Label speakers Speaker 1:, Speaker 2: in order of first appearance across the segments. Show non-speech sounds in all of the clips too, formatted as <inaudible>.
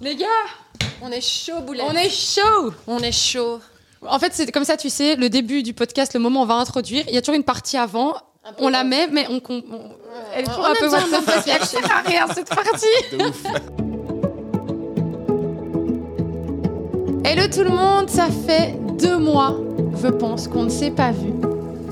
Speaker 1: Les gars,
Speaker 2: On est chaud, boulet.
Speaker 1: on est chaud
Speaker 2: On est chaud.
Speaker 1: En fait, c'est comme ça, tu sais, le début du podcast, le moment où on va introduire, il y a toujours une partie avant. On la met, mais on. com- on- elle est toujours
Speaker 2: Euh, On
Speaker 1: un
Speaker 2: aime
Speaker 1: peu
Speaker 2: bien,
Speaker 1: what the
Speaker 2: on aime
Speaker 1: fuck, <laughs>
Speaker 2: bien.
Speaker 1: elle sert à rien, cette partie
Speaker 3: <laughs> De ouf.
Speaker 1: Hello tout le monde, ça fait deux mois, je pense, qu'on ne s'est pas vu.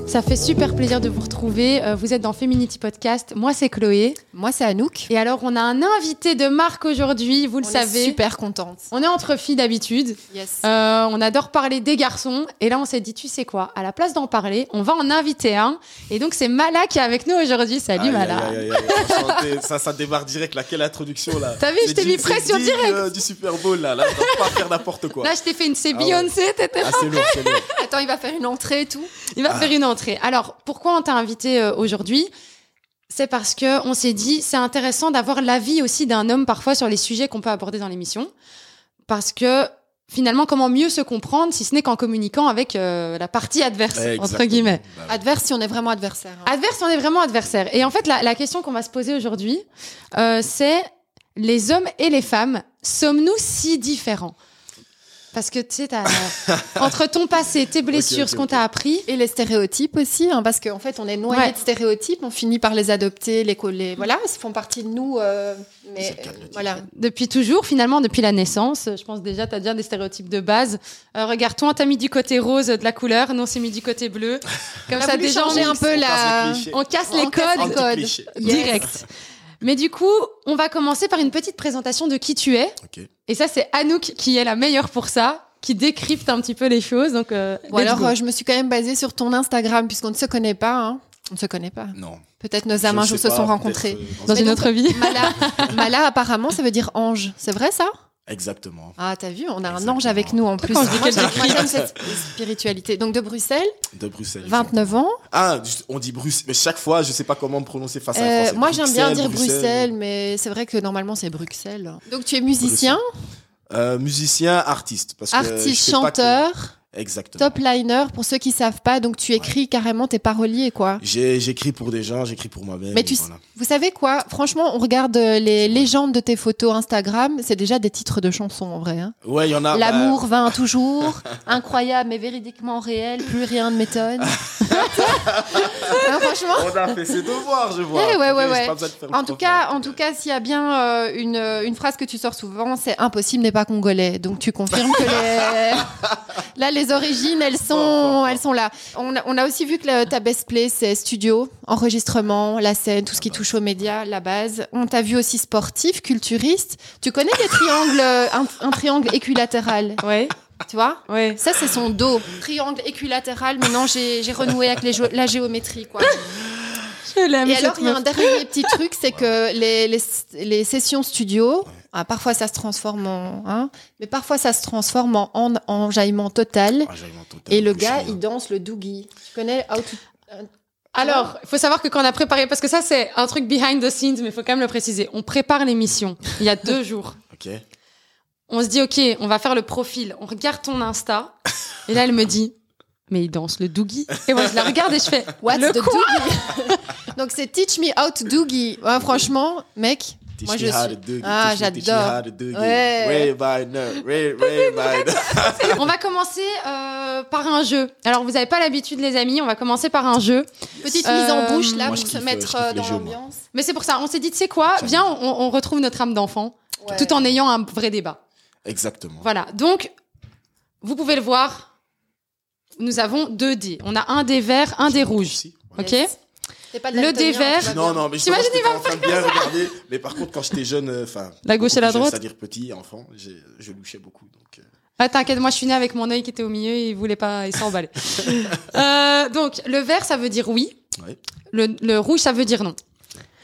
Speaker 1: Ça fait super plaisir de vous retrouver. Euh, Vous êtes dans Feminity Podcast. Moi, c'est Chloé.
Speaker 2: Moi, c'est Anouk.
Speaker 1: Et alors, on a un invité de marque aujourd'hui, vous le
Speaker 2: on
Speaker 1: savez.
Speaker 2: est super contente.
Speaker 1: On est entre filles d'habitude.
Speaker 2: Yes.
Speaker 1: Euh, on adore parler des garçons. Et là, on s'est dit, tu sais quoi, à la place d'en parler, on va en inviter un. Et donc, c'est Mala qui est avec nous aujourd'hui. Salut
Speaker 3: Aïe,
Speaker 1: Mala.
Speaker 2: hein.
Speaker 3: aïe, aïe, aïe, aïe.
Speaker 2: <laughs>
Speaker 3: Enchanté. Ça, ça démarre direct, là. Quelle introduction, là.
Speaker 1: T'as vu, je
Speaker 3: C'est
Speaker 1: t'ai mis
Speaker 3: digne-
Speaker 1: pression
Speaker 3: c'est digne,
Speaker 1: direct.
Speaker 3: euh, du Super Bowl, là. Là, je dois pas faire n'importe quoi.
Speaker 1: Là, je t'ai fait une c'est
Speaker 3: Ah ouais.
Speaker 1: Beyoncé, <laughs> t'étais-
Speaker 3: Ah, c'est lourd,
Speaker 2: <laughs>
Speaker 3: c'est lourd.
Speaker 2: Attends, il va faire une entrée et tout.
Speaker 1: Il va faire une entrée. Alors, pourquoi on t'a invité euh, aujourd'hui C'est parce que on s'est dit, c'est intéressant d'avoir l'avis aussi d'un homme parfois sur les sujets qu'on peut aborder dans l'émission, parce que finalement, comment mieux se comprendre si ce n'est qu'en communiquant avec euh, la partie adverse entre
Speaker 3: Exactement.
Speaker 1: guillemets.
Speaker 3: Bah,
Speaker 2: Adverse si on est vraiment adversaire. hein.
Speaker 1: Adverse, on est vraiment adversaire. Et en fait, la, la question qu'on va se poser aujourd'hui, euh, c'est les hommes et les femmes, sommes-nous si différents Parce que tu sais,
Speaker 3: <laughs>
Speaker 1: t'as- entre ton passé, tes blessures,
Speaker 3: ok,
Speaker 1: ce qu'on
Speaker 3: ok.
Speaker 1: t'a appris,
Speaker 2: Et les stéréotypes aussi, hein, parce qu'en fait, on est noyé
Speaker 1: Ouais.
Speaker 2: de stéréotypes, on finit par les adopter, les coller. Voilà, ils font partie de nous. euh, mais
Speaker 3: C'est le cas de le dire.
Speaker 2: voilà.
Speaker 1: depuis toujours, finalement, depuis la naissance. Je pense déjà, tu as déjà des stéréotypes de base. Euh, regarde, toi, on t'a mis du côté rose euh, de la couleur, nous, on s'est mis du côté
Speaker 3: <laughs>
Speaker 1: bleu. Comme
Speaker 2: On a
Speaker 1: ça,
Speaker 2: voulu
Speaker 1: déjà, on-
Speaker 2: changer un peu
Speaker 3: on
Speaker 2: la.
Speaker 3: passe les clichés.
Speaker 1: on casse
Speaker 2: On
Speaker 1: les
Speaker 2: casse les
Speaker 1: codes
Speaker 2: codes.
Speaker 3: Anti-cliché.
Speaker 2: Yes.
Speaker 1: direct. Mais du coup, on va commencer par une petite présentation de qui tu es.
Speaker 3: Ok.
Speaker 1: Et ça, c'est Anouk qui est la meilleure pour ça, qui décrypte un petit peu les choses. Donc, euh,
Speaker 2: Ou
Speaker 1: let's
Speaker 2: alors,
Speaker 1: go.
Speaker 2: euh, je me suis quand même basée sur ton Instagram, puisqu'on ne se connaît pas. hein. On ne se connaît pas.
Speaker 3: Non.
Speaker 2: Peut-être nos
Speaker 3: Je
Speaker 2: âmes un
Speaker 3: sais
Speaker 2: jour se
Speaker 3: pas,
Speaker 2: sont
Speaker 3: peut-être,
Speaker 2: rencontrées.
Speaker 3: euh,
Speaker 1: dans
Speaker 2: mais
Speaker 1: une
Speaker 2: donc-
Speaker 1: autre vie.
Speaker 2: Mala, Mala, apparemment, ça veut dire ange. C'est vrai, ça
Speaker 3: Exactement.
Speaker 2: Ah, t'as vu, on a un
Speaker 3: Exactement.
Speaker 2: ange avec nous en plus.
Speaker 1: Quand je dis
Speaker 2: Moi,
Speaker 1: qu'elle
Speaker 2: j'aime- moi, j'aime cette spiritualité. Donc, de Bruxelles,
Speaker 3: De Bruxelles.
Speaker 2: 29 ans.
Speaker 3: Ah, juste, on dit Bruxelles. Mais chaque fois, je sais pas comment me prononcer face à
Speaker 2: Euh,
Speaker 3: un français.
Speaker 2: moi, j'aime bien dire Bruxelles,
Speaker 3: Bruxelles.
Speaker 2: mais c'est vrai que normalement, c'est Bruxelles. Donc, tu es musicien,
Speaker 3: Euh, musicien, artiste. Parce que je
Speaker 2: artiste,
Speaker 3: sais pas que-
Speaker 2: chanteur,
Speaker 3: Exactement.
Speaker 2: top liner. Pour ceux qui savent pas, donc tu écris carrément tes paroliers, quoi.
Speaker 3: J'ai- J'écris pour des gens, j'écris pour moi-même.
Speaker 2: Mais
Speaker 3: et
Speaker 2: tu-
Speaker 3: voilà.
Speaker 2: Vous savez quoi Franchement, on regarde euh, les légendes de tes photos Instagram. C'est déjà des titres de chansons, en vrai. hein.
Speaker 3: Ouais, il y en a. bah,
Speaker 2: L'amour vint
Speaker 3: <laughs>
Speaker 2: toujours, incroyable mais véridiquement réel, plus rien ne m'étonne. <laughs> Ah, franchement.
Speaker 3: On a fait ses devoirs, je vois.
Speaker 2: Eh ouais, ouais,
Speaker 3: J'ai
Speaker 2: ouais.
Speaker 3: pas besoin de faire le
Speaker 2: En tout
Speaker 3: prof,
Speaker 2: cas,
Speaker 3: ouais.
Speaker 2: en tout cas, s'il y a bien euh, une, une phrase que tu sors souvent, c'est impossible n'est pas congolais. Donc tu confirmes que les... là les origines elles sont elles sont là. On a, on a aussi vu que le- ta best play c'est studio, enregistrement, la scène, tout ce qui touche aux médias, la base. On t'a vu aussi sportif, culturiste. Tu connais les triangles euh, un, un triangle équilatéral,
Speaker 1: <laughs> Ouais,
Speaker 2: tu vois
Speaker 1: ouais.
Speaker 2: ça, c'est son dos. Triangle équilatéral. Maintenant, j'ai j'ai renoué avec les géo- la géométrie, quoi.
Speaker 1: Je l'aime.
Speaker 2: Et alors,
Speaker 1: cette
Speaker 2: il y a
Speaker 1: meuf.
Speaker 2: un dernier
Speaker 3: <laughs>
Speaker 2: petit truc, c'est que les, les, les sessions studio, ah, parfois ça se transforme en. hein, mais parfois ça se transforme en, en enjaillement total.
Speaker 3: Ah, j'avais mon totem
Speaker 2: Et le
Speaker 3: bouché,
Speaker 2: gars,
Speaker 3: là.
Speaker 2: il danse le doogie. Tu connais How to-
Speaker 1: Alors, il faut savoir que quand on a préparé, parce que ça, c'est un truc behind the scenes, mais il faut quand même le préciser. On prépare l'émission il y a <laughs> deux jours.
Speaker 3: Ok.
Speaker 1: On se dit, OK, on va faire le profil. On regarde ton Insta. Et là, elle me dit, mais il danse le doogie. Et moi, je la regarde et je fais,
Speaker 2: What's
Speaker 1: le
Speaker 2: the
Speaker 1: quoi
Speaker 2: doogie
Speaker 3: <laughs>
Speaker 2: Donc, c'est Teach me how to doogie. Ouais, franchement, mec.
Speaker 3: Teach
Speaker 2: Moi,
Speaker 3: me
Speaker 2: je
Speaker 3: how
Speaker 2: suis-
Speaker 3: to do it,
Speaker 2: Ah,
Speaker 3: teach me- teach me
Speaker 2: j'adore.
Speaker 3: how to do it.
Speaker 2: Ouais.
Speaker 3: Ray by now,
Speaker 2: <laughs>
Speaker 3: Ray, Ray by now.
Speaker 1: On va commencer euh, par un jeu. Alors, vous n'avez pas l'habitude, les amis, on va commencer par un jeu.
Speaker 2: Petite
Speaker 1: Euh,
Speaker 2: mise en bouche là
Speaker 3: moi,
Speaker 2: pour
Speaker 3: je
Speaker 2: se
Speaker 3: kiffe, je
Speaker 2: mettre
Speaker 3: kiffe
Speaker 2: euh,
Speaker 3: les
Speaker 2: dans
Speaker 3: jeux, moi.
Speaker 2: l'ambiance.
Speaker 1: Mais c'est pour ça, on s'est dit, tu sais quoi, viens, on, on retrouve notre âme d'enfant,
Speaker 2: Ouais.
Speaker 1: tout en ayant un vrai débat.
Speaker 3: Exactement.
Speaker 1: Voilà, donc, vous pouvez le voir, nous avons deux dés. On a un dés vert, un dés rouge.
Speaker 3: Aussi, ouais.
Speaker 1: Ok
Speaker 2: Yes. T'es pas de
Speaker 1: Le
Speaker 2: daltonien,
Speaker 1: dévers.
Speaker 2: tu vas bien.
Speaker 3: Non, non, mais je
Speaker 1: T'imagines, il
Speaker 3: en train de bien regarder. Mais par contre, quand j'étais jeune, euh, enfin.
Speaker 1: La gauche et la droite
Speaker 3: C'est-à-dire petit, enfant, j'ai- je louchais beaucoup. Donc, euh,
Speaker 1: Ah, t'inquiète, moi je suis née avec mon œil qui était au milieu et il voulait pas,
Speaker 2: <laughs>
Speaker 1: il s'emballait. euh, donc, le vert, ça veut dire oui.
Speaker 3: Ouais.
Speaker 1: Le, le rouge, ça veut dire non.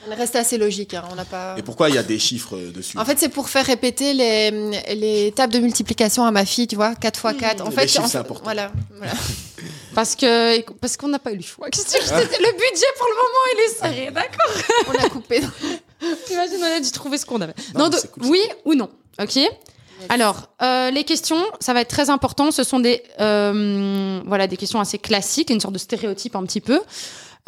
Speaker 2: On est resté assez logique, hein, on n'a pas.
Speaker 3: Et pourquoi il y a des chiffres euh, dessus <laughs>
Speaker 2: En fait, c'est pour faire répéter les, les tables de multiplication à ma fille, tu vois, 4 x 4. En
Speaker 3: Les
Speaker 2: fait,
Speaker 3: chiffres,
Speaker 2: en-
Speaker 3: Eh ben, c'est important.
Speaker 2: Voilà. voilà.
Speaker 1: Parce que, parce qu'on n'a pas eu le choix. Qu'est-ce que je te dis Le budget pour le moment, il est serré, d'accord
Speaker 2: On a coupé.
Speaker 1: Imagine, on a dû trouver ce qu'on avait.
Speaker 3: Non,
Speaker 1: Non,
Speaker 3: mais
Speaker 1: de-
Speaker 3: c'est cool,
Speaker 1: oui ou non, ok Alors, euh, les questions, ça va être très important. Ce sont des, euh, voilà, des questions assez classiques, une sorte de stéréotype un petit peu.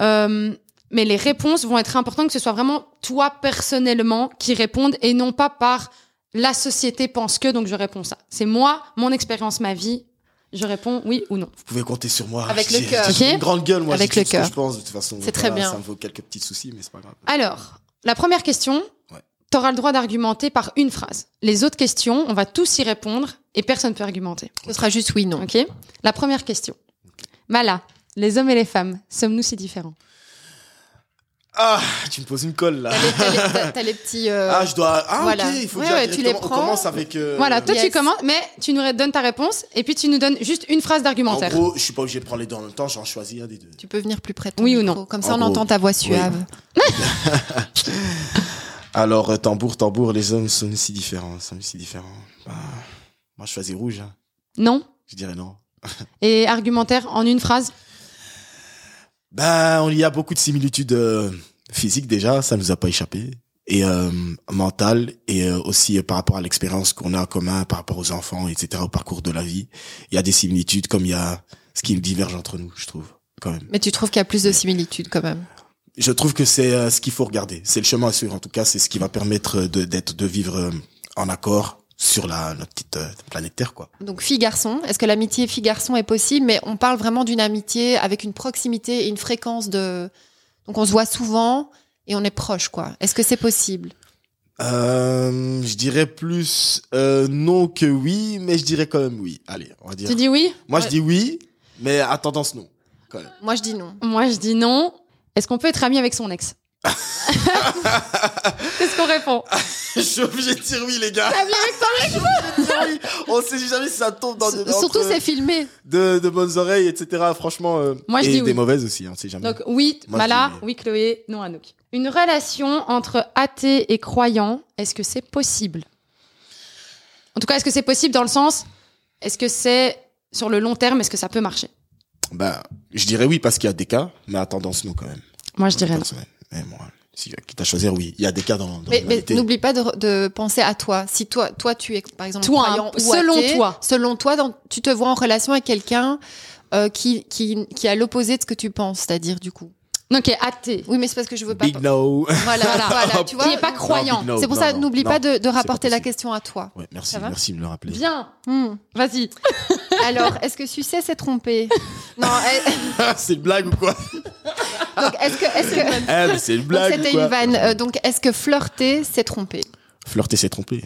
Speaker 1: Euh, mais les réponses vont être importantes que ce soit vraiment toi personnellement qui réponde et non pas par la société pense que, donc je réponds ça. C'est moi, mon expérience, ma vie. Je réponds oui ou non.
Speaker 3: Vous pouvez compter sur moi.
Speaker 2: Avec
Speaker 3: J'ai-
Speaker 2: le cœur.
Speaker 3: j'ai
Speaker 1: Ok.
Speaker 3: une grande gueule, moi.
Speaker 2: Avec
Speaker 3: j'ai
Speaker 2: le
Speaker 3: tout ce que
Speaker 2: cœur.
Speaker 3: Je pense, de toute façon.
Speaker 2: C'est très
Speaker 3: voilà,
Speaker 2: bien.
Speaker 3: Ça me vaut quelques petits soucis, mais c'est pas grave.
Speaker 1: Alors, la première question,
Speaker 3: Ouais.
Speaker 1: tu auras le droit d'argumenter par une phrase. Les autres questions, on va tous y répondre et personne peut argumenter.
Speaker 2: <laughs> Ce sera juste oui, non.
Speaker 1: Ok La première question. Mala, les hommes et les femmes, sommes-nous si différents
Speaker 3: Ah, tu me poses une
Speaker 2: <laughs>
Speaker 3: colle, là.
Speaker 2: T'as les- t'as les- t'as- T'as les petits. euh,
Speaker 3: Ah, je dois. Ah,
Speaker 2: voilà.
Speaker 3: ok, il faut
Speaker 2: Ouais,
Speaker 3: que j'aille
Speaker 2: ouais, tu les
Speaker 3: directement-
Speaker 2: prends.
Speaker 3: On commence avec. euh,
Speaker 1: Voilà, toi tu
Speaker 2: Yes.
Speaker 1: commences, mais tu nous donnes ta réponse et puis tu nous donnes juste une phrase
Speaker 3: En
Speaker 1: d'argumentaire.
Speaker 3: gros, je suis pas obligé de prendre les deux en même temps, j'en choisis un des deux.
Speaker 2: Tu peux venir plus près. de ton
Speaker 1: Oui ou
Speaker 2: micro.
Speaker 1: non
Speaker 2: Comme ça,
Speaker 3: En
Speaker 2: on
Speaker 3: gros,
Speaker 2: entend ta voix suave.
Speaker 3: Alors, euh, tambour, tambour, les hommes sont si différents. Sont si différents. Bah, moi, je choisis rouge. hein.
Speaker 1: Non
Speaker 3: Je dirais non.
Speaker 1: Et argumentaire en une phrase
Speaker 3: Ben, on y a beaucoup de similitudes euh, physiques déjà, ça nous a pas échappé. Et euh, mental et euh, aussi euh, par rapport à l'expérience qu'on a en commun, par rapport aux enfants, etc., au parcours de la vie, il y a des similitudes comme il y a ce qui diverge entre nous, je trouve, quand même.
Speaker 2: Mais tu trouves qu'il y a plus de similitudes quand même.
Speaker 3: Je trouve que c'est euh, ce qu'il faut regarder, c'est le chemin à suivre. En tout cas, c'est ce qui va permettre euh, de d'être de vivre euh, en accord sur la notre petite euh, planète Terre, quoi.
Speaker 2: Donc fille-garçon, est-ce que l'amitié fille-garçon est possible Mais on parle vraiment d'une amitié avec une proximité et une fréquence de... Donc on se voit souvent et on est proche, quoi. Est-ce que c'est possible
Speaker 3: Euh, je dirais plus euh, non que oui, mais je dirais quand même oui. Allez, on va dire.
Speaker 1: Tu dis oui
Speaker 3: Moi, je
Speaker 2: Ouais.
Speaker 3: dis oui, mais à tendance non. <laughs> Quand même.
Speaker 2: Moi, je dis non.
Speaker 1: Moi je dis non. Est-ce qu'on peut être ami avec son
Speaker 3: <laughs>
Speaker 1: ex Qu'est-ce qu'on répond
Speaker 3: je suis obligé de dire oui, les gars.
Speaker 1: Ami avec son ex
Speaker 3: Je dis oui. On sait jamais si ça tombe dans de,
Speaker 2: S- Surtout,
Speaker 3: entre
Speaker 2: c'est filmé.
Speaker 3: de, de bonnes oreilles, etc. Franchement, euh,
Speaker 1: Moi, je
Speaker 3: et
Speaker 1: dis
Speaker 3: des
Speaker 1: oui.
Speaker 3: mauvaises aussi, on sait jamais.
Speaker 1: Donc oui,
Speaker 3: Mm. Moi,
Speaker 1: Mala,
Speaker 3: je dis
Speaker 1: oui Chloé, non Anouk. Une relation entre athée et croyant, est-ce que c'est possible En tout cas, est-ce que c'est possible dans le sens, est-ce que c'est sur le long terme, est-ce que ça peut marcher
Speaker 3: Bah, je dirais oui parce qu'il y a des cas, mais à tendance non quand même.
Speaker 1: Moi, je dirais non.
Speaker 3: Personnel. Mais moi, si quitte à choisir, oui. Il y a des cas dans, dans
Speaker 2: Mais, mais
Speaker 3: l'humanité.
Speaker 2: n'oublie pas de, re- de penser à toi. Si toi, toi tu es par exemple
Speaker 1: Toi,
Speaker 2: croyant
Speaker 1: hein,
Speaker 2: ou
Speaker 1: selon
Speaker 2: athée,
Speaker 1: toi.
Speaker 2: selon toi, dans- tu te vois en relation avec quelqu'un euh, qui, qui, qui a l'opposé de ce que tu penses, c'est-à-dire du coup.
Speaker 1: Donc, est athée.
Speaker 2: Oui, mais c'est parce que je veux pas.
Speaker 3: Big no. <laughs>
Speaker 2: Voilà,
Speaker 1: Voilà.
Speaker 2: voilà, tu vois.
Speaker 1: Qui n'est pas croyant.
Speaker 3: Big no,
Speaker 2: C'est pour
Speaker 3: non,
Speaker 2: ça,
Speaker 3: non,
Speaker 2: n'oublie
Speaker 3: non.
Speaker 2: pas de, de rapporter la
Speaker 3: possible.
Speaker 2: question à toi.
Speaker 3: Ouais, merci,
Speaker 2: Ça va
Speaker 3: merci de me le rappeler.
Speaker 1: Bien,
Speaker 2: Hmm.
Speaker 1: vas-y.
Speaker 2: <laughs> Alors, est-ce que Sucet s'est trompé <laughs> Non, eh,
Speaker 3: <laughs> c'est une blague ou quoi
Speaker 2: <laughs> donc est-ce que. Est que...
Speaker 3: Eh, mais c'est une blague.
Speaker 2: Donc,
Speaker 3: ou
Speaker 2: c'était
Speaker 3: quoi
Speaker 2: une vanne. Euh, donc, est-ce que flirter s'est trompé
Speaker 3: Flirter, c'est tromper.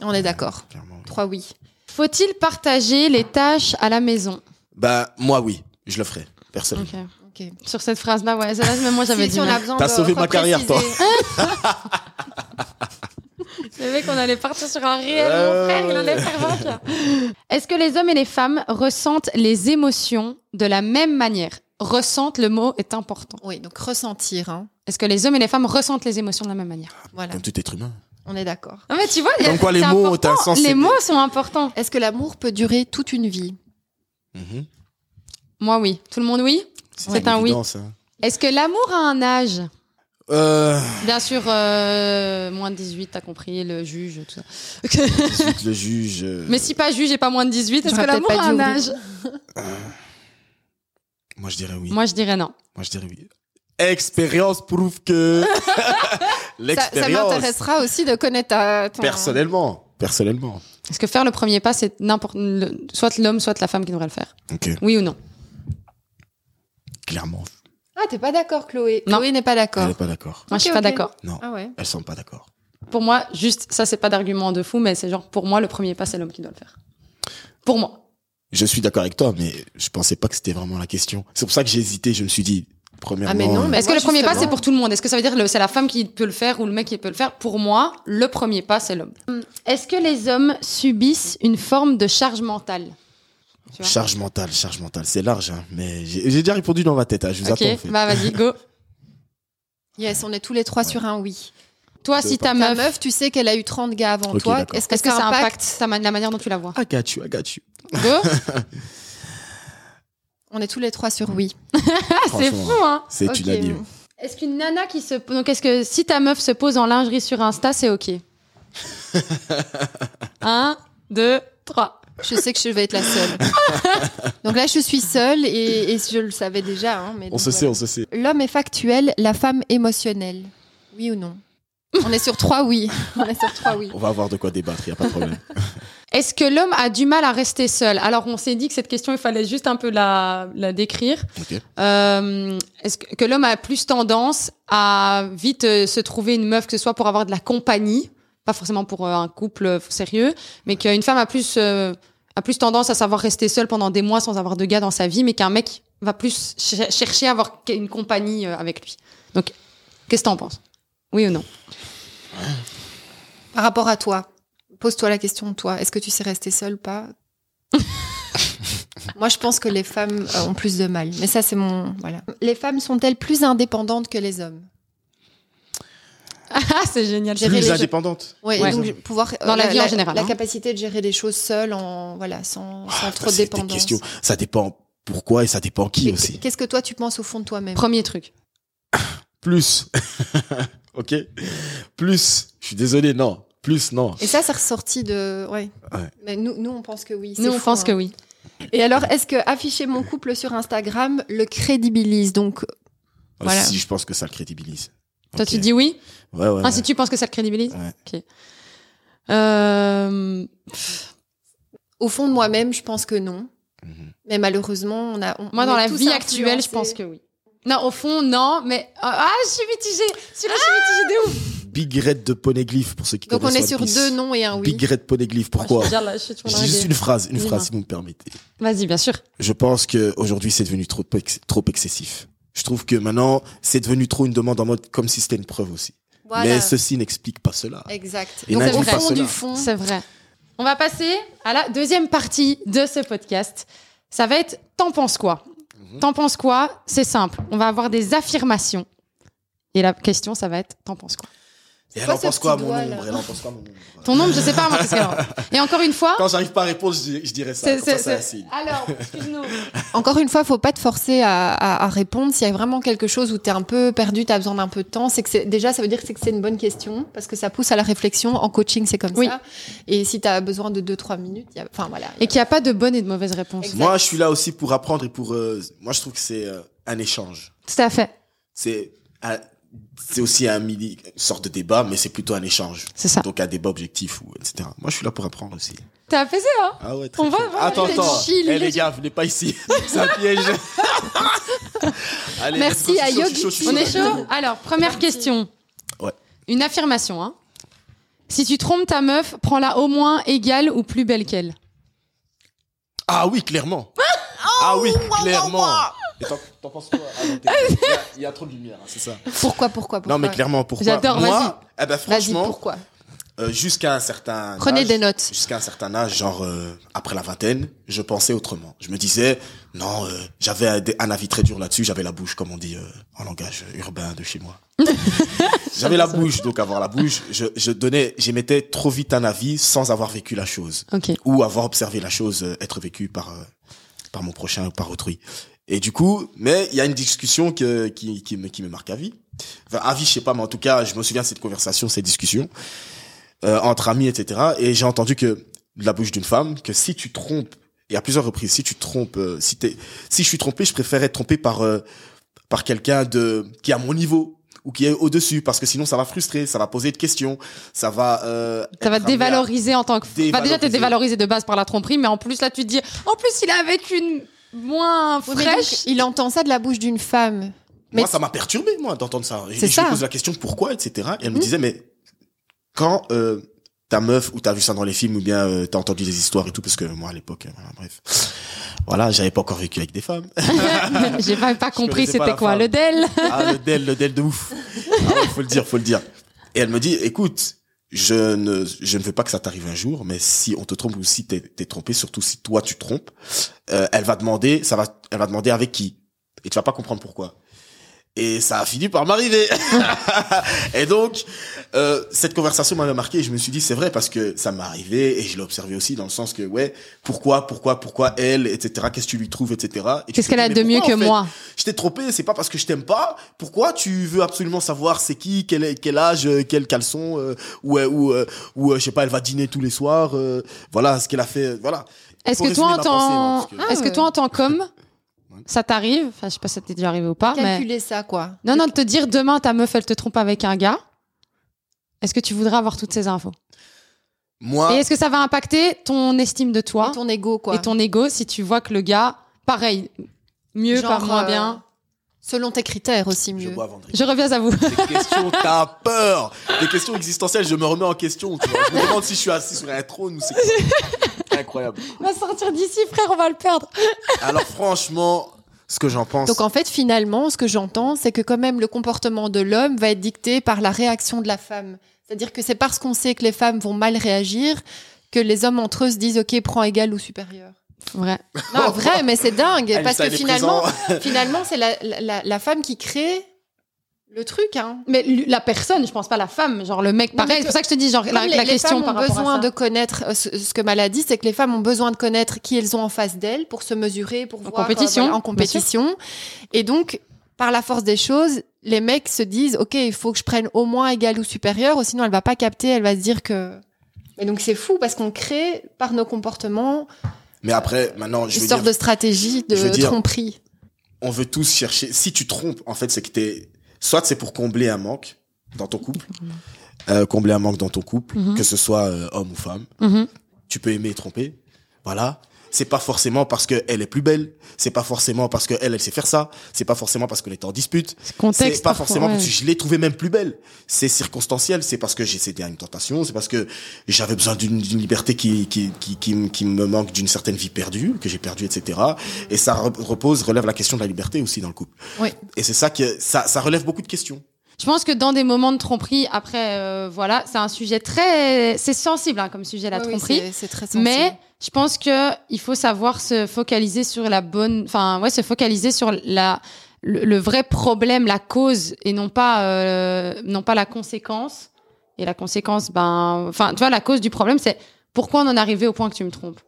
Speaker 2: On est d'accord.
Speaker 3: Clairement, oui.
Speaker 2: Trois oui.
Speaker 1: Faut-il partager les tâches à la maison
Speaker 3: Bah, moi, oui. Je le ferai. Personnellement.
Speaker 1: Ok.
Speaker 2: Ok.
Speaker 1: Sur cette phrase-là, ouais, celle-là, même moi j'avais
Speaker 2: si,
Speaker 1: dit.
Speaker 2: si on
Speaker 1: non.
Speaker 2: a besoin
Speaker 3: T'as
Speaker 2: de
Speaker 3: sauvé ma carrière, toi.
Speaker 2: repréciser.
Speaker 1: Le mec, on allait partir sur un réel,
Speaker 3: Ouais.
Speaker 1: mon frère, il allait faire vache, là. Est-ce que les hommes et les femmes ressentent les émotions de la même manière Ressentent, le mot est important.
Speaker 2: Oui, donc ressentir. hein.
Speaker 1: Est-ce que les hommes et les femmes ressentent les émotions de la même manière
Speaker 2: Voilà,
Speaker 3: Comme tout être humain.
Speaker 2: on est d'accord.
Speaker 1: Non, mais tu vois, il y a-
Speaker 3: Comme quoi, les
Speaker 1: c'est
Speaker 3: mots ont
Speaker 1: important.
Speaker 3: un sens.
Speaker 1: Les
Speaker 3: c'est-
Speaker 1: mots sont importants.
Speaker 2: Est-ce que l'amour peut durer toute une vie
Speaker 3: Mhm.
Speaker 1: Moi, oui. Tout le monde, oui C'est un oui.
Speaker 3: évident, ça.
Speaker 1: Est-ce que l'amour a un âge
Speaker 3: Euh,
Speaker 1: Bien sûr, euh, moins de 18, t'as compris, le juge, tout
Speaker 3: Euh.
Speaker 1: ça.
Speaker 3: ensuite, le juge. euh,
Speaker 1: mais si pas juge et pas moins de 18, est-ce que
Speaker 2: J'aurais peut-être
Speaker 1: l'amour
Speaker 2: pas
Speaker 1: a
Speaker 2: dû
Speaker 1: un âge
Speaker 3: Moi, je dirais oui. Moi,
Speaker 1: Moi, je dirais non.
Speaker 3: je dirais oui. Expérience prouve
Speaker 2: <laughs>
Speaker 3: que.
Speaker 2: Ça, ça
Speaker 3: L'expérience.
Speaker 2: m'intéressera aussi de connaître ta, ton...
Speaker 3: personnellement. Personnellement.
Speaker 1: Parce que faire le premier pas, c'est n'importe, le- soit l'homme, soit la femme qui devrait le faire.
Speaker 3: Ok.
Speaker 1: Oui ou non
Speaker 3: Clairement.
Speaker 2: Ah, t'es pas d'accord, Chloé
Speaker 1: Non.
Speaker 2: Chloé n'est pas
Speaker 3: Elle
Speaker 2: d'accord.
Speaker 3: n'est pas d'accord.
Speaker 1: Moi, je suis
Speaker 2: Ok,
Speaker 1: pas
Speaker 2: ok.
Speaker 1: d'accord.
Speaker 3: Non.
Speaker 2: Ah ouais
Speaker 3: Elles sont pas d'accord.
Speaker 1: Pour moi, juste, ça, c'est pas d'argument de fou, mais c'est genre, pour moi, le premier pas, c'est l'homme qui doit le faire. Pour moi.
Speaker 3: Je suis d'accord avec toi, mais je pensais pas que c'était vraiment la question. C'est pour ça que j'ai hésité. Je me suis dit, premièrement.
Speaker 2: Ah, mais non, mais-
Speaker 1: Est-ce que
Speaker 2: moi,
Speaker 1: le premier pas,
Speaker 2: justement-
Speaker 1: c'est pour tout le monde Est-ce que ça veut dire que c'est la femme qui peut le faire ou le mec qui peut le faire Pour moi, le premier pas, c'est l'homme. Hum, Est-ce que les hommes subissent une forme de charge mentale Tu vois
Speaker 3: Charge mentale, charge mentale, c'est large, hein, mais j'ai j'ai déjà répondu dans ma tête, hein, je vous
Speaker 1: Ok,
Speaker 3: attends. en fait.
Speaker 1: bah vas-y, go.
Speaker 2: Yes, on est tous les trois sur un oui.
Speaker 1: Toi,
Speaker 3: De
Speaker 1: si ta
Speaker 2: Ta
Speaker 1: meuf,
Speaker 2: meuf, tu sais qu'elle a eu 30 gars avant
Speaker 3: Ok,
Speaker 2: toi.
Speaker 3: d'accord.
Speaker 2: Est-ce que,
Speaker 1: est-ce que ça impacte,
Speaker 2: impacte
Speaker 1: ta ma- la manière dont tu la vois
Speaker 3: I got you, I got you.
Speaker 1: Go
Speaker 2: On est tous les trois sur oui.
Speaker 1: C'est
Speaker 3: Franchement,
Speaker 1: fou, hein
Speaker 3: C'est
Speaker 2: Ah, Ok.
Speaker 3: unanime.
Speaker 1: Est-ce qu'une nana qui se donc est-ce que si ta meuf se pose en lingerie sur Insta, c'est ok Un, deux, trois.
Speaker 2: Je sais que je vais être la
Speaker 3: <laughs>
Speaker 2: seule. donc là, je suis seule et, et je le savais déjà. hein, mais
Speaker 3: On
Speaker 2: donc
Speaker 3: se
Speaker 2: voilà.
Speaker 3: sait, on se sait.
Speaker 1: <laughs>
Speaker 2: L'homme est factuel, la femme émotionnelle. Oui ou non On est sur trois oui. On est sur trois oui.
Speaker 3: On va avoir de quoi débattre, il n'y a pas de problème. <laughs>
Speaker 1: Est-ce que l'homme a du mal à rester seul Alors, on s'est dit que cette question, il fallait juste un peu la, la décrire.
Speaker 3: Ok.
Speaker 1: Euh, Est-ce que, que l'homme a plus tendance à vite euh, se trouver une meuf, que ce soit pour avoir de la compagnie, pas forcément pour euh, un couple euh, sérieux, mais qu'une femme a plus, euh, a plus tendance à savoir rester seule pendant des mois sans avoir de gars dans sa vie, mais qu'un mec va plus cher- chercher à avoir qu- une compagnie euh, avec lui. Donc, qu'est-ce que t'en penses Oui ou
Speaker 3: <laughs>
Speaker 1: non
Speaker 2: Par rapport à toi, pose-toi la question, toi, est-ce que tu sais rester seule ou
Speaker 1: <laughs>
Speaker 2: pas Moi, je pense que les femmes euh, ont plus de mal. Mais ça, c'est mon. Voilà. Les femmes sont-elles plus indépendantes que les hommes
Speaker 1: Ah, c'est génial.
Speaker 2: Gérer les
Speaker 3: Plus
Speaker 2: choses.
Speaker 3: indépendante.
Speaker 2: Oui,
Speaker 1: Ouais.
Speaker 2: donc je- pouvoir. euh,
Speaker 1: Dans la vie en général,
Speaker 2: La
Speaker 1: hein.
Speaker 2: capacité de gérer les choses seule, en, voilà, sans, sans
Speaker 3: Ah,
Speaker 2: trop de
Speaker 3: c'est des
Speaker 2: dépendance.
Speaker 3: questions. Ça dépend pourquoi et ça dépend qui
Speaker 2: Mais
Speaker 3: aussi.
Speaker 2: Qu'est-ce que toi, tu penses au fond de toi-même
Speaker 1: Premier truc.
Speaker 3: Plus. <laughs> ok. Plus. Je suis désolé, non. Plus, non.
Speaker 2: Et ça, c'est ressorti de. Ouais.
Speaker 3: Ouais.
Speaker 2: Mais nous, nous, on pense que oui. hein.
Speaker 1: Nous, on
Speaker 3: hein.
Speaker 1: pense que oui.
Speaker 2: Et alors, est-ce que afficher mon couple sur Instagram le crédibilise Donc, Voilà.
Speaker 3: Si je pense que ça le crédibilise.
Speaker 1: Toi,
Speaker 3: Ok.
Speaker 1: tu dis oui
Speaker 3: Ouais, ouais.
Speaker 1: Ah,
Speaker 3: ouais.
Speaker 1: si tu penses que ça le crédibilise
Speaker 3: Ouais.
Speaker 1: Ok. Euh,
Speaker 2: au fond de moi-même, je pense que non.
Speaker 3: Mhm.
Speaker 2: Mais malheureusement, on a. on-
Speaker 1: Moi,
Speaker 2: on
Speaker 1: dans
Speaker 2: est
Speaker 1: la
Speaker 2: tous
Speaker 1: vie actuelle, je
Speaker 2: influencés.
Speaker 1: pense que oui. Non, au fond, non, mais. Ah, je suis mitigée Celui-là, je suis mitigée de ouf
Speaker 3: Big Red de Poneglyph, pour ceux qui
Speaker 2: Donc, on
Speaker 3: connaissent
Speaker 2: est sur
Speaker 3: One Piece.
Speaker 2: deux noms et un oui. Ah,
Speaker 3: Big Red Poneglyph, pourquoi
Speaker 1: Je suis là, je suis trop
Speaker 3: J'ai Juste
Speaker 1: dingue.
Speaker 3: une phrase, une
Speaker 1: Dis-moi.
Speaker 3: phrase, si vous me permettez.
Speaker 1: Vas-y, bien sûr.
Speaker 3: Je pense que aujourd'hui c'est devenu trop, ex- trop excessif. Je trouve que maintenant, c'est devenu trop une demande en mode comme si c'était une preuve aussi.
Speaker 2: Voilà.
Speaker 3: Mais ceci n'explique pas cela.
Speaker 2: Exact.
Speaker 3: Et
Speaker 2: Donc,
Speaker 1: n'indique
Speaker 2: au
Speaker 1: pas
Speaker 2: fond
Speaker 3: cela.
Speaker 2: du fond.
Speaker 1: C'est vrai. On va passer à la deuxième partie de ce podcast. Ça va être T'en penses quoi
Speaker 3: Mhm.
Speaker 1: T'en penses quoi C'est simple. On va avoir des affirmations. Et la question, ça va être T'en penses quoi
Speaker 3: Et elle
Speaker 2: quoi
Speaker 3: en
Speaker 2: ce
Speaker 3: pense quoi,
Speaker 2: petit
Speaker 3: mon
Speaker 2: doigt,
Speaker 3: ombre
Speaker 2: là
Speaker 3: Elle en pense quoi, mon ombre
Speaker 1: Ton nombre, je sais pas, moi, qu'est-ce qu'elle en- Et encore une fois.
Speaker 3: Quand j'arrive pas à répondre, je, dis- je dirais ça.
Speaker 1: c'est-
Speaker 3: Comme ça,
Speaker 1: c'est-
Speaker 2: Ah,
Speaker 3: c'est un
Speaker 1: c'est-
Speaker 3: signe.
Speaker 1: Alors, excuse-nous.
Speaker 2: Encore une fois, faut pas te forcer à, à- à répondre. S'il y a vraiment quelque chose où tu es un peu perdu, tu as besoin d'un peu de temps, c'est que c'est- déjà, ça veut dire que c'est que c'est une bonne question parce que ça pousse à la réflexion. En coaching, c'est comme
Speaker 1: Oui.
Speaker 2: ça. Et si tu as besoin de 2-3 minutes, il y a- enfin voilà.
Speaker 1: Et qu'il n'y a pas de bonne et de mauvaise réponse.
Speaker 2: Exact.
Speaker 3: Moi, je suis là aussi pour apprendre et pour. euh, moi, je trouve que c'est euh, un échange.
Speaker 1: Tout à fait.
Speaker 3: C'est un- c'est aussi un mini une sorte de débat, mais c'est plutôt un échange.
Speaker 1: C'est ça.
Speaker 3: Donc un débat objectif ou etc. Moi, je suis là pour apprendre aussi.
Speaker 1: T'as apaisé, hein
Speaker 3: Ah ouais. Très
Speaker 1: On va
Speaker 3: chaud.
Speaker 1: voir,
Speaker 3: Attends,
Speaker 1: il est
Speaker 3: attends.
Speaker 1: chill,
Speaker 3: Eh,
Speaker 1: il est
Speaker 3: les gars, venez
Speaker 1: <laughs>
Speaker 3: pas ici. <laughs> c'est un piège. Allez, let's go,
Speaker 2: Merci à
Speaker 3: je suis chaud,
Speaker 2: Yogi.
Speaker 3: je suis chaud, je suis
Speaker 1: On est
Speaker 3: let's go.
Speaker 1: chaud Alors, première question.
Speaker 3: Ouais.
Speaker 1: Une affirmation, hein. Si tu trompes ta meuf, prends-la au moins égale ou plus belle qu'elle.
Speaker 3: Ah
Speaker 1: <laughs>
Speaker 3: oui, clairement.
Speaker 1: Oh,
Speaker 3: ah oui, clairement. Et t'en- T'en penses quoi Ah non, t'es- il, y a, il y a trop de lumière, hein, c'est ça.
Speaker 2: <laughs> Pourquoi, pourquoi, pourquoi
Speaker 3: Non, mais clairement, pourquoi
Speaker 1: J'adore,
Speaker 3: Moi, eh ben,
Speaker 2: Vas-y,
Speaker 3: franchement,
Speaker 2: pourquoi
Speaker 3: euh, jusqu'à un certain
Speaker 2: Prenez
Speaker 3: âge,
Speaker 2: des notes.
Speaker 3: Jusqu'à un certain âge, genre euh, après la vingtaine, je pensais autrement. Je me disais, non, euh, j'avais un, un avis très dur là-dessus, j'avais la bouche, comme on dit euh, en langage urbain de
Speaker 2: <laughs>
Speaker 3: chez moi. j'avais la bouche, donc avoir la bouche, je, je donnais, j'émettais trop vite un avis sans avoir vécu la chose
Speaker 1: Ok.
Speaker 3: ou avoir observé la chose euh, être vécue par euh, par mon prochain ou par autrui. Et du coup, mais il y a une discussion que, qui, qui, me, qui me marque à vie. Enfin, à vie, je sais pas, mais en tout cas, je me souviens de cette conversation, cette discussion euh, entre amis, etc. Et j'ai entendu que de la bouche d'une femme que si tu trompes, et à plusieurs reprises, si tu trompes, euh, si t'es, si je suis trompé, je préfère être trompé par euh, par quelqu'un de qui est à mon niveau ou qui est au dessus, parce que sinon ça va frustrer, ça va poser de questions, ça va euh,
Speaker 1: Ça va te
Speaker 3: être amené à-
Speaker 1: dévaloriser en tant que. Bah, déjà, t'es
Speaker 3: Dévaloriser.
Speaker 1: dévalorisé de base par la tromperie, mais en plus, là, tu te dis. En plus, il est avec une moins
Speaker 2: Oui, mais donc,
Speaker 1: fraîche.
Speaker 2: il entend ça de la bouche d'une femme. Mais
Speaker 3: moi, ça m'a perturbé, moi, d'entendre ça. Et
Speaker 2: C'est
Speaker 3: je
Speaker 2: ça.
Speaker 3: me pose la question pourquoi, etc. Et elle me
Speaker 2: Mhm.
Speaker 3: disait, mais quand euh, ta meuf, ou t'as vu ça dans les films, ou bien euh, t'as entendu des histoires et tout, parce que moi, à l'époque, euh, voilà, bref. Voilà, j'avais pas encore vécu avec des femmes.
Speaker 1: <laughs> J'ai pas, pas compris
Speaker 3: connaissais pas
Speaker 1: c'était
Speaker 3: la
Speaker 1: quoi
Speaker 3: femme.
Speaker 1: le DEL.
Speaker 3: Ah, le DEL, le DEL de ouf. Ah ouais, faut le dire, faut le dire. Et elle me dit, écoute, je ne, je ne veux pas que ça t'arrive un jour, mais si on te trompe ou si t'es, t'es trompé, surtout si toi tu trompes, euh, elle va demander, ça va, elle va demander avec qui. Et tu vas pas comprendre pourquoi. Et ça a fini par m'arriver. <laughs> et donc, euh, cette conversation m'avait marqué et je me suis dit, c'est vrai parce que ça m'est arrivé et je l'ai observé aussi dans le sens que, ouais, pourquoi, pourquoi, pourquoi elle, etc., qu'est-ce que tu lui trouves, etc. Et tu
Speaker 1: Qu'est-ce
Speaker 3: te
Speaker 1: qu'elle a
Speaker 3: dis,
Speaker 1: de
Speaker 3: mais
Speaker 1: mieux que
Speaker 3: pourquoi, en
Speaker 1: moi
Speaker 3: fait je t'ai trompé, c'est pas parce que je t'aime pas. Pourquoi tu veux absolument savoir c'est qui, quel, quel âge, euh, quel caleçon, euh, ou, euh, ou, euh, ou, euh, je sais pas, elle va dîner tous les soirs, euh, voilà, ce qu'elle a fait, euh, voilà.
Speaker 1: Est-ce
Speaker 3: Pour
Speaker 1: que toi, en
Speaker 3: résumer ma
Speaker 1: tant.
Speaker 3: pensée, moi, parce
Speaker 2: que-
Speaker 1: Est-ce que toi, en tant qu'homme,
Speaker 3: Ouais.
Speaker 1: ça t'arrive Enfin, je sais pas si ça t'est déjà arrivé ou pas, mais.
Speaker 2: calculer ça, quoi.
Speaker 1: Non, non, de te dire demain ta meuf elle te trompe avec un gars. Est-ce que tu voudrais avoir toutes ces infos Et
Speaker 3: Moi,
Speaker 1: est-ce que ça va impacter ton estime de toi
Speaker 2: Et ton ego, quoi.
Speaker 1: Ah. et ton ego si tu vois que le gars, pareil, mieux,
Speaker 2: Genre,
Speaker 1: pas moins
Speaker 2: euh,
Speaker 1: bien.
Speaker 2: Selon tes critères aussi
Speaker 3: je
Speaker 2: mieux.
Speaker 3: bois vendredi.
Speaker 1: Je reviens à vous.
Speaker 3: Des questions, t'as peur. Des questions existentielles, je me remets en question. Tu vois. Je me demande si je suis assis sur un trône ou c'est quoi. Incroyable.
Speaker 1: On <laughs> va sortir d'ici, frère, on va le perdre.
Speaker 3: Alors franchement, ce que j'en pense.
Speaker 2: Donc en fait, finalement, ce que j'entends, c'est que quand même le comportement de l'homme va être dicté par la réaction de la femme. C'est-à-dire que c'est parce qu'on sait que les femmes vont mal réagir que les hommes entre eux se disent OK, prends égal ou
Speaker 3: <laughs>
Speaker 2: supérieur.
Speaker 1: Vrai.
Speaker 2: Non, vrai, mais c'est dingue
Speaker 3: Alice,
Speaker 2: parce que
Speaker 3: elle est
Speaker 2: finalement,
Speaker 3: présente. <laughs>
Speaker 2: finalement, c'est la, la, la femme qui crée le truc. Hein.
Speaker 1: Mais lui- la personne, je pense pas la femme, genre le mec,
Speaker 2: Non, mais
Speaker 1: pareil.
Speaker 2: que-
Speaker 1: C'est pour ça que je te dis, genre, la,
Speaker 2: Comme les,
Speaker 1: la
Speaker 2: les
Speaker 1: question
Speaker 2: femmes
Speaker 1: par
Speaker 2: ont
Speaker 1: rapport
Speaker 2: besoin
Speaker 1: à ça.
Speaker 2: de connaître euh, ce, ce que Mala dit, c'est que les femmes ont besoin de connaître qui elles ont en face d'elles pour se mesurer, pour voir euh,
Speaker 1: compétition,
Speaker 2: voilà, en
Speaker 1: bien sûr.
Speaker 2: compétition. Et donc, par la force des choses, les mecs se disent, ok, il faut que je prenne au moins égal ou supérieur, ou sinon elle va pas capter, elle va se dire que. Et donc c'est fou parce qu'on crée par nos comportements
Speaker 3: Mais après, maintenant, je
Speaker 2: une
Speaker 3: veux
Speaker 2: sorte
Speaker 3: dire,
Speaker 2: de stratégie
Speaker 3: je veux
Speaker 2: de
Speaker 3: dire-
Speaker 2: tromperie.
Speaker 3: on veut tous chercher. Si tu trompes, en fait, c'est que t'es. Soit c'est pour combler un manque dans ton couple, euh, combler un manque dans ton couple,
Speaker 1: Mhm.
Speaker 3: que ce soit euh, homme ou femme.
Speaker 1: Mhm.
Speaker 3: tu peux aimer et tromper. Voilà. C'est pas forcément parce que elle est plus belle. C'est pas forcément parce que elle, elle sait faire ça. C'est pas forcément parce qu'on est en dispute.
Speaker 1: Ce contexte.
Speaker 3: C'est pas
Speaker 1: parfois,
Speaker 3: forcément
Speaker 1: ouais.
Speaker 3: parce que je l'ai trouvée même plus belle. C'est circonstanciel. C'est parce que j'ai cédé à une tentation. C'est parce que j'avais besoin d'une d'une liberté qui, qui, qui, qui, me- qui me manque d'une certaine vie perdue, que j'ai perdue, etc. Et ça re- repose, relève la question de la liberté aussi dans le couple.
Speaker 2: Oui.
Speaker 3: Et c'est ça que, ça, ça relève beaucoup de questions.
Speaker 1: Je pense que dans des moments de tromperie, après, euh, voilà, c'est un sujet très, c'est sensible hein, comme sujet la
Speaker 2: Oui, oui,
Speaker 1: tromperie.
Speaker 2: c'est- c'est très sensible.
Speaker 1: Mais je pense que il faut savoir se focaliser sur la bonne, enfin ouais, se focaliser sur la le, le vrai problème, la cause et non pas euh, non pas la conséquence. Et la conséquence, ben, enfin tu vois, la cause du problème, c'est pourquoi on en est arrivé au point que tu me trompes.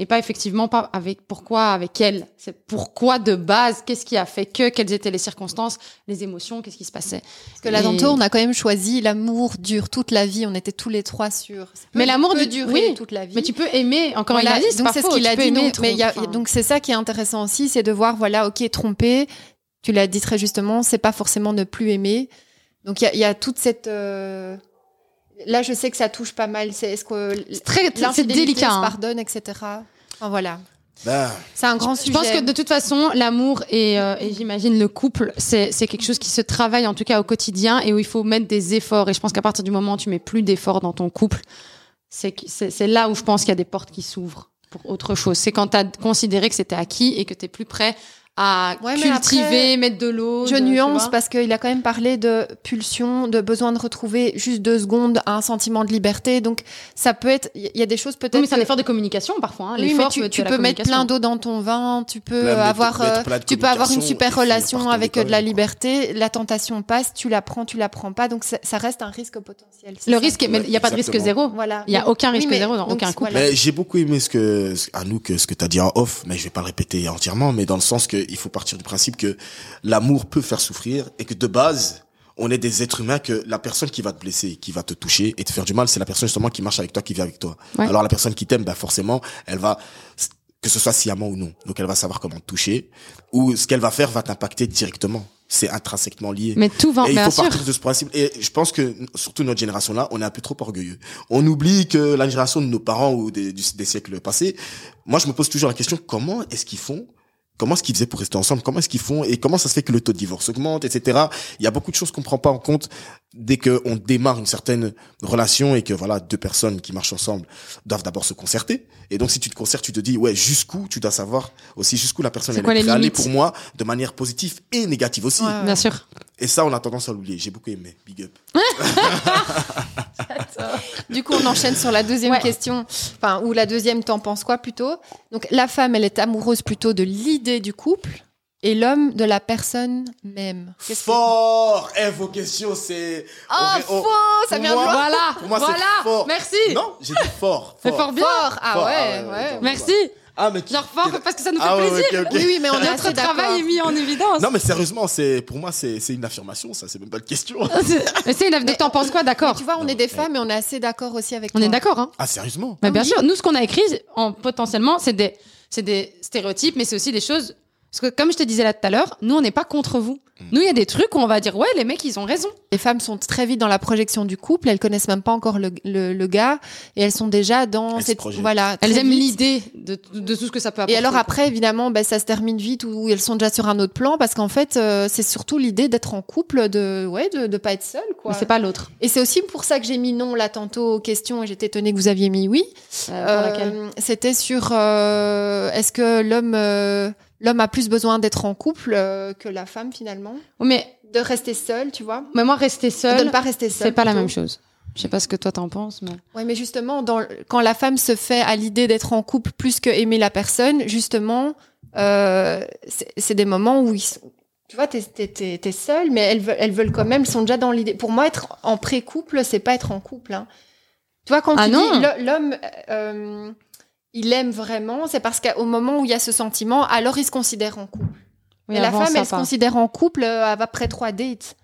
Speaker 1: Et pas effectivement pas avec pourquoi avec elle. C'est pourquoi de base, qu'est-ce qui a fait que, quelles étaient les circonstances, les émotions, qu'est-ce qui se passait.
Speaker 2: Parce que là, dans
Speaker 1: Et-
Speaker 2: toi, on a quand même choisi l'amour dure toute la vie. On était tous les trois sûrs. Ça peut-
Speaker 1: Mais l'amour
Speaker 2: peut
Speaker 1: du-
Speaker 2: durer
Speaker 1: oui.
Speaker 2: toute la vie.
Speaker 1: Mais tu peux aimer, encore
Speaker 2: Voilà,
Speaker 1: il a dit,
Speaker 2: bah,
Speaker 1: c'est
Speaker 2: donc
Speaker 1: pas
Speaker 2: c'est ce
Speaker 1: faux,
Speaker 2: qu'il
Speaker 1: tu
Speaker 2: a
Speaker 1: peux
Speaker 2: dit.
Speaker 1: aimer
Speaker 2: non,
Speaker 1: et
Speaker 2: mais il y a-
Speaker 1: tromper, enfin.
Speaker 2: donc c'est ça qui est intéressant aussi, c'est de voir voilà, ok, tromper. Tu l'as dit très justement, c'est pas forcément ne plus aimer. Donc il y a, il y a toute cette. euh, Là, je sais que ça touche pas mal. C'est est-ce que
Speaker 1: C'est très- c'est
Speaker 2: l'infidélité
Speaker 1: délicat,
Speaker 2: se
Speaker 1: hein.
Speaker 2: pardonne, etc. Enfin, voilà,
Speaker 3: Ben,
Speaker 2: c'est un grand
Speaker 1: Je
Speaker 2: sujet.
Speaker 1: pense que de toute façon, l'amour et, euh, et j'imagine le couple, c'est c'est quelque chose qui se travaille en tout cas au quotidien et où il faut mettre des efforts. Et je pense qu'à partir du moment où tu mets plus d'efforts dans ton couple, c'est que- c'est c'est là où je pense qu'il y a des portes qui s'ouvrent pour autre chose. C'est quand tu as considéré que c'était acquis et que tu es plus prêt à
Speaker 2: Ouais, mais
Speaker 1: cultiver,
Speaker 2: après,
Speaker 1: mettre de l'eau.
Speaker 2: Je
Speaker 1: de- tu
Speaker 2: nuance
Speaker 1: vois.
Speaker 2: parce qu'il a quand même parlé de pulsion, de besoin de retrouver juste deux secondes un sentiment de liberté. Donc ça peut être, il y a des choses peut-être.
Speaker 1: Oui, mais c'est un
Speaker 2: que-
Speaker 1: effort de communication parfois. Hein.
Speaker 2: Oui, mais
Speaker 1: L'effort
Speaker 2: tu,
Speaker 1: de- de
Speaker 2: tu
Speaker 1: la
Speaker 2: peux mettre
Speaker 1: communication.
Speaker 2: plein d'eau dans ton vin, tu peux
Speaker 3: Plein de-
Speaker 2: avoir,
Speaker 3: mettre
Speaker 2: euh,
Speaker 3: plein de
Speaker 2: tu peux avoir une
Speaker 3: communication et
Speaker 2: super
Speaker 3: puis
Speaker 2: relation
Speaker 3: partout
Speaker 2: avec
Speaker 3: des
Speaker 2: euh, de la
Speaker 3: conneries, quoi.
Speaker 2: liberté, la tentation passe, tu la prends, tu la prends pas, donc ça, ça reste un risque potentiel. c'est
Speaker 1: Le
Speaker 2: ça.
Speaker 1: risque, est- mais il n'y a pas de risque
Speaker 3: Exactement.
Speaker 1: zéro.
Speaker 2: voilà.
Speaker 1: Il y a
Speaker 2: Donc,
Speaker 1: aucun
Speaker 2: oui,
Speaker 1: risque
Speaker 2: mais-
Speaker 1: zéro dans
Speaker 2: donc,
Speaker 1: aucun couple.
Speaker 2: voilà.
Speaker 3: Mais j'ai beaucoup aimé ce que, ce- Anouk, ce que t'as dit en off, mais je vais pas le répéter entièrement, mais dans le sens qu'il faut partir du principe que l'amour peut faire souffrir et que de base, on est des êtres humains que la personne qui va te blesser, qui va te toucher et te faire du mal, c'est la personne justement qui marche avec toi, qui vit avec toi.
Speaker 1: Ouais.
Speaker 3: Alors la personne qui t'aime, bah forcément, elle va, que ce soit sciemment ou non, donc elle va savoir comment te toucher ou ce qu'elle va faire va t'impacter directement. C'est intrinsèquement lié.
Speaker 1: Mais tout va,
Speaker 3: Et il
Speaker 1: hein, bien
Speaker 3: faut
Speaker 1: sûr.
Speaker 3: partir de ce principe. Et je pense que, surtout notre génération-là, on est un peu trop orgueilleux. On oublie que la génération de nos parents ou des, du- des siècles passés, moi, je me pose toujours la question, comment est-ce qu'ils font Comment est-ce qu'ils faisaient pour rester ensemble Comment est-ce qu'ils font Et comment ça se fait que le taux de divorce augmente, etc. Il y a beaucoup de choses qu'on prend pas en compte dès qu'on démarre une certaine relation et que voilà deux personnes qui marchent ensemble doivent d'abord se concerter. Et donc si tu te concertes, tu te dis ouais jusqu'où tu dois savoir aussi jusqu'où la personne
Speaker 1: C'est
Speaker 3: elle
Speaker 1: quoi
Speaker 3: est
Speaker 1: les
Speaker 3: prête à aller
Speaker 1: limites
Speaker 3: pour moi de manière positive et négative aussi.
Speaker 2: Ouais, ouais.
Speaker 1: Bien sûr.
Speaker 3: Et ça, on a tendance à l'oublier. J'ai beaucoup aimé. Big up.
Speaker 2: Du coup, on enchaîne sur la deuxième
Speaker 1: Ouais.
Speaker 2: question, enfin, ou la deuxième, t'en penses quoi plutôt Donc, la femme, elle est amoureuse plutôt de l'idée du couple et l'homme de la personne même. Qu'est-ce que-
Speaker 3: Fort Eh, vos questions, c'est...
Speaker 2: Oh,
Speaker 3: on- on-
Speaker 2: faux Ça vient de
Speaker 3: moi-
Speaker 2: loin
Speaker 1: Voilà.
Speaker 3: Pour moi, c'est
Speaker 1: voilà.
Speaker 3: fort.
Speaker 1: Merci.
Speaker 3: Non, j'ai dit fort.
Speaker 1: C'est fort bien.
Speaker 2: Fort Ah
Speaker 3: Fort,
Speaker 2: ouais,
Speaker 3: ah ouais,
Speaker 2: ouais.
Speaker 3: ouais.
Speaker 1: Merci.
Speaker 3: Ah, mais...
Speaker 1: Genre fort parce que ça nous fait
Speaker 3: Ah, ouais,
Speaker 1: plaisir.
Speaker 3: ok, ok.
Speaker 2: Oui, oui, mais on est
Speaker 1: Notre
Speaker 2: assez
Speaker 1: travail est
Speaker 2: d'accord.
Speaker 1: mis en évidence.
Speaker 3: Non, mais sérieusement, c'est pour moi, c'est c'est une affirmation, ça. C'est même pas une question.
Speaker 1: Mais c'est une donc t'en penses quoi D'accord.
Speaker 2: Tu vois, on
Speaker 3: Non,
Speaker 2: est des
Speaker 3: mais-
Speaker 2: femmes et on est assez d'accord aussi avec
Speaker 1: On est
Speaker 2: toi.
Speaker 1: d'accord, hein
Speaker 3: Ah, sérieusement
Speaker 1: Mais bien
Speaker 2: Oui.
Speaker 1: sûr, nous, ce qu'on a écrit, en, potentiellement, c'est des, c'est des stéréotypes, mais c'est aussi des choses Parce que comme je te disais là tout à l'heure, nous, on n'est pas contre vous.
Speaker 3: Hmm.
Speaker 1: Nous, il y a des trucs où on va dire, ouais, les mecs, ils ont raison.
Speaker 2: Les femmes sont très vite dans la projection du couple, elles connaissent même pas encore le, le- le gars et elles sont déjà dans
Speaker 3: Elles se
Speaker 2: cette
Speaker 3: projettent.
Speaker 2: voilà.
Speaker 1: Elles
Speaker 2: très
Speaker 1: aiment
Speaker 2: vite.
Speaker 1: l'idée de, de tout ce que ça peut apporter.
Speaker 2: Et alors
Speaker 1: quoi.
Speaker 2: après, évidemment, ben, ça se termine vite ou elles sont déjà sur un autre plan parce qu'en fait, euh, c'est surtout l'idée d'être en couple, de ouais, de, de pas être seule quoi.
Speaker 1: Mais c'est pas l'autre.
Speaker 2: Et c'est aussi pour ça que j'ai mis non là tantôt aux questions et j'étais étonnée que vous aviez mis oui.
Speaker 1: Euh, pour laquelle
Speaker 2: Euh, C'était sur euh, est-ce que l'homme euh, l'homme a plus besoin d'être en couple euh, que la femme finalement,
Speaker 1: Ouais, Mais,
Speaker 2: de rester seule, tu vois,
Speaker 1: mais moi, rester
Speaker 2: de
Speaker 1: seule,
Speaker 2: ne pas rester seule.
Speaker 1: c'est pas la
Speaker 2: plutôt.
Speaker 1: même chose. Je sais pas ce que toi t'en penses, mais.
Speaker 2: Oui, mais justement, dans, le- quand la femme se fait à l'idée d'être en couple plus que aimer la personne, justement, euh, c'est c'est des moments où ils sont- Tu vois, t'es t'es- t'es- t'es seule, mais elles veulent, elles veulent quand même, elles sont déjà dans l'idée. Pour moi, être en pré-couple, c'est pas être en couple. Hein. Tu vois, quand
Speaker 1: Ah
Speaker 2: tu
Speaker 1: non.
Speaker 2: dis l'ho- l'homme, euh, il aime vraiment, c'est parce qu'au moment où il y a ce sentiment, alors il se considère en couple.
Speaker 1: Oui,
Speaker 2: mais la
Speaker 1: avant,
Speaker 2: femme,
Speaker 1: ça,
Speaker 2: elle se
Speaker 1: pas.
Speaker 2: considère en couple euh, après trois dates.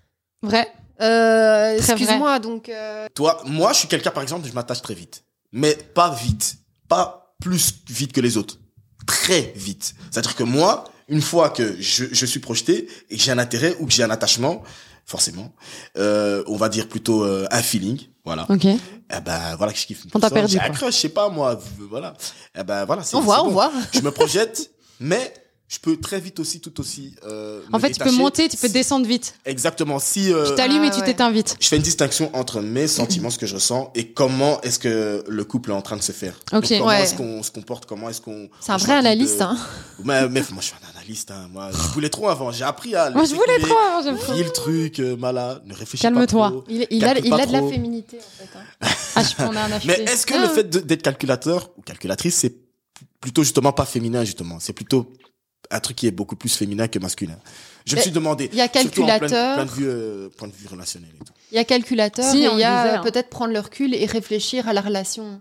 Speaker 1: Vrai.
Speaker 2: Euh,
Speaker 1: Très vrai.
Speaker 2: Excuse-moi, donc... euh,
Speaker 3: Toi, moi, je suis quelqu'un, par exemple, je m'attache très vite. Mais pas vite. Pas plus vite que les autres. Très vite. C'est-à-dire que moi, une fois que je, je suis projeté et que j'ai un intérêt ou que j'ai un attachement, forcément, euh, on va dire plutôt euh, un feeling, voilà.
Speaker 1: Ok.
Speaker 3: Eh ben voilà que je kiffe. une
Speaker 1: On t'a
Speaker 3: personne,
Speaker 1: perdu,
Speaker 3: J'ai
Speaker 1: quoi.
Speaker 3: un crush, je sais pas moi, v- voilà. Eh ben voilà. c'est-
Speaker 2: on voit,
Speaker 3: c'est
Speaker 2: on
Speaker 3: bon.
Speaker 2: voit.
Speaker 3: Je me projette, mais je peux très vite aussi, tout aussi. euh,
Speaker 1: En
Speaker 3: me
Speaker 1: fait, tu
Speaker 3: détacher.
Speaker 1: peux monter, tu peux
Speaker 3: Si-
Speaker 1: descendre vite.
Speaker 3: Exactement. Si euh,
Speaker 1: Tu t'allumes
Speaker 2: Ah,
Speaker 1: et tu
Speaker 2: ouais.
Speaker 1: t'éteins vite.
Speaker 3: je fais une distinction entre mes sentiments, ce que je ressens, et comment est-ce que le couple est en train de se faire.
Speaker 1: Ok,
Speaker 3: comment
Speaker 2: ouais.
Speaker 3: est-ce qu'on se comporte, comment est-ce qu'on.
Speaker 2: C'est un
Speaker 3: on
Speaker 2: vrai
Speaker 3: choisit de-
Speaker 2: analyste, hein.
Speaker 3: Mais, mais moi, je suis un analyste. Hein. Moi, je voulais trop avant. J'ai appris à.
Speaker 1: Moi, je voulais trop avant, j'aime trop.
Speaker 3: Dis le truc, euh, Mala, ne réfléchis
Speaker 1: Calme-toi.
Speaker 3: pas. trop.
Speaker 2: Il, il a,
Speaker 3: Calcule
Speaker 2: il
Speaker 3: pas
Speaker 2: a de la
Speaker 3: trop.
Speaker 2: féminité, en fait. hein.
Speaker 1: Ah, je on a un
Speaker 3: Mais
Speaker 1: acheté. Ah.
Speaker 3: est-ce que le fait de- d'être calculateur ou calculatrice, c'est plutôt justement pas féminin, justement C'est plutôt un truc qui est beaucoup plus féminin que masculin. Je me
Speaker 2: Mais
Speaker 3: suis demandé.
Speaker 2: Il y a
Speaker 3: surtout en plein-
Speaker 2: calculateur,
Speaker 3: Plein, de vue, euh, point de vue relationnel et tout.
Speaker 2: il y a calculateur,
Speaker 1: Si,
Speaker 2: et
Speaker 1: on
Speaker 2: il y a
Speaker 1: le disait,
Speaker 2: euh,
Speaker 1: hein.
Speaker 2: peut-être prendre le recul et réfléchir à la relation.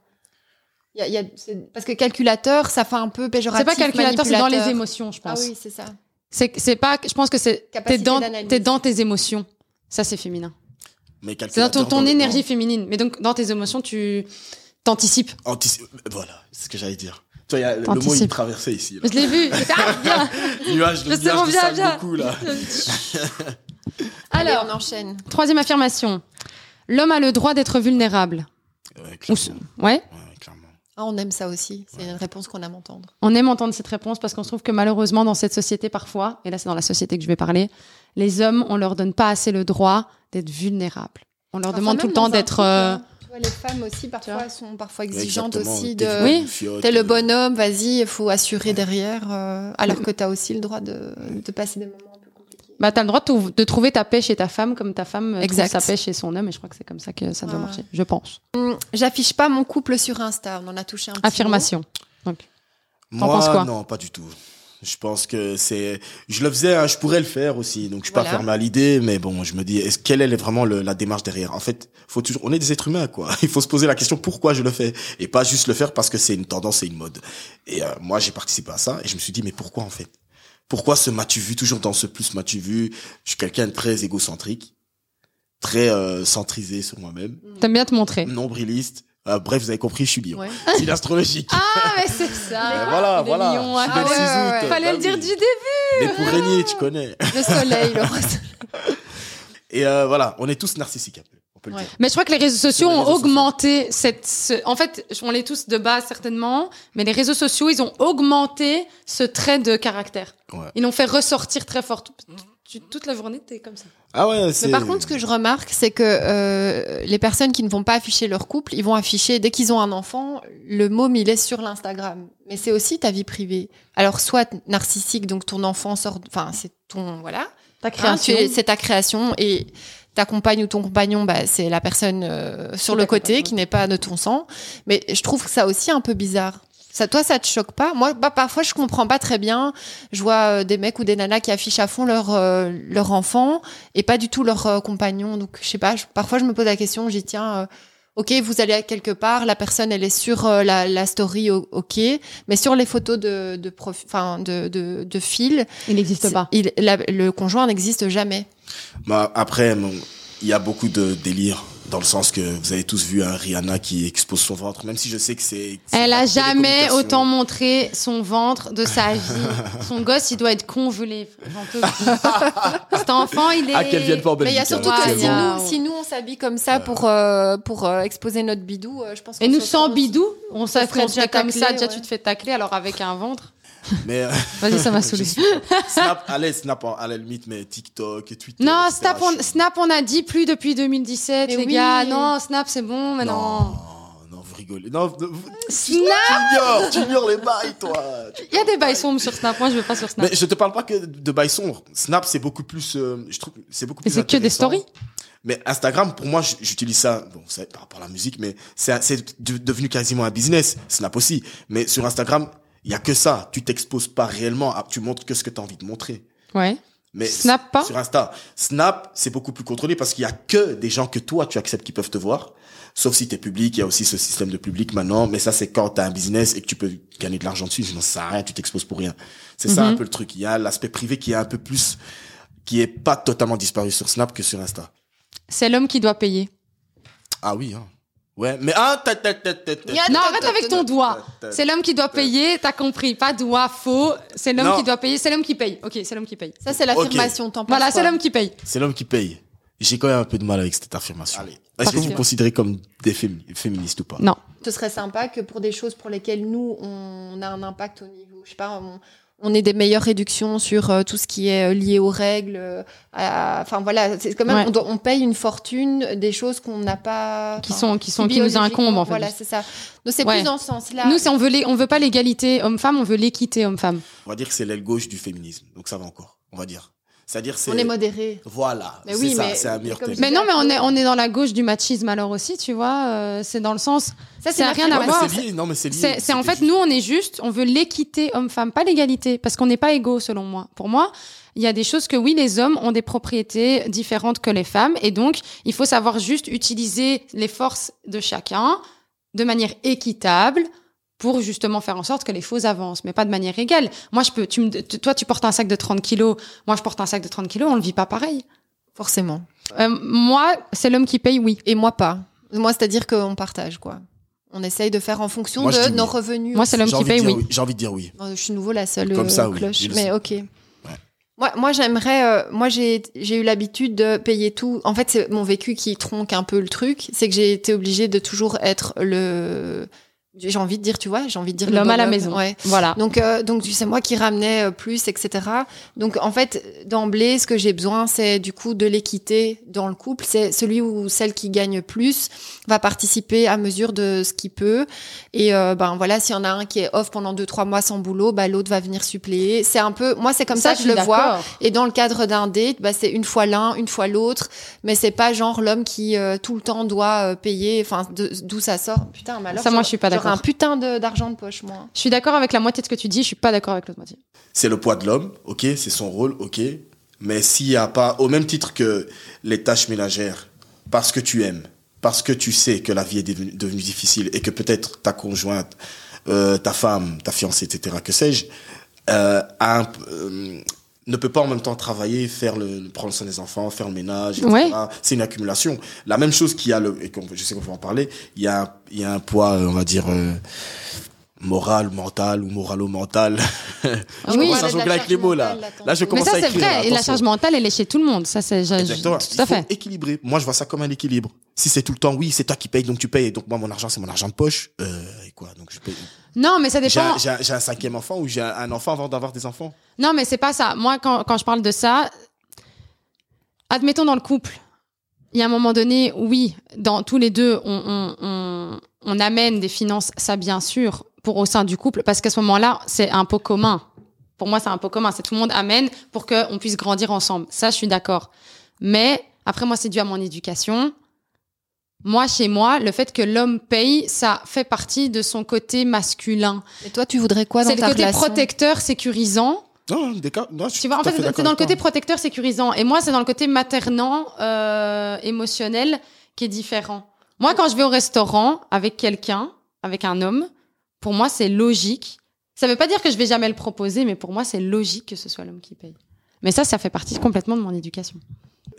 Speaker 2: Il y a- il y a- c'est- parce que calculateur, ça fait un peu
Speaker 1: C'est
Speaker 2: péjoratif.
Speaker 1: pas calculateur, c'est dans les
Speaker 2: manipulateur.
Speaker 1: émotions, je
Speaker 2: Ah
Speaker 1: pense.
Speaker 2: oui, c'est ça.
Speaker 1: C'est c'est pas. Je pense que c'est. T'es
Speaker 2: Capacité
Speaker 1: dans,
Speaker 2: d'analyse.
Speaker 1: t'es dans tes émotions. Ça, c'est féminin.
Speaker 3: Mais
Speaker 1: C'est dans
Speaker 3: calculateur.
Speaker 1: ton, ton
Speaker 3: dans le-
Speaker 1: énergie féminine. Mais donc, dans tes émotions, tu t'anticipes.
Speaker 3: Antici- Voilà, c'est ce que j'allais dire. Tu vois, il y a le
Speaker 1: Anticipe.
Speaker 3: mot il traversait ici. Là.
Speaker 1: Je l'ai
Speaker 3: <laughs>
Speaker 1: vu. j'étais, Ah, bien.
Speaker 3: Nuage,
Speaker 1: Je
Speaker 3: le
Speaker 1: sais,
Speaker 3: nuage
Speaker 1: on
Speaker 3: de
Speaker 1: vient,
Speaker 3: sable
Speaker 1: viens.
Speaker 2: <laughs>
Speaker 3: beaucoup, là.
Speaker 2: Alors,
Speaker 1: Alors,
Speaker 2: on enchaîne.
Speaker 1: troisième affirmation. L'homme a le droit d'être vulnérable.
Speaker 3: Ouais,
Speaker 1: Ou
Speaker 3: clairement.
Speaker 1: se- Ouais.
Speaker 3: Ouais, ouais, clairement.
Speaker 2: Ah, on aime ça aussi. C'est une réponse qu'on aime entendre.
Speaker 1: On aime entendre cette réponse parce qu'on se trouve que malheureusement dans cette société parfois, et là c'est dans la société que je vais parler, les hommes on leur donne pas assez le droit d'être vulnérables. On leur demande tout le temps d'être. euh,
Speaker 2: hein. Tu vois, les femmes aussi, parfois, sont parfois exigeantes
Speaker 3: Exactement,
Speaker 2: aussi
Speaker 3: t'es
Speaker 2: de...
Speaker 3: venu,
Speaker 1: Oui.
Speaker 3: fiotte,
Speaker 2: T'es
Speaker 3: euh,
Speaker 2: le bonhomme, vas-y, il faut assurer derrière, euh, alors que t'as aussi le droit de, de passer des moments un peu compliqués.
Speaker 1: Bah t'as le droit de, trou- de trouver ta paix chez ta femme comme ta femme euh,
Speaker 2: Exact.
Speaker 1: trouve sa paix chez son homme. Et je crois que c'est comme ça que ça doit
Speaker 2: Ouais.
Speaker 1: marcher, je pense.
Speaker 2: J'affiche pas mon couple sur Insta, on en a touché un petit
Speaker 1: Affirmation. T'en
Speaker 3: Moi,
Speaker 1: penses quoi
Speaker 3: non, pas du tout. Je pense que c'est, je le faisais, hein, je pourrais le faire aussi, donc je suis
Speaker 2: Voilà.
Speaker 3: pas fermé à l'idée, mais bon, je me dis, est-ce quelle est vraiment le- la démarche derrière En fait, faut toujours, on est des êtres humains, quoi. <laughs> Il faut se poser la question pourquoi je le fais et pas juste le faire parce que c'est une tendance et une mode. Et euh, moi, j'ai participé à ça et je me suis dit, mais pourquoi en fait Pourquoi ce m'as-tu vu toujours dans ce plus m'as-tu vu Je suis quelqu'un de très égocentrique, très euh, centrisé sur moi-même,
Speaker 1: T'aimes bien te montrer.
Speaker 3: nombriliste. Euh, bref, vous avez compris, je suis lion.
Speaker 2: Ouais.
Speaker 3: C'est l'astrologique.
Speaker 1: Ah mais c'est
Speaker 3: Mais
Speaker 1: ça.
Speaker 3: Eh, voilà,
Speaker 1: des
Speaker 3: voilà.
Speaker 1: lions,
Speaker 3: Je suis
Speaker 1: ah
Speaker 3: belle
Speaker 1: ouais,
Speaker 3: cisoute.
Speaker 2: ouais, ouais.
Speaker 1: Fallait
Speaker 3: Bah
Speaker 1: le dire
Speaker 3: oui.
Speaker 1: du début.
Speaker 3: Mais pour régner, tu connais.
Speaker 2: peu. Le soleil, le roi soleil.
Speaker 3: Et euh, voilà, on est tous narcissiques un peu. On peut le
Speaker 2: Ouais.
Speaker 3: dire.
Speaker 1: Mais je crois que les réseaux sociaux
Speaker 3: les
Speaker 1: ont
Speaker 3: réseaux sociaux.
Speaker 1: augmenté cette. ce- En fait, on les tous de base certainement, mais les réseaux sociaux, ils ont augmenté ce trait de caractère.
Speaker 3: Ouais.
Speaker 1: Ils l'ont fait ressortir très fort. Tu- Toute la journée, t'es comme ça.
Speaker 3: Ah ouais,
Speaker 2: Mais
Speaker 3: c'est.
Speaker 2: par contre, ce que je remarque, c'est que euh, les personnes qui ne vont pas afficher leur couple, ils vont afficher, dès qu'ils ont un enfant, le môme, il est sur l'Instagram. Mais c'est aussi ta vie privée. Alors, soit narcissique, donc ton enfant sort, enfin, c'est ton, voilà.
Speaker 1: Ta
Speaker 2: Hein, tu es- c'est ta création et ta compagne ou ton compagnon, bah, c'est la personne euh, sur le
Speaker 1: Ta compagne,
Speaker 2: côté
Speaker 1: ouais.
Speaker 2: qui n'est pas de ton sang. Mais je trouve ça aussi un peu bizarre. Ça, toi, ça te choque pas Moi, bah, parfois, je comprends pas très bien. Je vois euh, des mecs ou des nanas qui affichent à fond leur euh, leur enfant et pas du tout leur euh, compagnon. Donc, je sais pas. je- parfois, je me pose la question. J'y tiens. euh, ok, vous allez à quelque part. La personne, elle est sur euh, la, la story. o- Ok, mais sur les photos de de prof- enfin de de, de fil,
Speaker 1: Il n'existe pas.
Speaker 2: il, la- le conjoint n'existe jamais.
Speaker 3: Bah, après, bon, il y a beaucoup de délires Dans le sens que vous avez tous vu un Rihanna qui expose son ventre, même si je sais que c'est. c'est
Speaker 1: Elle
Speaker 3: la
Speaker 1: a jamais
Speaker 3: télécommunication.
Speaker 1: autant montré son ventre de sa
Speaker 3: <laughs>
Speaker 1: vie. Son gosse, il doit être congelé. J'en peux plus. Cet enfant, il est.
Speaker 4: Ah, qu'elle vienne pas en
Speaker 2: Mais il y a
Speaker 4: Belgique,
Speaker 2: surtout
Speaker 4: hein,
Speaker 3: Ah,
Speaker 2: que si
Speaker 1: Wow.
Speaker 2: nous, si nous, on s'habille comme ça pour, euh, pour euh, exposer notre bidou, euh, je pense
Speaker 1: Et
Speaker 2: qu'on
Speaker 1: nous,
Speaker 2: se
Speaker 1: sans
Speaker 2: retrouve-
Speaker 1: bidou, on
Speaker 2: se ferait
Speaker 1: s'affronte
Speaker 2: déjà
Speaker 1: déjà comme ça.
Speaker 2: tacler,
Speaker 1: Déjà,
Speaker 2: ouais.
Speaker 1: tu te fais tacler, alors avec un ventre. <laughs>
Speaker 3: Mais euh,
Speaker 1: Vas-y, ça m'a saoulé.
Speaker 3: Je suis- Snap, allez, Snap, à la limite, mais TikTok, Twitter.
Speaker 1: Non,
Speaker 3: etc.,
Speaker 1: Snap on,
Speaker 3: je-
Speaker 1: Snap, on a dit plus depuis 2017,
Speaker 2: Mais
Speaker 1: les
Speaker 2: oui.
Speaker 1: gars. Non, Snap, c'est bon, mais non.
Speaker 3: Non, non, vous rigolez. Non, vous- vous-
Speaker 1: Snap
Speaker 3: tu ignores, tu ignores les bails, toi. Tu-
Speaker 1: Il y a des bails sombres sur Snap. Moi, je veux pas sur Snap.
Speaker 3: Mais je te parle pas que de bails sombres. Snap, c'est beaucoup plus, euh, je trouve, c'est beaucoup
Speaker 1: Mais
Speaker 3: plus.
Speaker 1: c'est que des stories.
Speaker 3: intéressant. Mais Instagram, pour moi, j- j'utilise ça, bon, c'est par rapport à la musique, mais c'est un- c'est de- devenu quasiment un business. Snap aussi. Mais sur Instagram, il y a que ça. Tu t'exposes pas réellement. à- tu montres que ce que tu as envie de montrer.
Speaker 1: Ouais.
Speaker 3: Mais
Speaker 1: Snap hein pas
Speaker 3: Sur Insta. Snap, c'est beaucoup plus contrôlé parce qu'il y a que des gens que toi, tu acceptes qui peuvent te voir. Sauf si t'es public, il y a aussi ce système de public maintenant. Mais ça, c'est quand t'as un business et que tu peux gagner de l'argent dessus. Sinon, ça sert à rien, tu t'exposes pour rien. C'est ça
Speaker 1: Mhm.
Speaker 3: un peu le truc. Il y a l'aspect privé qui est un peu plus, qui est pas totalement disparu sur Snap que sur Insta.
Speaker 1: C'est l'homme qui doit payer.
Speaker 3: Ah oui, hein. Ouais, mais ah, ta, ta, ta, ta, ta,
Speaker 2: Il y a- Attends,
Speaker 1: Non, arrête
Speaker 2: attends,
Speaker 1: avec ton
Speaker 2: attends.
Speaker 1: doigt.
Speaker 3: ta, ta.
Speaker 1: C'est l'homme qui doit payer, t'as compris. Pas doigt faux. C'est l'homme
Speaker 3: Non.
Speaker 1: qui doit payer. C'est l'homme qui paye. Ok, c'est l'homme qui paye.
Speaker 2: Ça, c'est l'affirmation. T'en penses
Speaker 1: Voilà,
Speaker 2: quoi
Speaker 1: c'est l'homme qui paye.
Speaker 3: C'est l'homme qui paye. J'ai quand même un peu de mal avec cette affirmation.
Speaker 4: Allez.
Speaker 3: Est-ce que vous
Speaker 1: contre-
Speaker 3: vous considérez comme des fémi- féministes ou pas?
Speaker 1: Non.
Speaker 2: Ce serait sympa que pour des choses pour lesquelles nous, on a un impact au niveau, je sais pas, on, on ait des meilleures réductions sur euh, tout ce qui est euh, lié aux règles. euh, à- Enfin, voilà, c'est quand même,
Speaker 1: Ouais.
Speaker 2: on, doit- on paye une fortune des choses qu'on n'a pas.
Speaker 1: Qui
Speaker 2: enfin,
Speaker 1: sont, qui sont, qui nous
Speaker 2: biologiquement,
Speaker 1: incombent, en fait.
Speaker 2: Voilà, c'est ça. Donc, c'est
Speaker 1: Ouais.
Speaker 2: plus dans ce sens-là.
Speaker 1: Nous, c'est- on veut les, on veut pas l'égalité homme-femme, on veut l'équité homme-femme.
Speaker 3: On va dire que c'est l'aile gauche du féminisme. Donc ça va encore, on va dire. C'est-à-dire c'est
Speaker 2: on est modéré.
Speaker 3: voilà,
Speaker 2: Mais
Speaker 3: c'est
Speaker 2: oui,
Speaker 3: ça,
Speaker 2: mais-
Speaker 3: c'est un meilleur
Speaker 2: comme
Speaker 3: thème.
Speaker 2: je-
Speaker 1: Mais non, mais on est, on est dans la gauche du machisme alors aussi, tu vois. euh, c'est dans le sens,
Speaker 2: Ça,
Speaker 1: Ça a
Speaker 2: ma
Speaker 1: rien
Speaker 2: philosophie.
Speaker 1: à
Speaker 3: Ouais, mais
Speaker 1: voir.
Speaker 3: c'est lié, non mais c'est lié.
Speaker 1: c'est, c'est en
Speaker 3: C'était
Speaker 1: fait
Speaker 3: juste-
Speaker 1: nous, on est juste, on veut l'équité homme-femme, pas l'égalité, parce qu'on n'est pas égaux selon moi. Pour moi, il y a des choses que oui, les hommes ont des propriétés différentes que les femmes, et donc il faut savoir juste utiliser les forces de chacun de manière équitable pour justement faire en sorte que les choses avancent, mais pas de manière égale. Moi, je peux, tu me, tu- toi, tu portes un sac de 30 kilos, moi, je porte un sac de 30 kilos, on le vit pas pareil.
Speaker 2: Forcément.
Speaker 1: Euh, moi, c'est l'homme qui paye, oui.
Speaker 2: Et moi, Ah, pas. Moi, c'est-à-dire qu'on partage, quoi. On essaye de faire en fonction
Speaker 3: Moi, je
Speaker 2: de
Speaker 3: dis
Speaker 2: nos
Speaker 3: oui.
Speaker 2: revenus.
Speaker 1: Moi, c'est l'homme
Speaker 3: J'ai
Speaker 1: qui
Speaker 3: envie de
Speaker 1: paye,
Speaker 3: dire
Speaker 1: oui.
Speaker 3: J'ai envie de dire oui.
Speaker 2: Bon, Je suis nouveau la seule
Speaker 3: Comme
Speaker 2: euh,
Speaker 3: ça, oui,
Speaker 2: cloche,
Speaker 3: je le
Speaker 2: mais
Speaker 3: sais.
Speaker 2: ok. Moi, moi j'aimerais. euh, moi, j'ai j'ai eu l'habitude de payer tout. En fait, c'est mon vécu qui tronque un peu le truc. C'est que j'ai été obligée de toujours être le. J'ai envie de dire, tu vois, j'ai envie de dire le
Speaker 1: L'homme à la
Speaker 2: bonhomme.
Speaker 1: maison.
Speaker 2: Ouais.
Speaker 1: Voilà.
Speaker 2: Donc, euh, donc c'est moi qui ramenais euh, plus, etc. Donc, en fait, d'emblée, ce que j'ai besoin, c'est du coup de l'équité dans le couple. C'est celui ou celle qui gagne plus va participer à mesure de ce qu'il peut. Et euh, ben voilà, s'il y en a un qui est off pendant deux trois mois sans boulot, ben, l'autre va venir suppléer. C'est un peu, moi, c'est comme ça, que je
Speaker 1: suis
Speaker 2: le vois.
Speaker 1: d'accord.
Speaker 2: Et dans le cadre d'un date, bah, c'est une fois l'un, une fois l'autre, mais c'est pas genre l'homme qui euh, tout le temps doit euh, payer. Enfin, de- d'où ça sort Putain, malheur.
Speaker 1: Ça, moi, je suis pas d'accord.
Speaker 2: un putain de- d'argent de poche, moi.
Speaker 1: Je suis d'accord avec la moitié de ce que tu dis, je suis pas d'accord avec l'autre moitié.
Speaker 3: C'est le poids de l'homme, OK, c'est son rôle, OK. Mais s'il y a pas au même titre que les tâches ménagères parce que tu aimes, parce que tu sais que la vie est devenue, devenue difficile et que peut-être ta conjointe, euh, ta femme, ta fiancée, etc., que sais-je, euh, a un- euh, ne peut pas en même temps travailler, faire le, prendre soin des enfants, faire le ménage, etc.
Speaker 1: Ouais.
Speaker 3: C'est une accumulation. La même chose qu'il y a, le, et qu'on- je sais qu'on va en parler, il y a, un- il y a un poids, euh, on va dire, euh, moral, mental ou moralo-mental. <laughs>
Speaker 1: Ah oui.
Speaker 3: commence
Speaker 1: Ouais,
Speaker 3: à
Speaker 2: mais
Speaker 3: jongler
Speaker 2: la
Speaker 3: avec les mots là.
Speaker 2: charge mentale,
Speaker 3: Là, je
Speaker 2: attends.
Speaker 1: Mais
Speaker 3: commence
Speaker 1: ça,
Speaker 3: à
Speaker 1: c'est vrai.
Speaker 3: écrire.
Speaker 1: Et la
Speaker 3: hein, attention.
Speaker 1: charge mentale, elle est chez tout le monde. Ça, c'est Euh, je- je-
Speaker 3: Exactement.
Speaker 1: tout
Speaker 3: Il
Speaker 1: à
Speaker 3: faut
Speaker 1: fait.
Speaker 3: équilibrer. Moi, je vois ça comme un équilibre. Si c'est tout le temps, oui, c'est toi qui payes, donc tu payes. Et donc, moi, mon argent, c'est mon argent de poche. Euh, et quoi Donc, je paye.
Speaker 1: Non, mais ça
Speaker 3: J'ai
Speaker 1: dépend.
Speaker 3: un, j'ai un- j'ai un cinquième enfant ou j'ai un- un enfant avant d'avoir des enfants
Speaker 1: Non, mais c'est pas ça. Moi, quand, quand je parle de ça, admettons dans le couple, il y a un moment donné, oui, dans tous les deux, on, on, on, on amène des finances, ça bien sûr, pour au sein du couple, parce qu'à ce moment-là, c'est un pot commun. Pour moi, c'est un pot commun. C'est tout le monde amène pour qu'on puisse grandir ensemble. Ça, je suis d'accord. Mais après, moi, c'est dû à mon éducation. Moi, chez moi, le fait que l'homme paye, ça fait partie de son côté masculin.
Speaker 2: Et toi, tu voudrais quoi dans
Speaker 1: C'est le
Speaker 2: ta
Speaker 1: côté
Speaker 2: relation
Speaker 1: protecteur, sécurisant.
Speaker 3: Non, des cas. Non, je suis
Speaker 1: Tu vois, en
Speaker 3: tout à
Speaker 1: fait, c'est
Speaker 3: d'accord
Speaker 1: dans le
Speaker 3: avec
Speaker 1: côté
Speaker 3: toi.
Speaker 1: protecteur, sécurisant. Et moi, c'est dans le côté maternant, euh, émotionnel, qui est différent. Moi, quand je vais au restaurant avec quelqu'un, avec un homme, pour moi, c'est logique. Ça veut pas dire que je vais jamais le proposer, mais pour moi, c'est logique que ce soit l'homme qui paye. Mais ça, ça fait partie complètement de mon éducation.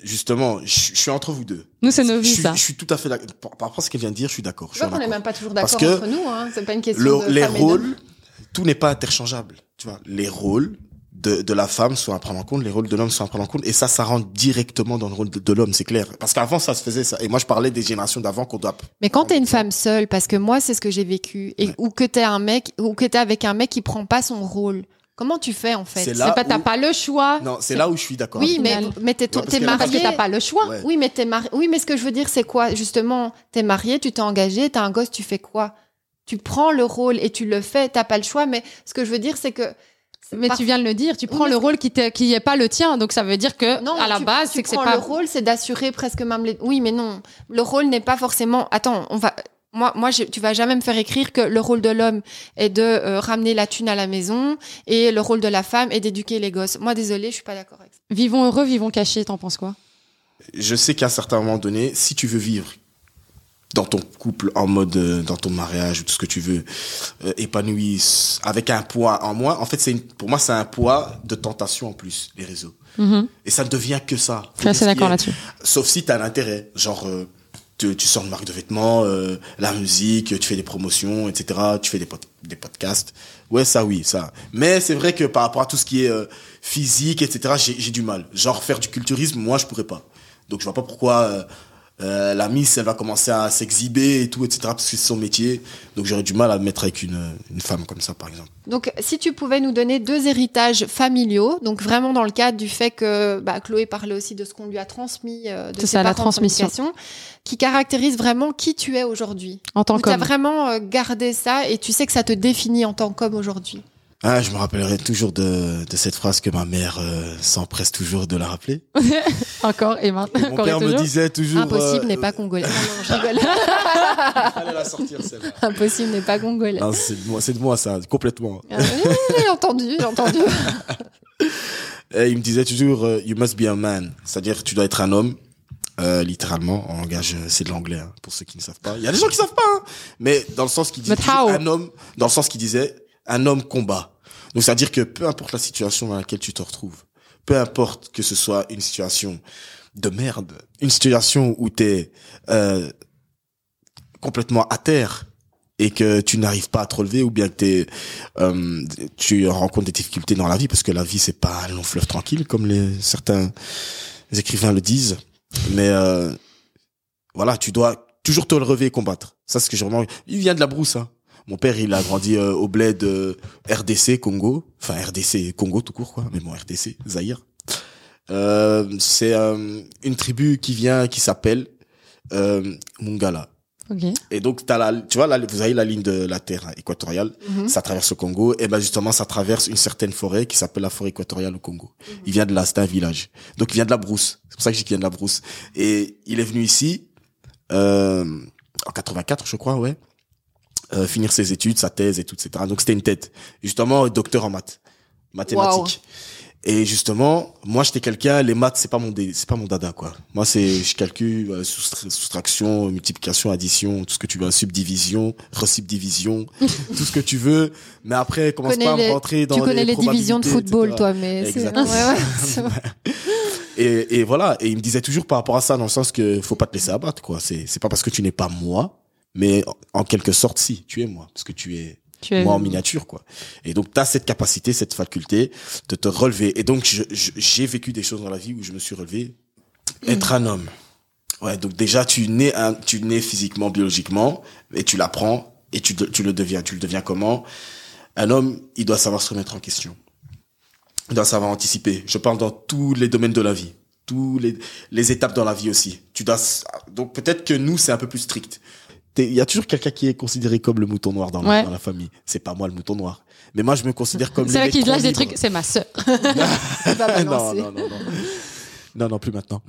Speaker 3: Justement, je je suis entre vous deux.
Speaker 1: Nous, c'est nos
Speaker 3: Je
Speaker 1: vies,
Speaker 3: suis,
Speaker 1: ça.
Speaker 3: je suis tout à fait d'accord. Par par rapport à ce qu'elle vient de dire, je suis d'accord. Je
Speaker 2: Je
Speaker 3: suis
Speaker 2: vois qu'on
Speaker 3: en
Speaker 2: n'est
Speaker 3: accord.
Speaker 2: même pas toujours
Speaker 3: Parce
Speaker 2: d'accord
Speaker 3: que
Speaker 2: entre nous. Hein. C'est pas une question
Speaker 3: Le-
Speaker 2: de
Speaker 3: les
Speaker 2: femmes et d'hommes.
Speaker 3: rôles, tout n'est pas interchangeable. Tu vois, les rôles de, de la femme sont à prendre en compte, les rôles de l'homme sont à prendre en compte, et ça, ça rentre directement dans le rôle de, de l'homme, c'est clair. Parce qu'avant, ça se faisait ça. Et moi, je parlais des générations d'avant qu'on doit.
Speaker 2: Mais quand t'es une femme seule, parce que moi c'est ce que j'ai vécu, et
Speaker 3: Ouais.
Speaker 2: ou que t'es un mec, ou que t'es avec un mec qui prend pas son rôle, comment tu fais en fait
Speaker 3: C'est
Speaker 2: C'est
Speaker 3: là
Speaker 2: pas t'as
Speaker 3: où-
Speaker 2: pas le choix.
Speaker 3: Non, c'est là où je suis d'accord.
Speaker 2: Oui,
Speaker 1: Au
Speaker 2: mais,
Speaker 1: final.
Speaker 2: mais t'es,
Speaker 3: Ouais, parce
Speaker 2: t'es
Speaker 3: que-
Speaker 2: marié.
Speaker 1: Parce que t'as pas le choix.
Speaker 3: Ouais.
Speaker 2: Oui, mais t'es marié. Oui, mais ce que je veux dire, c'est quoi Justement, t'es marié, tu t'es engagé, t'as un gosse, tu fais quoi Tu prends le rôle et tu le fais, t'as pas le choix, mais ce que je veux dire, c'est que.
Speaker 1: Mais
Speaker 2: Par-
Speaker 1: tu viens de le dire, tu
Speaker 2: Oui,
Speaker 1: prends
Speaker 2: mais
Speaker 1: le
Speaker 2: c'est-
Speaker 1: rôle qui t'est- qui est pas le tien, donc ça veut dire que
Speaker 2: Non,
Speaker 1: à la
Speaker 2: tu-
Speaker 1: base
Speaker 2: tu
Speaker 1: c'est que c'est
Speaker 2: prends
Speaker 1: pas.
Speaker 2: le rôle, c'est d'assurer presque même les. Oui, mais non, le rôle n'est pas forcément. Attends, on va. Moi, moi, je- tu vas jamais me faire écrire que le rôle de l'homme est de euh, ramener la thune à la maison et le rôle de la femme est d'éduquer les gosses. Moi, désolée, je suis pas d'accord avec ça.
Speaker 1: Vivons heureux, vivons cachés. T'en penses quoi
Speaker 3: je sais qu'à un certain moment donné, si tu veux vivre dans ton couple, en mode, euh, dans ton mariage ou tout ce que tu veux, euh, épanoui, s- avec un poids en moins, en fait, c'est une- pour moi, c'est un poids de tentation en plus, les réseaux. Et ça ne devient que ça.
Speaker 1: Mhm. Je suis assez d'accord
Speaker 3: là-dessus.
Speaker 1: là-dessus.
Speaker 3: Sauf si tu as l'intérêt. Genre, euh, tu, tu sors une marque de vêtements, euh, la musique, tu fais des promotions, etc. Tu fais des, pod- des podcasts. Ouais, ça, oui, ça. Mais c'est vrai que par rapport à tout ce qui est euh, physique, etc., j'ai- j'ai du mal. Genre, faire du culturisme, moi, je pourrais pas. Donc, je vois pas pourquoi euh, euh, la Miss, elle va commencer à s'exhiber et tout, etc., parce que c'est son métier. Donc, j'aurais du mal à me mettre avec une, une femme comme ça, par exemple.
Speaker 2: Donc, si tu pouvais nous donner deux héritages familiaux, donc vraiment dans le cadre du fait que bah, Chloé parlait aussi de ce qu'on lui a transmis, euh, de
Speaker 1: C'est
Speaker 2: ses
Speaker 1: ça, la
Speaker 2: parents, de son
Speaker 1: transmission.
Speaker 2: éducation, qui caractérise vraiment qui tu es aujourd'hui.
Speaker 1: En tant
Speaker 2: Tu as
Speaker 1: qu'homme.
Speaker 2: vraiment euh, gardé ça et tu sais que ça te définit en tant qu'homme aujourd'hui.
Speaker 3: Ah, je me rappellerai toujours de, de cette phrase que ma mère euh, s'empresse toujours de la rappeler.
Speaker 1: <laughs> Encore et maintenant.
Speaker 3: Et mon
Speaker 1: Encore et
Speaker 3: père me
Speaker 1: toujours.
Speaker 3: disait toujours.
Speaker 2: Impossible
Speaker 3: euh,
Speaker 2: n'est
Speaker 3: <laughs>
Speaker 2: pas congolais. Non, non, je rigole.
Speaker 3: Fallait la sortir celle-là.
Speaker 2: Impossible n'est pas congolais.
Speaker 3: Non, c'est de moi, c'est de moi ça, complètement.
Speaker 2: Euh, J'ai entendu, j'ai entendu.
Speaker 3: Et il me disait toujours euh, you must be a man, c'est-à-dire tu dois être un homme. Euh, littéralement, en langage, euh, c'est de l'anglais hein, pour ceux qui ne savent pas. Il y a des gens qui savent pas, hein. mais dans le sens qu'il disait
Speaker 1: But
Speaker 3: toujours
Speaker 1: how?
Speaker 3: un homme, dans le sens qu'il disait un homme combat. Donc c'est à dire que peu importe la situation dans laquelle tu te retrouves, peu importe que ce soit une situation de merde, une situation où t'es euh, complètement à terre et que tu n'arrives pas à te relever ou bien que t'es, euh, tu rencontres des difficultés dans la vie parce que la vie c'est pas un long fleuve tranquille comme les certains écrivains le disent mais euh, voilà tu dois toujours te relever et combattre ça c'est ce que j'ai vraiment il vient de la brousse hein. mon père il a grandi euh, au bled euh, RDC Congo enfin RDC Congo tout court quoi mais bon RDC Zaïre Euh, c'est euh, une tribu qui vient qui s'appelle euh, Mungala
Speaker 1: Ok.
Speaker 3: et donc, t'as la, tu vois, là, vous avez la ligne de la terre hein, équatoriale,
Speaker 2: Mhm.
Speaker 3: ça traverse le Congo, et ben justement, ça traverse une certaine forêt qui s'appelle la forêt équatoriale au Congo. Il vient de là, c'est un village. Donc, il vient de la brousse. C'est pour ça que je dis qu'il vient de la brousse. Et il est venu ici, euh, en 84, je crois, ouais, euh, finir ses études, sa thèse et tout, etc. Donc, c'était une tête. Justement, docteur en maths, mathématiques. Et justement, moi j'étais quelqu'un, les maths c'est pas mon dé- c'est pas mon dada quoi. Moi c'est je calcule euh, soustra- soustraction, multiplication, addition, tout ce que tu veux, subdivision, resubdivision, tout ce que tu veux. Mais après commence
Speaker 2: Connais
Speaker 3: pas à
Speaker 2: les-
Speaker 3: me rentrer dans
Speaker 2: tu connais les
Speaker 3: probabilités,
Speaker 2: divisions de football,
Speaker 3: etc..
Speaker 2: toi, mais c'est-
Speaker 3: Exactement.
Speaker 2: Ouais, ouais, c'est vrai.
Speaker 3: Et, et voilà, et il me disait toujours par rapport à ça dans le sens que faut pas te laisser abattre quoi. C'est c'est pas parce que tu n'es pas moi, mais en- en quelque sorte si tu es moi, parce que tu es
Speaker 1: Tu es.
Speaker 3: moi en miniature quoi et donc tu as cette capacité cette faculté de te relever et donc je- je- j'ai vécu des choses dans la vie où je me suis relevé être un homme ouais donc déjà tu nais un, tu nais physiquement biologiquement et tu l'apprends et tu, de- tu le deviens tu le deviens comment un homme il doit savoir se remettre en question il doit savoir anticiper je parle dans tous les domaines de la vie tous les, les étapes dans la vie aussi tu dois s- donc peut-être que nous c'est un peu plus strict T'es- il y a toujours quelqu'un qui est considéré comme le mouton noir dans la,
Speaker 1: Ouais.
Speaker 3: dans la famille. C'est pas moi le mouton noir. Mais moi, je me considère comme
Speaker 1: C'est là qu'il
Speaker 3: l'électron
Speaker 1: lâche des
Speaker 3: libre.
Speaker 1: trucs. C'est ma sœur.
Speaker 3: <laughs>
Speaker 2: Ah bah C'est pas
Speaker 3: non,
Speaker 2: balancé.
Speaker 3: non, non, non. Non, non, plus maintenant.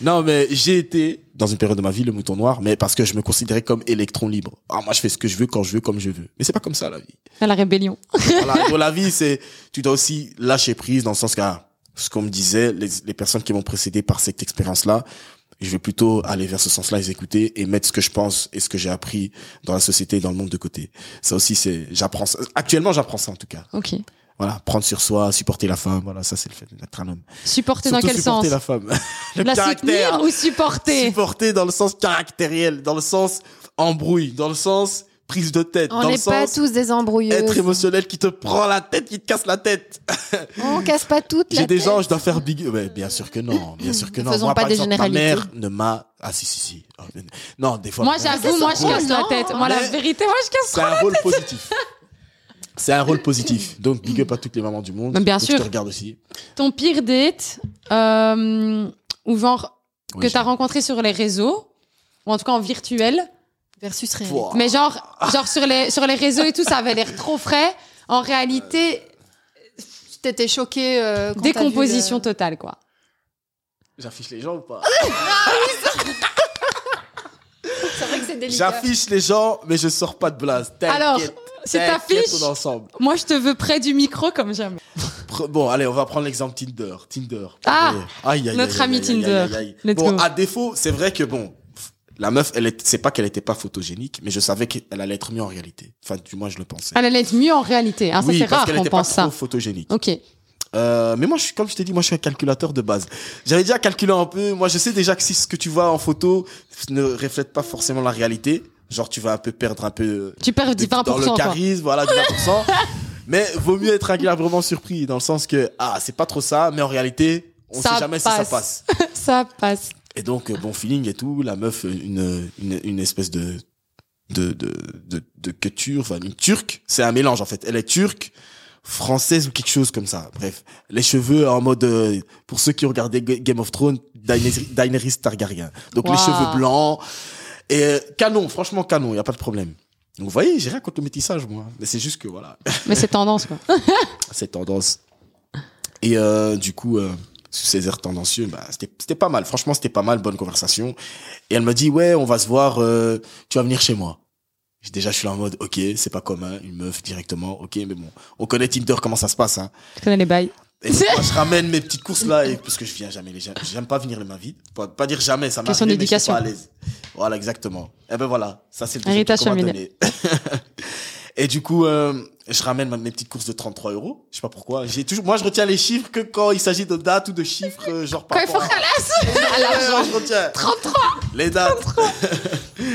Speaker 3: non, mais j'ai été, dans une période de ma vie, le mouton noir, mais parce que je me considérais comme électron libre. Ah, moi, je fais ce que je veux, quand je veux, comme je veux. Mais c'est pas comme ça, la vie.
Speaker 1: À la rébellion.
Speaker 3: Voilà, pour la vie, c'est, tu dois aussi lâcher prise dans le sens que, ah, ce qu'on me disait, les, les personnes qui m'ont précédé par cette expérience-là, je vais plutôt aller vers ce sens-là, les écouter et mettre ce que je pense et ce que j'ai appris dans la société et dans le monde de côté. Ça aussi, c'est, j'apprends ça. Actuellement, j'apprends ça, en tout cas.
Speaker 1: Ok.
Speaker 3: Voilà, prendre sur soi, supporter la femme, voilà, ça c'est le fait d'être un homme.
Speaker 1: Supporter
Speaker 3: Surtout
Speaker 1: dans quel
Speaker 3: supporter
Speaker 1: sens
Speaker 3: la femme. <laughs> le
Speaker 1: La
Speaker 3: caractère.
Speaker 1: soutenir ou supporter
Speaker 3: Supporter dans le sens caractériel, dans le sens embrouille, dans le sens prise de tête,
Speaker 2: On
Speaker 3: dans le
Speaker 2: n'est pas
Speaker 3: sens
Speaker 2: tous des
Speaker 3: être
Speaker 2: embrouilleux.
Speaker 3: émotionnel qui te prend la tête, qui te casse la tête.
Speaker 2: On casse pas toute la
Speaker 3: J'ai des
Speaker 2: tête.
Speaker 3: gens, je dois faire big. Ouais, bien sûr que non, bien sûr que
Speaker 2: Ne
Speaker 3: non.
Speaker 2: faisons
Speaker 3: Moi,
Speaker 2: pas
Speaker 3: par
Speaker 2: des
Speaker 3: exemple, ma mère
Speaker 2: généralités.
Speaker 3: ne m'a. Ah si si si. Ah, mais- Non, des fois.
Speaker 1: moi
Speaker 3: bon,
Speaker 1: j'avoue moi je
Speaker 3: Ouais.
Speaker 1: casse la tête moi la
Speaker 3: Mais-
Speaker 1: vérité moi je casse
Speaker 3: C'est un rôle positif. C'est un rôle positif. Donc big up à toutes les mamans du monde.
Speaker 1: Mais bien
Speaker 3: Donc,
Speaker 1: sûr.
Speaker 3: Je te regarde aussi.
Speaker 1: ton pire date euh, ou genre
Speaker 3: Oui,
Speaker 1: que
Speaker 3: j'ai-
Speaker 1: t'as rencontré sur les réseaux ou en tout cas en virtuel
Speaker 2: Versus réel.
Speaker 3: Pouah.
Speaker 1: mais genre genre sur les sur les réseaux et tout ça avait l'air trop frais en réalité
Speaker 2: T'étais choqué. euh, quand t'as vu
Speaker 1: décomposition
Speaker 2: le-
Speaker 1: totale quoi
Speaker 3: J'affiche les gens ou pas
Speaker 2: C'est vrai que c'est délicat.
Speaker 3: J'affiche les gens, mais je sors pas de blase. T'inquiète,
Speaker 1: Alors, c'est ta
Speaker 3: t'inquiète,
Speaker 1: fiche
Speaker 3: on est ensemble.
Speaker 1: moi je te veux près du micro comme jamais
Speaker 3: Pre- Bon, allez, on va prendre l'exemple Tinder. Tinder.
Speaker 1: Ah,
Speaker 3: Aïe, aïe, aïe,
Speaker 1: notre
Speaker 3: aïe,
Speaker 1: ami
Speaker 3: aïe, aïe, aïe,
Speaker 1: Tinder.
Speaker 3: aïe.
Speaker 1: Let's
Speaker 3: Bon,
Speaker 1: go.
Speaker 3: à défaut, c'est vrai que bon, f- la meuf, elle est- c'est pas qu'elle était pas photogénique, mais je savais qu'elle allait être mieux en réalité. Enfin, du moins, je le pensais.
Speaker 1: elle allait être mieux en réalité hein, Ah, ça
Speaker 3: oui,
Speaker 1: c'est
Speaker 3: parce
Speaker 1: rare
Speaker 3: qu'elle
Speaker 1: qu'on
Speaker 3: était pas
Speaker 1: pense ça
Speaker 3: trop photogénique.
Speaker 1: ok
Speaker 3: Euh, mais moi, je suis, comme je t'ai dit, moi, je suis un calculateur de base. J'avais déjà calculé un peu. Moi, je sais déjà que si ce que tu vois en photo ne reflète pas forcément la réalité, genre, tu vas un peu euh, perdre un peu
Speaker 1: tu perds 10 20%
Speaker 3: dans le
Speaker 1: quoi.
Speaker 3: charisme, voilà, du
Speaker 1: <laughs>
Speaker 3: 20%. mais vaut mieux être agréablement surpris dans le sens que, ah, c'est pas trop ça, mais en réalité, on
Speaker 1: Ça
Speaker 3: sait jamais si
Speaker 1: passe.
Speaker 3: ça passe.
Speaker 1: ça passe
Speaker 3: Et donc, euh, bon feeling et tout, la meuf, euh, une, une, une espèce de, de, de, de, de couture, enfin, une turque. C'est un mélange, en fait. Elle est turque, française ou quelque chose comme ça. Bref. Les cheveux en mode, euh, pour ceux qui ont regardé Ga- Game of Thrones, Daenerys Daenerys Targaryen. Donc,
Speaker 1: Waouh.
Speaker 3: les cheveux blancs. Et euh, canon, franchement, canon, y a pas de problème. Donc, vous voyez, j'ai rien contre le métissage, moi. Mais c'est juste que, voilà
Speaker 1: mais c'est tendance quoi
Speaker 3: cette tendance. Et euh, du coup, euh, sous ces airs tendancieux, bah, c'était c'était pas mal. Franchement, c'était pas mal, bonne conversation. Et elle me dit, ouais, on va se voir, euh, tu vas venir chez moi. J'ai- Déjà, je suis là en mode, ok, c'est pas commun, une meuf directement, ok, mais bon, on connaît Tinder, comment ça se passe, hein.
Speaker 1: <laughs> je connais les bails
Speaker 3: Et donc,
Speaker 1: <laughs>
Speaker 3: moi, je ramène mes petites courses là, et, parce que je viens jamais, les gens- j'aime pas venir les mains vides. Pas, pas dire jamais, ça m'arrive.
Speaker 1: Question
Speaker 3: mais je suis
Speaker 1: d'éducation.
Speaker 3: pas à l'aise. Voilà, exactement. Et ben voilà, ça c'est le deuxième
Speaker 1: Héritage
Speaker 3: truc qu'on m'a
Speaker 1: familial.
Speaker 3: donné. <laughs> et du coup, euh, je ramène ma- mes petites courses de 33 euros. Je sais pas pourquoi. J'ai toujours, moi je retiens les chiffres que quand il s'agit de dates ou de chiffres, euh, genre par
Speaker 1: quand il faut
Speaker 3: rapport à- <laughs>
Speaker 1: à l'argent
Speaker 3: Ouais, je retiens.
Speaker 1: 33
Speaker 3: Les dates. <laughs>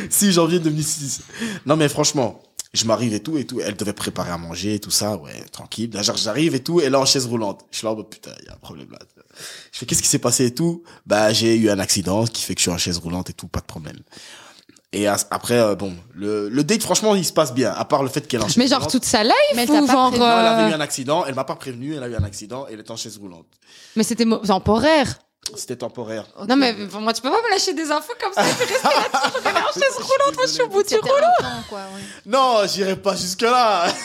Speaker 3: 6 janvier 2006. Non, mais franchement, je m'arrive et tout, et tout. Elle devait préparer à manger et tout ça, ouais, tranquille. Là, genre, j'arrive et tout, et là, en chaise roulante. Je suis là, oh, putain, il y a un problème là. Je fais, qu'est-ce qui s'est passé et tout? Bah, j'ai eu un accident qui fait que je suis en chaise roulante et tout, pas de problème. Et as- après, euh, bon, le, le date, franchement, il se passe bien, à part le fait qu'elle est en chaise
Speaker 1: mais genre
Speaker 3: roulante.
Speaker 1: toute sa life
Speaker 2: Mais elle t'a
Speaker 1: ou
Speaker 2: pas
Speaker 1: genre
Speaker 2: prévenu,
Speaker 3: Non, elle avait eu
Speaker 1: euh,
Speaker 3: un accident, elle m'a pas prévenu, elle a eu un accident, elle est en chaise roulante.
Speaker 1: mais c'était mo- temporaire
Speaker 3: C'était temporaire.
Speaker 1: Non, mais enfin, moi, tu peux pas me lâcher des infos comme ça. Il rester là-dessus. Je
Speaker 3: <laughs>
Speaker 1: regarde en chaise roulante. Moi, je suis au bout du
Speaker 2: C'était
Speaker 1: rouleau.
Speaker 2: un temps, quoi, ouais.
Speaker 3: Non, j'irai pas jusque là. <laughs>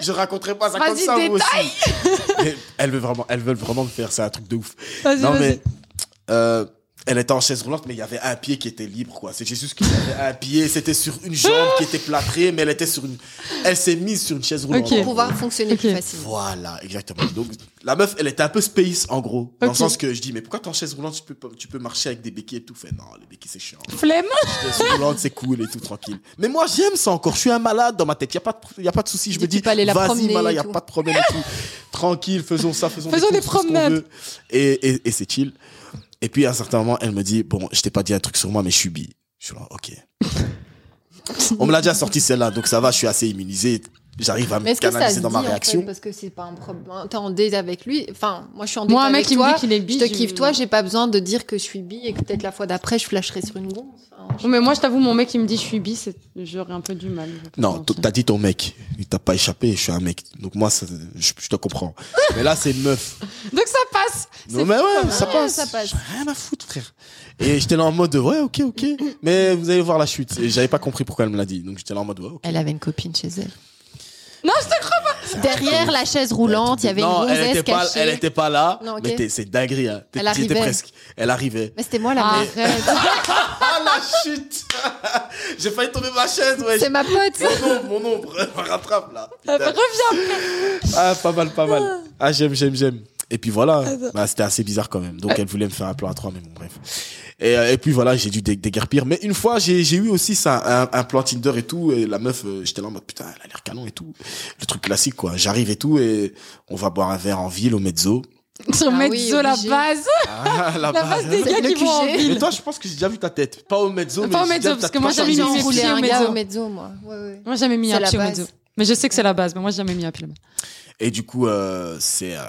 Speaker 3: Je raconterai pas ça comme
Speaker 1: Vas-y,
Speaker 3: ça vous aussi. Mais elle veut vraiment, elle veut vraiment me faire, c'est un truc de ouf.
Speaker 1: Vas-y,
Speaker 3: Non
Speaker 1: vas-y.
Speaker 3: mais euh, elle était en chaise roulante, mais il y avait un pied qui était libre quoi. C'est juste qu'il y avait un pied, c'était sur une jambe qui était plâtrée, mais elle était sur une, elle s'est mise sur une chaise roulante.
Speaker 1: Ok.
Speaker 2: Pour pouvoir fonctionner plus
Speaker 1: Ok.
Speaker 2: facilement.
Speaker 3: Voilà, exactement. Donc la meuf, elle était un peu space en gros, dans
Speaker 1: Ok.
Speaker 3: le sens que je dis mais pourquoi t'es en chaise roulante, tu peux, pas- tu peux marcher avec des béquilles et tout fait. Non, les béquilles c'est chiant.
Speaker 1: Flemme.
Speaker 3: Chaise roulante, c'est cool et tout tranquille. Mais moi, j'aime ça encore. Je suis un malade dans ma tête. Il y a pas de, y a pas de souci. Je
Speaker 2: Dis
Speaker 3: me
Speaker 2: qu'il
Speaker 3: dis,
Speaker 2: peut aller la
Speaker 3: vas-y,
Speaker 2: promener
Speaker 3: malade,
Speaker 2: et
Speaker 3: y a
Speaker 2: tout.
Speaker 3: pas de problème et tout. Tranquille, faisons ça, faisons,
Speaker 1: Faisons des
Speaker 3: courses, tout ce qu'on
Speaker 1: promenades.
Speaker 3: veut. Et, et, et c'est chill. Et puis, à un certain moment, elle me dit, bon, je t'ai pas dit un truc sur moi, mais je suis bi. Je suis là,
Speaker 2: <laughs>
Speaker 3: ok. On me l'a déjà sorti celle-là, donc ça va, je suis assez immunisé. J'arrive à
Speaker 2: Mais
Speaker 3: me
Speaker 2: est-ce que ça se
Speaker 3: canaliser
Speaker 2: dit
Speaker 3: dans ma
Speaker 2: en fait,
Speaker 3: réaction.
Speaker 2: Parce que c'est pas un problème. T'es en date avec lui. Enfin, moi, je suis en date
Speaker 1: Moi, un
Speaker 2: avec
Speaker 1: mec qui
Speaker 2: toi.
Speaker 1: me dit qu'il est bi.
Speaker 2: je te kiffe toi, j'ai pas besoin de dire que je suis bi et que peut-être la fois d'après je flasherai sur une bombe. Enfin, je-
Speaker 1: Mais moi, je t'avoue, mon mec, il me dit je suis bi. c'est- J'aurais un peu du mal.
Speaker 3: Non, t- t'as dit ton mec. Il t'a pas échappé, je suis un mec. Donc moi, ça- je, je
Speaker 2: <laughs>
Speaker 3: te comprends. Mais là, c'est une meuf.
Speaker 1: Donc, ça passe.
Speaker 3: Non, mais ouais, ça
Speaker 2: Ouais,
Speaker 3: passe.
Speaker 2: ça passe.
Speaker 3: J'en ai Rien à foutre, frère. Et j'étais là en mode, ouais, ok, ok. Mais vous allez voir la chute. Et j'avais pas compris pourquoi elle me l'a dit. Donc j'étais là en mode, ouais, ok.
Speaker 2: Elle avait une copine chez elle.
Speaker 1: Non, je te
Speaker 2: Derrière la chaise roulante, il y avait
Speaker 3: Non,
Speaker 2: une
Speaker 3: elle
Speaker 2: gonzesse
Speaker 3: était pas,
Speaker 2: cachée.
Speaker 3: elle était pas là.
Speaker 2: Non, ok.
Speaker 3: Mais t'es- c'est dinguerie, hein. T'es-
Speaker 2: Elle
Speaker 3: t'y
Speaker 2: arrivait.
Speaker 3: étais presque. Elle arrivait.
Speaker 2: Mais c'était moi la meuf.
Speaker 1: Arrête.
Speaker 3: Ah, la chute! <laughs> J'ai failli tomber ma chaise, ouais.
Speaker 2: C'est ma pote.
Speaker 3: Mon ombre, <laughs> mon ombre. rattrape, là. Putain.
Speaker 1: Euh, Reviens. Ah.
Speaker 3: Ah, pas mal, pas mal. Ah, j'aime, j'aime, j'aime. Et puis voilà, bah, c'était assez bizarre quand même.
Speaker 1: Ah.
Speaker 3: Donc elle voulait me faire un plan à trois, mais bon, bref. Et, euh, et puis voilà, j'ai dû dé- déguerpir. Mais une fois, j'ai j'ai eu aussi ça, un, un plan Tinder et tout. Et la meuf, euh, j'étais là en mode putain, elle a l'air canon et tout. Le truc classique, quoi. J'arrive et tout, et on va boire un verre en ville au mezzo.
Speaker 1: Sur
Speaker 2: Ah oui,
Speaker 1: Mezzo, la
Speaker 2: obligé.
Speaker 1: base.
Speaker 3: Ah,
Speaker 1: La
Speaker 3: là-bas.
Speaker 1: base des
Speaker 2: C'est
Speaker 1: gars
Speaker 2: le
Speaker 1: qui vont en
Speaker 2: QG.
Speaker 1: ville.
Speaker 3: Mais toi, je pense que j'ai déjà vu ta tête. Pas au
Speaker 1: Pas
Speaker 3: mezzo, mais
Speaker 1: au
Speaker 3: j'ai
Speaker 1: mezzo,
Speaker 3: déjà vu ta
Speaker 1: parce que
Speaker 3: tête.
Speaker 1: moi,
Speaker 3: Toi,
Speaker 1: j'avais
Speaker 3: t'as
Speaker 2: J'ai
Speaker 1: mis
Speaker 3: déjà
Speaker 1: mes
Speaker 2: enroulé
Speaker 1: pieds au
Speaker 2: un gars
Speaker 1: mezzo.
Speaker 2: au mezzo, moi. Ouais, ouais.
Speaker 1: Moi, j'ai jamais mis
Speaker 2: C'est
Speaker 1: un
Speaker 2: la
Speaker 1: pied au
Speaker 2: base.
Speaker 1: mezzo. Mais je sais que c'est la base, mais moi, j'ai jamais mis un pied là-bas.
Speaker 3: Et du coup, euh, c'est, euh,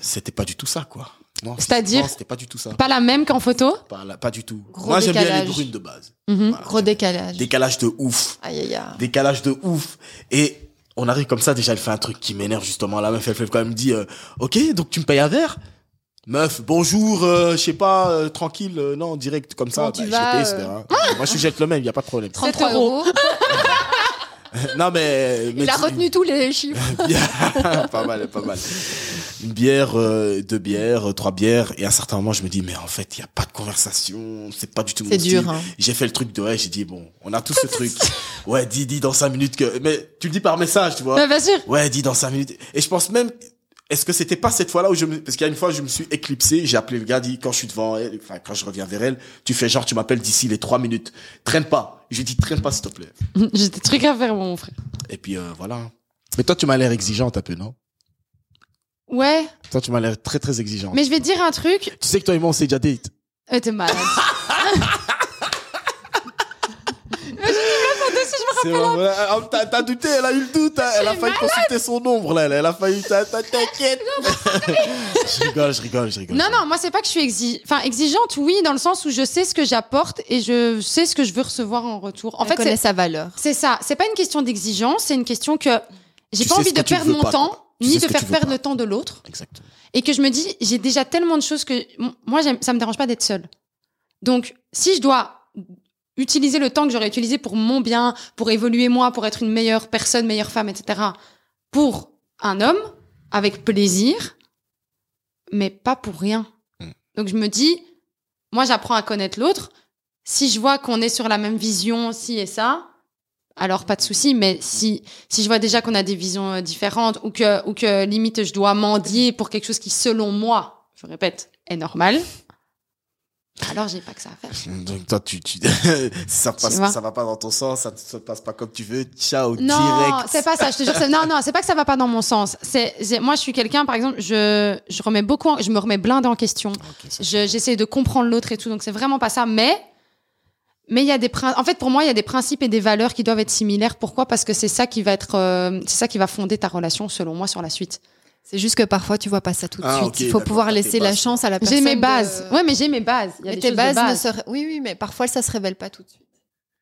Speaker 3: c'était pas du tout ça, quoi. Non,
Speaker 1: C'est-à-dire
Speaker 3: non, c'était pas du tout ça.
Speaker 1: Pas la même qu'en photo
Speaker 3: Pas, là- pas du tout.
Speaker 2: Gros
Speaker 3: Moi, j'aime bien les
Speaker 2: décalage.
Speaker 3: brunes de base.
Speaker 1: Mhm.
Speaker 3: Voilà,
Speaker 2: Gros
Speaker 3: j'aime bien.
Speaker 2: décalage.
Speaker 3: Décalage de ouf.
Speaker 2: Aïe, aïe, aïe.
Speaker 3: Décalage de ouf. Et on arrive comme ça, déjà, elle fait un truc qui m'énerve, justement. La meuf, elle fait quand même dit, euh, OK, donc tu me payes un verre? Meuf, bonjour, euh, je sais pas, euh, tranquille, euh, non, direct, comme ça,
Speaker 2: Comment tu
Speaker 3: je
Speaker 2: vas,
Speaker 3: paye
Speaker 2: euh
Speaker 3: ce verre, hein. Moi, je suis jette le même, y a pas de problème.
Speaker 2: 33
Speaker 1: 7 euros.
Speaker 2: euros.
Speaker 3: non, mais, mais
Speaker 2: Il a
Speaker 3: tu- <laughs>
Speaker 2: retenu tous les chiffres.
Speaker 3: Bière. pas mal, pas mal. Une bière, euh, deux bières, euh, trois bières. Et à un certain moment, je me dis, mais en fait, il n'y a pas de conversation. C'est pas du tout mon
Speaker 2: C'est dur,
Speaker 3: style.
Speaker 2: hein.
Speaker 3: J'ai fait le truc de, ouais, j'ai dit, bon, on a tous ce truc. Ouais, dis, dis dans cinq minutes que, mais tu le dis par message, tu vois.
Speaker 1: Ouais, bien sûr.
Speaker 3: Ouais, dis dans cinq minutes. Et je pense même, est-ce que c'était pas cette fois-là où je me, parce qu'il y a une fois, je me suis éclipsé, j'ai appelé le gars, dit, quand je suis devant elle, enfin, quand je reviens vers elle, tu fais genre, tu m'appelles d'ici les trois minutes. Traîne pas. Je lui ai dit, traîne pas, s'il te plaît.
Speaker 1: <laughs> J'ai des trucs à faire, mon frère.
Speaker 3: Et puis, euh, voilà. Mais toi, tu m'as l'air exigeante un peu, non?
Speaker 1: Ouais,
Speaker 3: Toi, tu m'as l'air très très exigeant.
Speaker 1: mais je vais te dire un truc.
Speaker 3: Tu sais que toi et moi, on s'est déjà date.
Speaker 1: Euh, T'es
Speaker 3: <laughs>
Speaker 1: malade.
Speaker 3: C'est bon, voilà. Ah, T'as t'as douté, elle a eu le doute. hein. Elle a failli consulter son ombre, là. Elle- Elle a failli. t'as- t'as- T'inquiète. je rigole, je rigole, je rigole.
Speaker 1: Non, non, moi, c'est pas que je suis exi- enfin, exigeante, oui, dans le sens où je sais ce que j'apporte et je sais ce que je veux recevoir en retour. En
Speaker 2: En fait,
Speaker 1: fait, c'est-
Speaker 2: connaît sa valeur.
Speaker 1: c'est ça. C'est pas une question d'exigence, c'est une question que j'ai
Speaker 3: Tu
Speaker 1: pas
Speaker 3: sais
Speaker 1: envie
Speaker 3: ce que
Speaker 1: de
Speaker 3: tu
Speaker 1: perdre
Speaker 3: veux
Speaker 1: mon
Speaker 3: pas,
Speaker 1: temps,
Speaker 3: quoi. Tu sais
Speaker 1: ni
Speaker 3: ce
Speaker 1: de
Speaker 3: que
Speaker 1: faire
Speaker 3: tu veux
Speaker 1: perdre
Speaker 3: pas.
Speaker 1: le temps de l'autre.
Speaker 3: Exactement.
Speaker 1: Et que je me dis, j'ai déjà tellement de choses que. Moi, j'aime- ça me dérange pas d'être seule. Donc, si je dois utiliser le temps que j'aurais utilisé pour mon bien, pour évoluer moi, pour être une meilleure personne, meilleure femme, etc., pour un homme, avec plaisir, mais pas pour rien.
Speaker 3: Mm.
Speaker 1: Donc je me dis, moi j'apprends à connaître l'autre. Si je vois qu'on est sur la même vision, si et ça, alors pas de souci. Mais si si je vois déjà qu'on a des visions euh, différentes ou que ou que limite je dois mendier pour quelque chose qui selon moi, je répète, est normal, alors j'ai pas que ça à faire.
Speaker 3: Donc toi, tu, <laughs> tu... ça passe,
Speaker 1: vois.
Speaker 3: ça va pas dans ton sens, ça se passe pas comme tu veux. Ciao,
Speaker 1: Non,
Speaker 3: direct.
Speaker 1: c'est pas ça. Je te jure, c'est- non, non, c'est pas que ça va pas dans mon sens. C'est, c'est- moi, je suis quelqu'un, par exemple, je, je remets beaucoup, en- je me remets blindé en question.
Speaker 3: Ok, ça-
Speaker 1: Je- J'essaie de comprendre l'autre et tout, donc c'est vraiment pas ça. Mais, mais il y a des prin- en fait, pour moi, il y a des principes et des valeurs qui doivent être similaires. Pourquoi Parce que c'est ça qui va être, euh, c'est ça qui va fonder ta relation, selon moi, sur la suite.
Speaker 2: C'est juste que parfois, tu vois pas ça tout de
Speaker 3: Ah,
Speaker 2: suite.
Speaker 3: ok,
Speaker 2: Il faut
Speaker 3: d'accord,
Speaker 2: pouvoir
Speaker 3: t'as tes
Speaker 2: laisser la
Speaker 3: bases.
Speaker 2: chance à la personne.
Speaker 1: J'ai mes
Speaker 2: de-
Speaker 1: bases. Ouais, euh, mais j'ai mes bases. Il y a
Speaker 2: Mais
Speaker 1: des
Speaker 2: tes
Speaker 1: choses de
Speaker 2: bases ne
Speaker 1: base.
Speaker 2: se... ré- Oui, oui, mais parfois, ça se révèle pas tout de suite.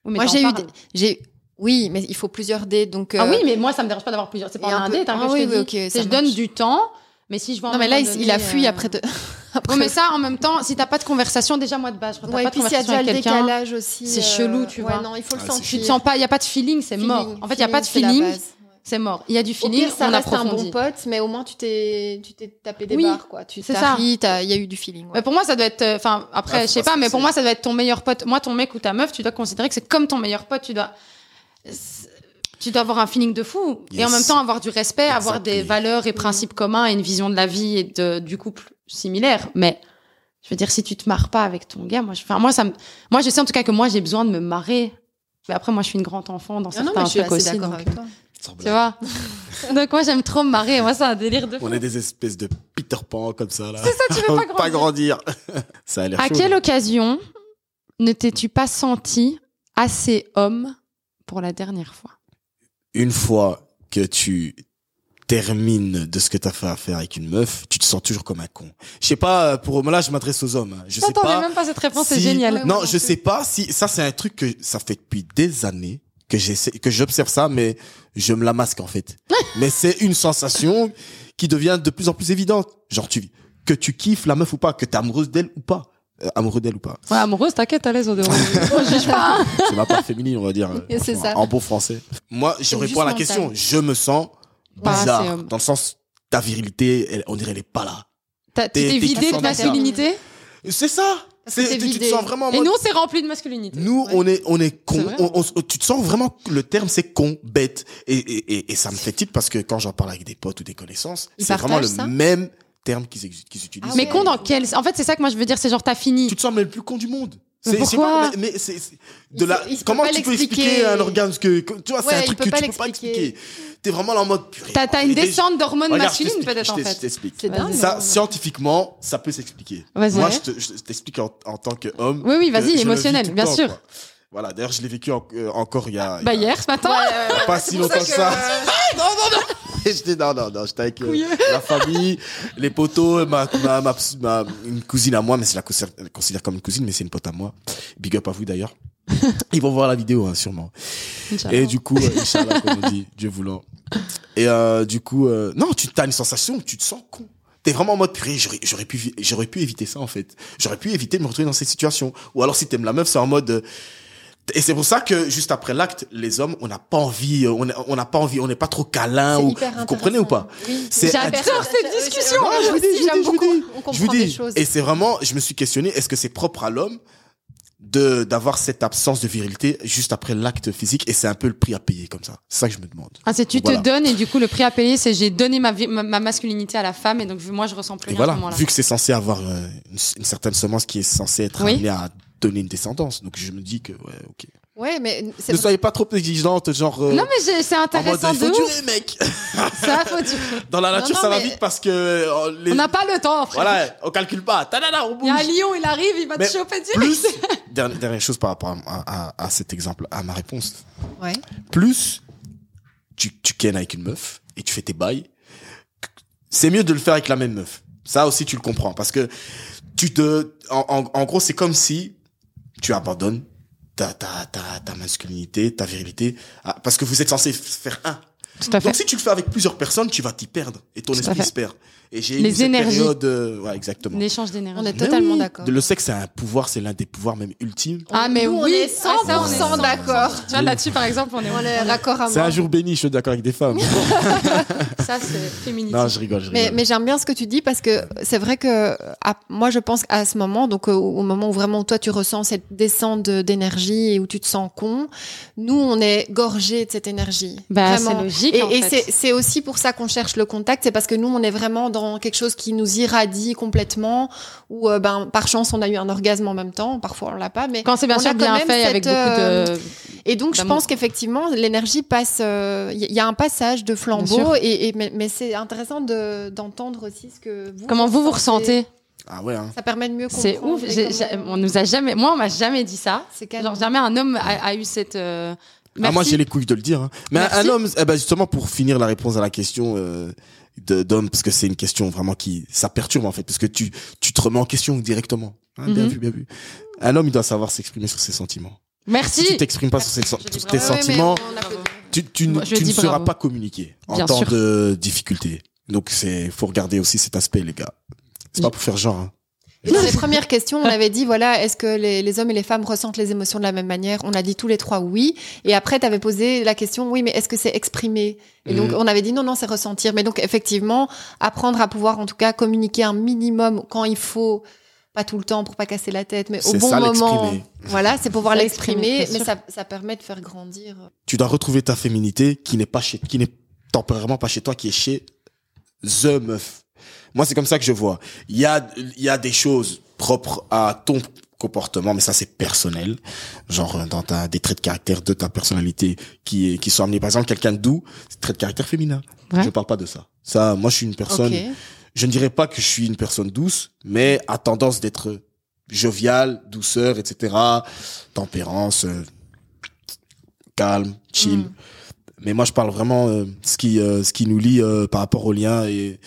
Speaker 1: Oui, mais
Speaker 2: Moi,
Speaker 1: t'en
Speaker 2: j'ai eu...
Speaker 1: parles.
Speaker 2: des- j'ai- Oui, mais il faut plusieurs dés, donc...
Speaker 1: Ah
Speaker 2: euh,
Speaker 1: oui, mais moi, ça me dérange pas d'avoir plusieurs. C'est pas
Speaker 2: Et un
Speaker 1: un
Speaker 2: peu-
Speaker 1: dé, t'as
Speaker 2: Ah
Speaker 1: vu, je
Speaker 2: oui, oui,
Speaker 1: te dis.
Speaker 2: ok,
Speaker 1: C'est-
Speaker 2: ça
Speaker 1: Je donne
Speaker 2: marche.
Speaker 1: du temps, mais si je vois.
Speaker 2: Non, mais là, il, il a fui après... De... après-
Speaker 1: <laughs> Oui, euh, mais ça, en même temps, si t'as pas de conversation, déjà, moi, de base, je crois que t'as
Speaker 2: Ouais,
Speaker 1: pas
Speaker 2: et
Speaker 1: de
Speaker 2: puis s'il y a
Speaker 1: conversation
Speaker 2: déjà
Speaker 1: avec
Speaker 2: le
Speaker 1: quelqu'un.
Speaker 2: décalage aussi...
Speaker 1: c'est
Speaker 2: euh,
Speaker 1: chelou, tu
Speaker 2: ouais,
Speaker 1: vois.
Speaker 2: non, il faut le
Speaker 3: Ah, c'est
Speaker 2: sentir.
Speaker 1: Tu te sens pas, il y a pas de feeling, c'est
Speaker 2: Feeling,
Speaker 1: mort. En fait, il y a pas de
Speaker 2: c'est la
Speaker 1: feeling,
Speaker 2: base.
Speaker 1: c'est mort. Il y a du
Speaker 2: Au
Speaker 1: feeling,
Speaker 2: pire, ça
Speaker 1: on
Speaker 2: reste un
Speaker 1: approfondit.
Speaker 2: bon pote, mais au moins tu t'es, tu t'es tapé des
Speaker 1: Oui,
Speaker 2: barres, quoi. Tu
Speaker 1: c'est
Speaker 2: t'as
Speaker 1: ça.
Speaker 2: ri, t'as- il y a eu du feeling. ouais.
Speaker 1: Mais pour moi, ça doit être. euh, Enfin,
Speaker 3: Ah,
Speaker 1: après,
Speaker 3: faut
Speaker 1: je sais
Speaker 3: pas
Speaker 1: pas,
Speaker 3: se
Speaker 1: mais pour
Speaker 3: forcer.
Speaker 1: moi, ça doit être ton meilleur pote. Moi, ton mec ou ta meuf, tu dois considérer que c'est comme ton meilleur pote. Tu dois. c'est- Tu dois avoir un feeling de fou. Et en
Speaker 3: Yes.
Speaker 1: même temps, avoir du respect, avoir
Speaker 3: Exactly.
Speaker 1: des valeurs
Speaker 2: Mm.
Speaker 1: et principes communs et une vision de la vie et de, du couple similaire. Mais, je veux dire, si tu te marres pas avec ton gars, moi, je, enfin, moi, ça me, moi, je sais en tout cas que moi, j'ai besoin de me marrer. Mais après, moi, je suis une grande enfant dans
Speaker 2: Ah
Speaker 1: certains
Speaker 2: non, mais je suis
Speaker 1: trucs
Speaker 2: assez
Speaker 1: aussi.
Speaker 2: d'accord
Speaker 1: donc,
Speaker 2: avec toi.
Speaker 3: Sans
Speaker 1: tu
Speaker 3: blague.
Speaker 1: vois.
Speaker 3: <laughs>
Speaker 1: donc, moi, j'aime trop me marrer. Moi, c'est un délire de fou.
Speaker 3: On est des espèces de Peter Pan comme ça, là.
Speaker 1: C'est ça, tu veux pas
Speaker 3: <laughs> Pas
Speaker 1: grandir.
Speaker 3: grandir. <laughs> ça a l'air
Speaker 1: À
Speaker 3: chaud,
Speaker 1: quelle
Speaker 3: là.
Speaker 1: occasion ne t'es-tu pas senti assez homme pour la dernière fois
Speaker 3: une fois que tu termines de ce que t'as fait à faire avec une meuf, tu te sens toujours comme un con. Je sais pas, euh, pour là, je m'adresse aux hommes. hein. Je sais
Speaker 1: J'attendais
Speaker 3: pas.
Speaker 1: même pas cette réponse, c'est
Speaker 3: si-
Speaker 1: génial.
Speaker 2: Ouais,
Speaker 3: Non,
Speaker 2: ouais,
Speaker 3: je
Speaker 2: non
Speaker 3: sais pas si ça c'est un truc que ça fait depuis des années que j'essaie que j'observe ça mais je me la masque
Speaker 2: <laughs>
Speaker 3: en fait. mais c'est une sensation qui devient de plus en plus évidente. Genre tu que tu kiffes la meuf ou pas, que t'es amoureuse d'elle ou pas, Euh, amoureux d'elle ou pas.
Speaker 1: Ouais, amoureuse, t'inquiète, à l'aise, on
Speaker 3: <laughs>
Speaker 1: ne juge pas. hein.
Speaker 3: C'est ma part <laughs> féminine, on va dire. euh,
Speaker 2: Et <laughs> c'est
Speaker 3: franchement,
Speaker 2: ça.
Speaker 3: En bon français. Moi, je
Speaker 2: C'est
Speaker 3: réponds à la
Speaker 2: juste
Speaker 3: question.
Speaker 2: mental. euh,
Speaker 3: Je me sens
Speaker 1: Pas assez
Speaker 3: bizarre.
Speaker 1: homme.
Speaker 3: Dans le sens, ta virilité, elle- on dirait, elle est pas là.
Speaker 1: T'as- Tu
Speaker 3: T'es-
Speaker 1: t'es
Speaker 3: t'es
Speaker 1: vidé de
Speaker 3: cassandre.
Speaker 1: masculinité
Speaker 3: C'est ça.
Speaker 2: Parce que
Speaker 3: C'est,
Speaker 2: t'es
Speaker 3: tu tu te
Speaker 2: vidé.
Speaker 3: sens vraiment en
Speaker 1: et
Speaker 3: mode-
Speaker 1: nous, on s'est rempli de masculinité.
Speaker 3: Nous, on est, on est
Speaker 1: C'est
Speaker 3: con.
Speaker 1: vrai,
Speaker 2: hein.
Speaker 3: On- on- tu te sens vraiment, le terme c'est con, bête. Et, et, et, et ça me fait tilt parce que quand j'en parle avec des potes ou des connaissances,
Speaker 2: Ils
Speaker 3: c'est vraiment le
Speaker 2: partagent ça
Speaker 3: même termes qu'ils ex- qu'ils utilisent.
Speaker 2: Ah
Speaker 1: Mais
Speaker 2: ouais.
Speaker 1: con dans quel. En fait, c'est ça que moi je veux dire, c'est genre t'as fini.
Speaker 3: Tu te sens même le plus con du monde.
Speaker 1: Mais
Speaker 3: C'est c'est
Speaker 1: pourquoi
Speaker 3: pas- mais, mais c'est- c'est-
Speaker 2: Il
Speaker 3: de la
Speaker 2: se- il se peut
Speaker 3: comment
Speaker 2: pas
Speaker 3: tu peux
Speaker 2: l'expliquer.
Speaker 3: expliquer un organe que que- tu vois
Speaker 2: Ouais,
Speaker 3: c'est un
Speaker 2: il
Speaker 3: truc
Speaker 2: peut
Speaker 3: que
Speaker 2: pas
Speaker 3: tu peux pas
Speaker 2: l'expliquer.
Speaker 3: expliquer. T'es vraiment là en mode purée.
Speaker 1: T'as t'as
Speaker 3: Et
Speaker 1: une
Speaker 3: des-
Speaker 1: descendante d'hormones
Speaker 3: Regarde, je
Speaker 1: masculines
Speaker 3: t'explique,
Speaker 1: peut-être
Speaker 3: je
Speaker 1: en
Speaker 3: t'ex-
Speaker 1: fait.
Speaker 3: Je t'explique.
Speaker 2: C'est dingue.
Speaker 3: Ça scientifiquement, ça peut s'expliquer.
Speaker 1: Vas-y.
Speaker 3: Moi
Speaker 1: Ouais.
Speaker 3: je te- je te- je t'explique en, en tant que homme.
Speaker 1: Oui, oui,
Speaker 3: que je
Speaker 1: vas-y,
Speaker 3: le vis tout
Speaker 1: émotionnel,
Speaker 3: le
Speaker 1: bien
Speaker 3: temps,
Speaker 1: sûr.
Speaker 3: quoi. Voilà, d'ailleurs je l'ai vécu en- euh, encore il y a il y
Speaker 1: Bah
Speaker 3: a-
Speaker 1: hier, ce matin.
Speaker 3: il y a pas si longtemps que ça. non, non, non. Et j'étais, non, non, non, j'étais avec euh, la famille, les potos, ma, ma, ma, ps- ma- une cousine à moi, mais c'est la considère, elle considère comme une cousine, mais c'est une pote à moi. Big up à
Speaker 1: <laughs>
Speaker 3: vous d'ailleurs. Ils vont voir la vidéo, hein, sûrement. Et du coup, euh, Inch'Allah, comme on dit, Dieu voulant. Et euh, du coup, euh, non, tu as une sensation où tu te sens con. T'es vraiment en mode purée, j'aurais, j'aurais pu, vi- j'aurais pu éviter ça en fait. J'aurais pu éviter de me retrouver dans cette situation. Ou alors si t'aimes la meuf, c'est en mode. euh, et c'est pour ça que juste après l'acte, les hommes, on n'a pas envie, euh, on n'a on n'a pas envie, on n'est pas trop câlin.
Speaker 2: C'est
Speaker 3: Ou,
Speaker 2: hyper
Speaker 3: vous comprenez ou pas C'est
Speaker 1: J'adore
Speaker 2: intéressant.
Speaker 1: cette discussion.
Speaker 2: Moi
Speaker 1: Non,
Speaker 2: aussi, j'aime
Speaker 3: je vous
Speaker 2: beaucoup.
Speaker 3: dis,
Speaker 2: On
Speaker 3: je vous
Speaker 2: comprend des
Speaker 3: dis.
Speaker 2: choses.
Speaker 3: Et c'est vraiment, je me suis questionné, est-ce que c'est propre à l'homme de d'avoir cette absence de virilité juste après l'acte physique Et c'est un peu le prix à payer comme ça. C'est ça que je me demande.
Speaker 1: Ah, c'est tu
Speaker 3: Voilà.
Speaker 1: te donnes et du coup le prix à payer c'est j'ai donné ma, vie- ma, ma masculinité à la femme et donc moi je ressens plus
Speaker 3: Et
Speaker 1: rien à
Speaker 3: voilà,
Speaker 1: ce moment-là.
Speaker 3: vu que c'est censé avoir euh, une, une certaine semence qui est censée être
Speaker 1: Oui.
Speaker 3: amenée à donner une descendance, donc je me dis que ouais, ok.
Speaker 2: Ouais, mais c'est
Speaker 3: Ne soyez pas trop exigeante, genre. euh,
Speaker 1: Non mais j'ai- c'est
Speaker 3: en mode,
Speaker 1: intéressant
Speaker 3: il faut
Speaker 1: de ouf.
Speaker 3: durer, mec. <laughs>
Speaker 1: Ça faut du-
Speaker 3: Dans la nature,
Speaker 2: non,
Speaker 3: ça va
Speaker 2: mais-
Speaker 3: vite parce que euh, les-
Speaker 1: On n'a pas le temps. frère.
Speaker 3: voilà, on calcule pas. Tadada,
Speaker 1: Il
Speaker 3: on
Speaker 1: y
Speaker 3: bouge.
Speaker 1: a un lion, il arrive, il va
Speaker 3: Mais
Speaker 1: te choper direct. <laughs>
Speaker 3: Plus. <laughs> dernière, dernière chose par rapport à, à- à cet exemple, à ma réponse.
Speaker 2: Ouais.
Speaker 3: Plus tu tu kennes avec une meuf et tu fais tes bails, c'est mieux de le faire avec la même meuf. Ça aussi, tu le comprends. Parce que tu te, en, en- en gros, c'est comme si tu abandonnes ta, ta, ta, ta masculinité, ta virilité, ah, parce que vous êtes censé f- faire un.
Speaker 1: Tout à
Speaker 3: Donc si tu le fais avec plusieurs personnes, tu vas t'y perdre et ton
Speaker 1: Tout à
Speaker 3: esprit
Speaker 1: fait.
Speaker 3: se perd. Et j'ai
Speaker 1: Les
Speaker 3: eu cette
Speaker 1: énergies.
Speaker 3: période, euh, ouais, exactement.
Speaker 1: L'échange d'énergie.
Speaker 2: On est
Speaker 3: Mais
Speaker 2: totalement
Speaker 3: oui,
Speaker 2: d'accord.
Speaker 3: Le sexe, c'est un pouvoir, c'est l'un des pouvoirs même ultimes.
Speaker 1: Ah mais
Speaker 2: Nous, on
Speaker 1: oui,
Speaker 2: est
Speaker 1: ah, ça, on est
Speaker 2: 100%
Speaker 1: 100%.
Speaker 2: d'accord.
Speaker 1: Tu vois là-dessus par exemple on est.
Speaker 2: On est raccord à
Speaker 3: C'est un
Speaker 2: moi.
Speaker 3: jour béni, je suis d'accord avec des femmes.
Speaker 1: Ça c'est féministe.
Speaker 3: non, je rigole, je
Speaker 2: Mais,
Speaker 3: rigole.
Speaker 2: mais j'aime bien ce que tu dis parce que c'est vrai que à- moi je pense qu'à ce moment, donc euh, au moment où vraiment toi tu ressens cette descente de- d'énergie et où tu te sens con, nous on est gorgé de cette énergie.
Speaker 1: Bah c'est
Speaker 2: Vraiment.
Speaker 1: logique
Speaker 2: Et,
Speaker 1: en
Speaker 2: et
Speaker 1: fait.
Speaker 2: c'est- c'est aussi pour ça qu'on cherche le contact, c'est parce que nous, on est vraiment dans quelque chose qui nous irradie complètement, ou ben, par chance, on a eu un orgasme en même temps, parfois on l'a pas, mais...
Speaker 1: Quand c'est bien
Speaker 2: on a
Speaker 1: sûr
Speaker 2: quand
Speaker 1: bien
Speaker 2: même
Speaker 1: fait avec
Speaker 2: cette, euh,
Speaker 1: beaucoup de.
Speaker 2: Et donc, je
Speaker 1: D'amour.
Speaker 2: pense qu'effectivement, l'énergie passe, euh, il y- y a un passage de
Speaker 1: Bien
Speaker 2: flambeau,
Speaker 1: sûr.
Speaker 2: et, et- mais, mais c'est intéressant de- d'entendre aussi ce que vous...
Speaker 1: Comment vous vous ressentez
Speaker 3: Ah ouais, hein.
Speaker 2: Ça permet de mieux comprendre.
Speaker 1: C'est ouf.
Speaker 2: et
Speaker 1: j'ai-
Speaker 2: comment-
Speaker 1: j'ai- On nous a jamais. Moi on m'a jamais dit ça.
Speaker 2: C'est
Speaker 1: Genre
Speaker 2: canon.
Speaker 1: jamais un homme a, a eu cette. euh,
Speaker 3: Ah, moi,
Speaker 1: merci.
Speaker 3: j'ai les couilles de le dire. hein. Mais un-
Speaker 1: Merci.
Speaker 3: un homme, eh ben, justement, pour finir la réponse à la question euh, de- d'homme, parce que c'est une question vraiment qui, ça perturbe en fait, parce que tu, tu te remets en question directement. Hein, Bien
Speaker 1: Mhm.
Speaker 3: vu, bien vu. Un homme, il doit savoir s'exprimer sur ses sentiments. Si, tu
Speaker 1: Merci. <laughs>
Speaker 3: t'exprimes pas sur, ses- sur
Speaker 1: Ah, Je dis
Speaker 3: tes
Speaker 1: bravo.
Speaker 2: Ouais, mais
Speaker 3: sentiments,
Speaker 2: on applaudit.
Speaker 3: tu, tu, ne-
Speaker 1: Moi, je
Speaker 3: tu ne
Speaker 1: dis
Speaker 3: seras
Speaker 1: bravo.
Speaker 3: pas communiqué en
Speaker 1: Bien
Speaker 3: temps
Speaker 1: sûr.
Speaker 3: de difficulté. Donc c'est faut regarder aussi cet aspect les gars. C'est pas pour faire genre. hein.
Speaker 2: Et Dans les
Speaker 1: <laughs>
Speaker 2: premières questions, on avait dit voilà, est-ce que les, les hommes et les femmes ressentent les émotions de la même manière On a dit tous les trois oui. Et après, tu avais posé la question oui, mais est-ce que c'est exprimé Et donc,
Speaker 1: Mm.
Speaker 3: Mhm.
Speaker 2: on avait dit non, non, c'est ressentir. Mais donc, effectivement, apprendre à pouvoir, en tout cas, communiquer un minimum quand il faut, pas tout le temps pour pas casser la tête, mais au
Speaker 3: C'est
Speaker 2: bon
Speaker 3: ça,
Speaker 2: moment.
Speaker 3: l'exprimer.
Speaker 2: Voilà, c'est pouvoir
Speaker 1: Ça,
Speaker 2: l'exprimer,
Speaker 1: exprimer, bien
Speaker 2: mais
Speaker 1: sûr.
Speaker 2: ça, ça permet de faire grandir.
Speaker 3: Tu dois retrouver ta féminité qui n'est pas chez qui n'est temporairement pas chez toi qui est chez the meuf. Moi c'est comme ça que je vois. Il y a il y a des choses propres à ton comportement mais ça c'est personnel genre euh, dans ta des traits de caractère de ta personnalité qui est, qui sont amenés par exemple quelqu'un de doux c'est trait de caractère féminin
Speaker 1: Ouais.
Speaker 3: je parle pas de ça ça moi je suis une personne
Speaker 2: Ok.
Speaker 3: je ne dirais pas que je suis une personne douce, mais à tendance d'être jovial, douceur, etc. Tempérance, euh, calme, chill.
Speaker 2: Mm.
Speaker 3: Mais moi, je parle vraiment euh, ce qui euh, ce qui nous lie euh, par rapport au lien et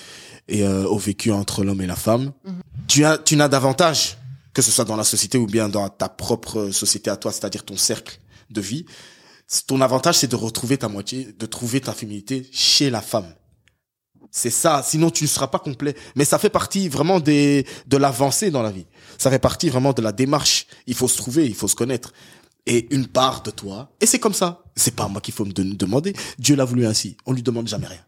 Speaker 3: et euh, au vécu entre l'homme et la femme.
Speaker 2: Mhm.
Speaker 3: Tu as tu n'as davantage que ce soit dans la société ou bien dans ta propre société à toi, c'est-à-dire ton cercle de vie. C'est- Ton avantage, c'est de retrouver ta moitié, de trouver ta féminité chez la femme. C'est ça. Sinon, tu ne seras pas complet. Mais ça fait partie vraiment des de l'avancée dans la vie. Ça fait partie vraiment de la démarche. Il faut se trouver, il faut se connaître. Et une part de toi. Et c'est comme ça. C'est pas à moi qu'il faut me de- demander. Dieu l'a voulu ainsi. On lui demande jamais rien.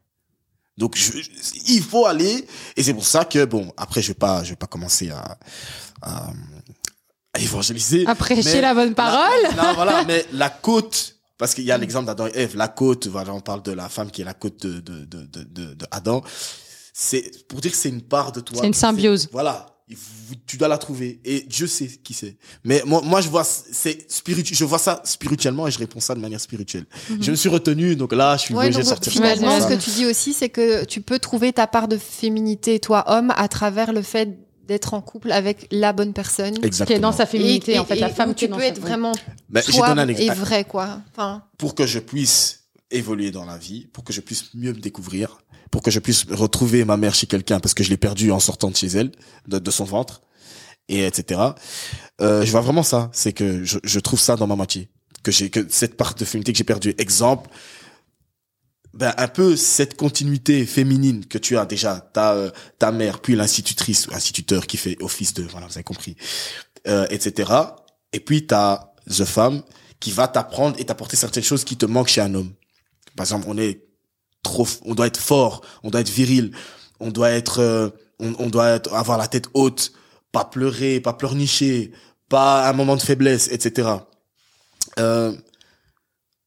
Speaker 3: Donc je- je- il faut aller. Et c'est pour ça que bon, après je vais pas, je vais pas commencer à, à, à évangéliser.
Speaker 1: À prêcher
Speaker 3: Mais-
Speaker 1: la bonne parole.
Speaker 3: Non, voilà, mais la côte, parce qu'il y a l'exemple d'Adam et Ève, la côte, voilà, on parle de la femme qui est la côte de, de, de, de, de- de Adam. c'est pour dire que c'est une part de toi.
Speaker 1: C'est une symbiose.
Speaker 3: Voilà, Il faut- tu dois la trouver et Dieu sait qui c'est. Mais moi, moi je vois c'est spiritu, je vois ça spirituellement et je réponds ça de manière spirituelle. Je me suis retenu donc là, je suis
Speaker 2: Ouais,
Speaker 3: obligé
Speaker 2: donc,
Speaker 3: de sortir.
Speaker 2: finalement,
Speaker 3: ça.
Speaker 2: ce que tu dis aussi, c'est que tu peux trouver ta part de féminité, toi, homme, à travers le fait d'être en couple avec la bonne personne.
Speaker 1: Qui est dans
Speaker 3: Exactement.
Speaker 1: sa féminité,
Speaker 2: Et-
Speaker 1: en fait,
Speaker 2: et-
Speaker 1: la
Speaker 2: et
Speaker 1: femme
Speaker 2: où
Speaker 1: qui est
Speaker 2: tu
Speaker 1: dans
Speaker 2: peux
Speaker 1: sa-
Speaker 2: être vraiment
Speaker 3: Mais je
Speaker 2: toi
Speaker 3: donne Euh, un
Speaker 2: et
Speaker 3: exemple.
Speaker 2: vrai, quoi. Enfin,
Speaker 3: pour que je puisse évoluer dans la vie, pour que je puisse mieux me découvrir, pour que je puisse retrouver ma mère chez quelqu'un parce que je l'ai perdue en sortant de chez elle, de, de son ventre, et etc. Euh, je vois vraiment ça, c'est que je, je trouve ça dans ma moitié, que j'ai que cette part de féminité que j'ai perdue. Exemple, ben un peu cette continuité féminine que tu as déjà, ta euh, ta mère puis l'institutrice ou instituteur qui fait office de, voilà, vous avez compris, euh, etc. Et puis t'as the femme qui va t'apprendre et t'apporter certaines choses qui te manquent chez un homme. Par exemple, on est trop, on doit être fort, on doit être viril, on doit être, euh, on, on doit être- avoir la tête haute, pas pleurer, pas pleurnicher, pas un moment de faiblesse, etc. Euh,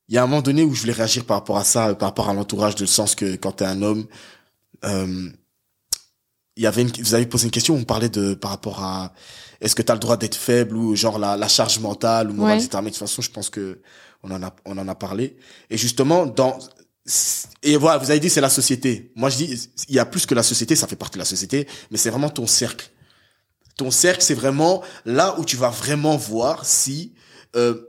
Speaker 3: Il y a un moment donné où je voulais réagir par rapport à ça, euh, par rapport à l'entourage, de le sens que quand t'es un homme, euh, il y avait une- vous avez posé une question, on parlait de par rapport à est-ce que tu as le droit d'être faible ou genre la, la charge mentale ou morale,
Speaker 1: Ouais.
Speaker 3: etc. Mais de toute façon, je pense que on en a on en a parlé. Et justement, dans et voilà, vous avez dit c'est la société. Moi, je dis il y a plus que la société, ça fait partie de la société, mais c'est vraiment ton cercle. Ton cercle, c'est vraiment là où tu vas vraiment voir si euh,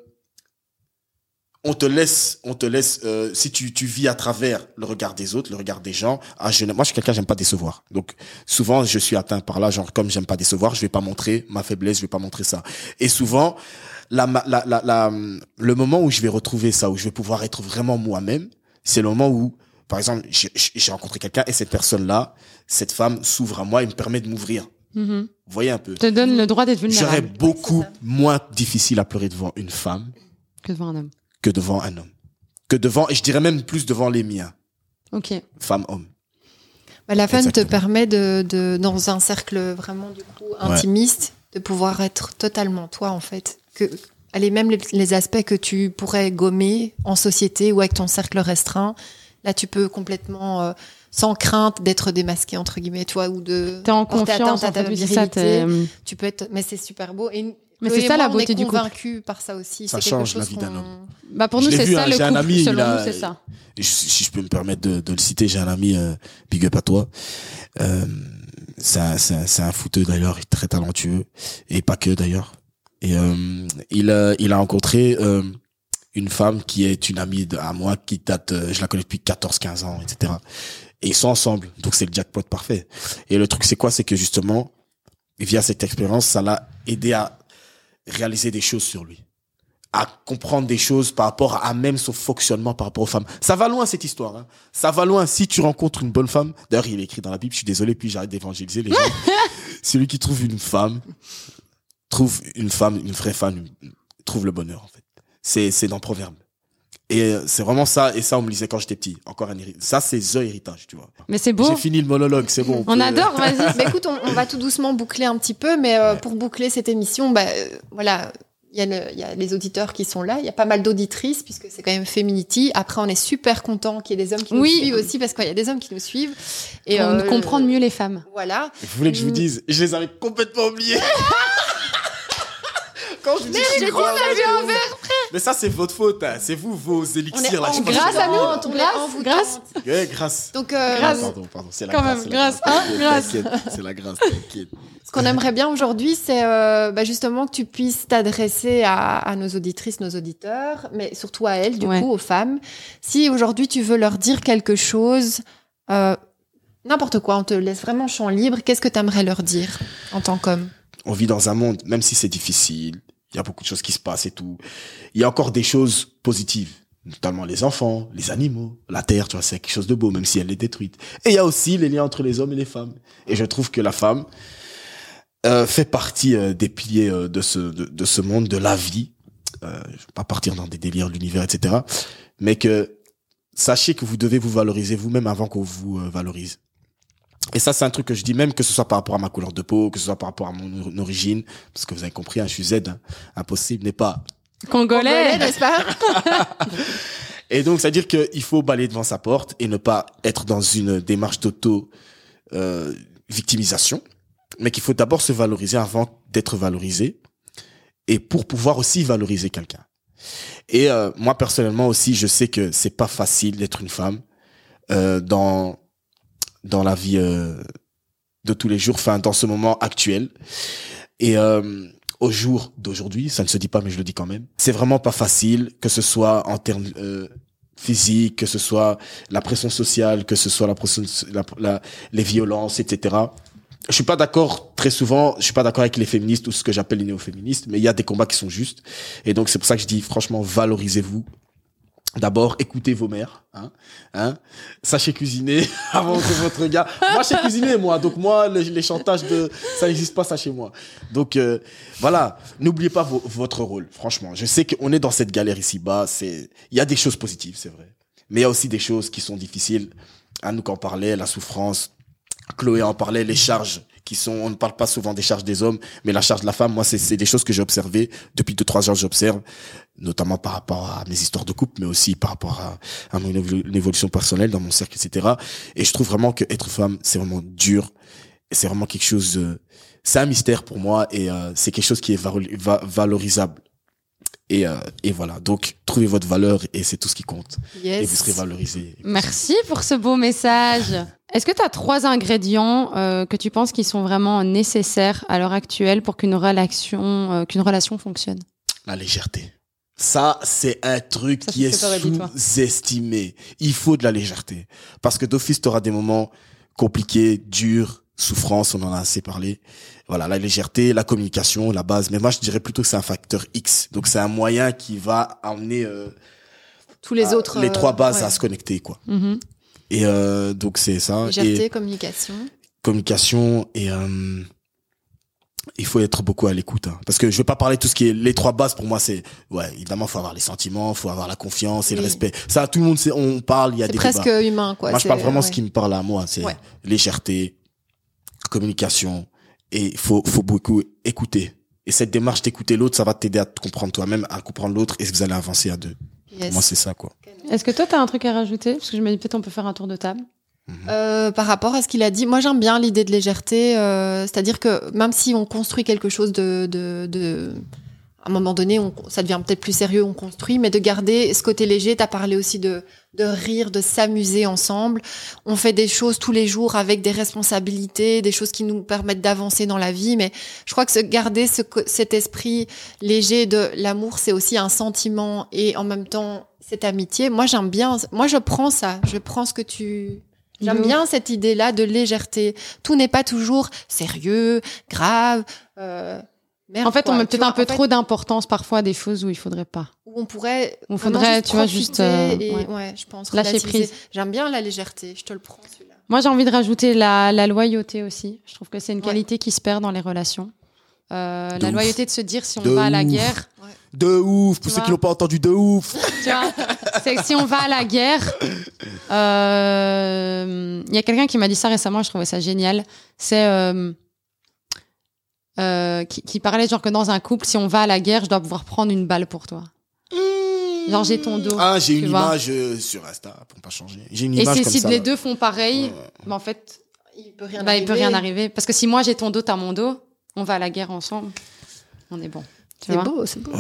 Speaker 3: on te laisse, on te laisse, euh, si tu, tu vis à travers le regard des autres, le regard des gens. Ah, je, n'ai- moi, je suis quelqu'un, j'aime pas décevoir. Donc, souvent, je suis atteint par là, genre, comme j'aime pas décevoir, je vais pas montrer ma faiblesse, je vais pas montrer ça. Et souvent, la, ma- la, la, la, le moment où je vais retrouver ça, où je vais pouvoir être vraiment moi-même, c'est le moment où, par exemple, j'ai- j'ai j'ai rencontré quelqu'un et cette personne-là, cette femme s'ouvre à moi et me permet de m'ouvrir.
Speaker 1: Mhm.
Speaker 3: Vous voyez un peu.
Speaker 1: Te donne le droit d'être
Speaker 3: J'aurais
Speaker 1: vulnérable
Speaker 3: beaucoup
Speaker 2: Oui, c'est ça.
Speaker 3: moins difficile à pleurer devant une femme
Speaker 1: que devant un homme.
Speaker 3: que devant un homme. Que devant, et je dirais même plus devant les miens,
Speaker 1: Ok.
Speaker 3: femme-homme.
Speaker 2: bah, la femme te
Speaker 3: Exactement.
Speaker 2: permet de, de- dans un cercle vraiment du coup intimiste, de pouvoir être totalement toi en fait. Que, allez, même les, les aspects que tu pourrais gommer en société ou avec ton cercle restreint, là tu peux complètement euh, sans crainte d'être démasqué entre guillemets, toi ou de
Speaker 1: T'es en
Speaker 2: porter
Speaker 1: confiance, en
Speaker 2: atteinte à ta
Speaker 1: fait, c'est ça, euh,
Speaker 2: virilité.
Speaker 1: t'es-
Speaker 2: Tu peux être, mais c'est super beau. Et
Speaker 1: Mais
Speaker 2: Chloé
Speaker 1: c'est
Speaker 2: et
Speaker 1: ça
Speaker 2: moi,
Speaker 1: la beauté
Speaker 2: on est
Speaker 1: du couple.
Speaker 2: convaincus par ça aussi.
Speaker 3: Ça
Speaker 2: C'est quelque
Speaker 3: change la
Speaker 2: chose
Speaker 3: vie d'un
Speaker 2: qu'on-
Speaker 3: homme.
Speaker 1: Bah pour
Speaker 3: Je
Speaker 1: nous,
Speaker 3: l'ai
Speaker 1: c'est
Speaker 3: vu,
Speaker 1: ça
Speaker 3: hein,
Speaker 1: le
Speaker 3: j'ai un
Speaker 1: couple.
Speaker 3: ami, il
Speaker 1: Selon
Speaker 3: a-
Speaker 1: nous, c'est ça.
Speaker 3: Et je- si je peux me permettre de, de le citer, j'ai un ami, euh, big up à toi. Euh, c'est un, c'est un- c'est un footeux d'ailleurs, très talentueux, et pas que d'ailleurs. Et euh, il, a, il a rencontré euh, une femme qui est une amie de, à moi, qui date, euh, je la connais depuis 14-15 ans, etc. Et ils sont ensemble, donc c'est le jackpot parfait. Et le truc, c'est quoi C'est que justement, via cette expérience, ça l'a aidé à réaliser des choses sur lui à comprendre des choses par rapport à même son fonctionnement par rapport aux femmes. Ça va loin cette histoire. hein. Ça va loin. Si tu rencontres une bonne femme, d'ailleurs il est écrit dans la Bible, je suis désolé, puis j'arrête
Speaker 1: <laughs>
Speaker 3: d'évangéliser les gens. Celui qui trouve une femme, trouve une femme, une vraie femme, une- trouve le bonheur en fait. C'est c'est dans Proverbe. Et euh, c'est vraiment ça. Et ça on me lisait quand j'étais petit. Encore un héri- ça c'est the héritage, tu vois.
Speaker 1: Mais c'est beau.
Speaker 3: J'ai fini le monologue, c'est bon.
Speaker 1: On
Speaker 3: peut-
Speaker 1: adore, vas-y.
Speaker 2: Mais Bah, écoute, on, on va tout doucement boucler un petit peu, mais euh, pour boucler cette émission, bah, euh, voilà, il y, a le- il y a les auditeurs qui sont là, il y a pas mal d'auditrices puisque c'est quand même Feminity. Après, on est super content qu'il y ait des hommes qui
Speaker 1: Oui.
Speaker 2: nous suivent aussi parce qu'il y a des hommes qui nous suivent
Speaker 1: <laughs> Et
Speaker 2: et euh,
Speaker 1: comprendre mieux les femmes.
Speaker 2: Voilà.
Speaker 3: Vous voulez que je
Speaker 1: Mm.
Speaker 3: vous dise Je les avais complètement oubliés. <laughs> Quand je vous dis, je suis grand, ouais, de ouf. Mais ça, c'est votre faute. hein. C'est vous, vos élixirs. là. Je sais pas
Speaker 1: grâce
Speaker 3: si-
Speaker 1: à nous.
Speaker 2: on est
Speaker 1: Grâce,
Speaker 2: envoûtante.
Speaker 1: grâce.
Speaker 3: Ouais, grâce.
Speaker 2: Donc, euh,
Speaker 1: Grâce.
Speaker 3: Pardon, pardon, c'est la
Speaker 1: Quand
Speaker 3: grâce.
Speaker 1: même,
Speaker 3: c'est la
Speaker 1: grâce, hein,
Speaker 3: T'inquiète, t'inquiète, C'est la grâce, t'inquiète.
Speaker 2: Ce qu'on aimerait bien aujourd'hui, c'est euh, bah, justement que tu puisses t'adresser à, à nos auditrices, nos auditeurs, mais surtout à elles, du
Speaker 1: Ouais.
Speaker 2: coup, aux femmes. Si aujourd'hui tu veux leur dire quelque chose, euh, n'importe quoi, on te laisse vraiment champ libre, qu'est-ce que tu aimerais leur dire en tant qu'homme
Speaker 3: On vit dans un monde, même si c'est difficile, il y a beaucoup de choses qui se passent et tout. Il y a encore des choses positives, notamment les enfants, les animaux, la terre, tu vois, c'est quelque chose de beau, même si elle est détruite. Et il y a aussi les liens entre les hommes et les femmes. Et je trouve que la femme euh, fait partie euh, des piliers euh, de, ce, de, de ce monde, de la vie. Euh, je vais pas partir dans des délires de l'univers, etc. Mais que sachez que vous devez vous valoriser vous-même avant qu'on vous euh, valorise. Et ça, c'est un truc que je dis même que ce soit par rapport à ma couleur de peau, que ce soit par rapport à mon or- origine, parce que vous avez compris, hein, je suis Z, hein. impossible n'est pas.
Speaker 1: Congolais.
Speaker 2: n'est-ce pas
Speaker 3: Et donc, c'est-à-dire qu'il faut balayer devant sa porte et ne pas être dans une démarche d'auto euh, victimisation, mais qu'il faut d'abord se valoriser avant d'être valorisé et pour pouvoir aussi valoriser quelqu'un. Et euh, moi personnellement aussi, je sais que c'est pas facile d'être une femme euh, dans dans la vie euh, de tous les jours, enfin dans ce moment actuel. Et euh, au jour d'aujourd'hui, ça ne se dit pas, mais je le dis quand même. C'est vraiment pas facile, que ce soit en termes euh, physiques, que ce soit la pression sociale, que ce soit la pression, la- la- les violences, etc. Je suis pas d'accord très souvent. Je suis pas d'accord avec les féministes ou ce que j'appelle les néo-féministes, mais il y a des combats qui sont justes. Et donc c'est pour ça que je dis franchement, valorisez-vous. D'abord, écoutez vos mères, hein, hein. Sachez cuisiner <laughs> avant que votre gars. Moi, je sais cuisiner, moi. Donc moi, les, les chantages de ça n'existe pas, ça chez moi. Donc euh, voilà, n'oubliez pas vo- votre rôle. Franchement, je sais qu'on est dans cette galère ici-bas. C'est, il y a des choses positives, c'est vrai, mais il y a aussi des choses qui sont difficiles. Anouk en parlait, la souffrance. Chloé en parlait, les charges qui sont, on ne parle pas souvent des charges des hommes, mais la charge de la femme, moi, c'est- c'est des choses que j'ai observées depuis deux, trois ans, j'observe, notamment par rapport à mes histoires de couple, mais aussi par rapport à, à mon évolu- évolution personnelle dans mon cercle, etc. Et je trouve vraiment que être femme, c'est vraiment dur. Et C'est vraiment quelque chose, de- c'est un mystère pour moi et euh, c'est quelque chose qui est varo- va- valorisable. Et, euh, et voilà. Donc, trouvez votre valeur et c'est tout ce qui compte. Et vous serez valorisé.
Speaker 1: Merci pour ce beau message. Est-ce que tu as trois ingrédients euh, que tu penses qui sont vraiment nécessaires à l'heure actuelle pour qu'une relation, euh, qu'une relation fonctionne
Speaker 3: La légèreté. Ça, c'est un truc
Speaker 1: Ça,
Speaker 3: qui
Speaker 1: je
Speaker 3: est
Speaker 1: sais pas, vas-y, toi.
Speaker 3: sous-estimé. Il faut de la légèreté. Parce que d'office, tu auras des moments compliqués, durs, souffrance, on en a assez parlé. Voilà, la légèreté, la communication, la base. Mais moi, je dirais plutôt que c'est un facteur X. Donc, c'est un moyen qui va amener euh,
Speaker 2: Tous les
Speaker 3: à-
Speaker 2: autres.
Speaker 3: Ah, les
Speaker 2: euh,
Speaker 3: trois bases
Speaker 2: ouais.
Speaker 3: à se connecter, quoi.
Speaker 1: Mhm.
Speaker 3: Et euh, donc, c'est ça.
Speaker 2: Légèreté,
Speaker 3: Et
Speaker 2: communication.
Speaker 3: communication et... euh, il faut être beaucoup à l'écoute hein. parce que je vais pas parler de tout ce qui est les trois bases pour moi c'est ouais évidemment faut avoir les sentiments faut avoir la confiance et le
Speaker 2: Oui.
Speaker 3: respect ça tout le monde sait on parle il y a
Speaker 2: C'est
Speaker 3: des
Speaker 2: presque
Speaker 3: débats
Speaker 2: humain, quoi.
Speaker 3: moi je
Speaker 2: c'est- euh,
Speaker 3: parle vraiment
Speaker 2: ouais.
Speaker 3: ce qui me parle à moi c'est
Speaker 2: Ouais.
Speaker 3: légèreté communication et faut faut beaucoup écouter et cette démarche d'écouter l'autre ça va t'aider à te comprendre toi-même à comprendre l'autre et vous allez avancer à deux
Speaker 2: Yes.
Speaker 3: pour moi c'est ça quoi
Speaker 1: Est-ce que toi, tu as un truc à rajouter Parce que je me dis peut-être on peut faire un tour de table.
Speaker 2: Euh, par rapport à ce qu'il a dit, moi j'aime bien l'idée de légèreté, euh, c'est-à-dire que même si on construit quelque chose de, de, de- à un moment donné, on, ça devient peut-être plus sérieux, on construit, mais de garder ce côté léger. T'as parlé aussi de de rire, de s'amuser ensemble. On fait des choses tous les jours avec des responsabilités, des choses qui nous permettent d'avancer dans la vie, mais je crois que se garder ce, co- cet esprit léger de l'amour, c'est aussi un sentiment et en même temps cette amitié. Moi j'aime bien, moi je prends ça, je prends ce que tu J'aime
Speaker 1: Yo.
Speaker 2: bien cette idée-là de légèreté. Tout n'est pas toujours sérieux, grave. euh, merde,
Speaker 1: En fait,
Speaker 2: quoi.
Speaker 1: on met
Speaker 2: Tu
Speaker 1: peut-être
Speaker 2: vois,
Speaker 1: un peu
Speaker 2: en fait,
Speaker 1: trop d'importance parfois à des choses où il faudrait pas.
Speaker 2: où on pourrait.
Speaker 1: On
Speaker 2: vraiment
Speaker 1: faudrait, tu vois,
Speaker 2: profiter
Speaker 1: juste, euh,
Speaker 2: et-
Speaker 1: ouais.
Speaker 2: ouais. je pense.
Speaker 1: Lâcher
Speaker 2: relativiser.
Speaker 1: prise.
Speaker 2: J'aime bien la légèreté. Je te le prends celui-là.
Speaker 1: Moi, j'ai envie de rajouter la, la loyauté aussi. Je trouve que c'est une
Speaker 2: Ouais.
Speaker 1: qualité qui se perd dans les relations. Euh,
Speaker 3: De
Speaker 1: la
Speaker 3: ouf.
Speaker 1: loyauté de se dire si on
Speaker 3: De
Speaker 1: va à la
Speaker 3: ouf.
Speaker 1: guerre,
Speaker 3: de ouf pour
Speaker 1: Tu
Speaker 3: ceux qui
Speaker 1: vois.
Speaker 3: l'ont pas entendu de ouf
Speaker 1: tu vois, c'est que si on va à la guerre, euh, il y a quelqu'un qui m'a dit ça récemment, je trouvais ça génial. C'est euh, euh, qui, qui parlait genre que dans un couple, si on va à la guerre, je dois pouvoir prendre une balle pour toi.
Speaker 2: Mmh.
Speaker 1: Genre, j'ai ton dos,
Speaker 3: ah j'ai
Speaker 1: tu
Speaker 3: une
Speaker 1: vois.
Speaker 3: image euh, sur Insta pour pas changer j'ai une
Speaker 1: Et
Speaker 3: image
Speaker 1: c'est
Speaker 3: comme
Speaker 1: si
Speaker 3: ça
Speaker 1: les
Speaker 3: là.
Speaker 1: deux font pareil,
Speaker 3: Ouais.
Speaker 1: bah, en fait,
Speaker 2: Il peut rien
Speaker 1: bah,
Speaker 2: arriver.
Speaker 1: il peut rien arriver. Parce que si moi j'ai ton dos, t'as mon dos, on va à la guerre ensemble, on est bon. Tu
Speaker 2: C'est
Speaker 1: vois
Speaker 2: beau, c'est beau.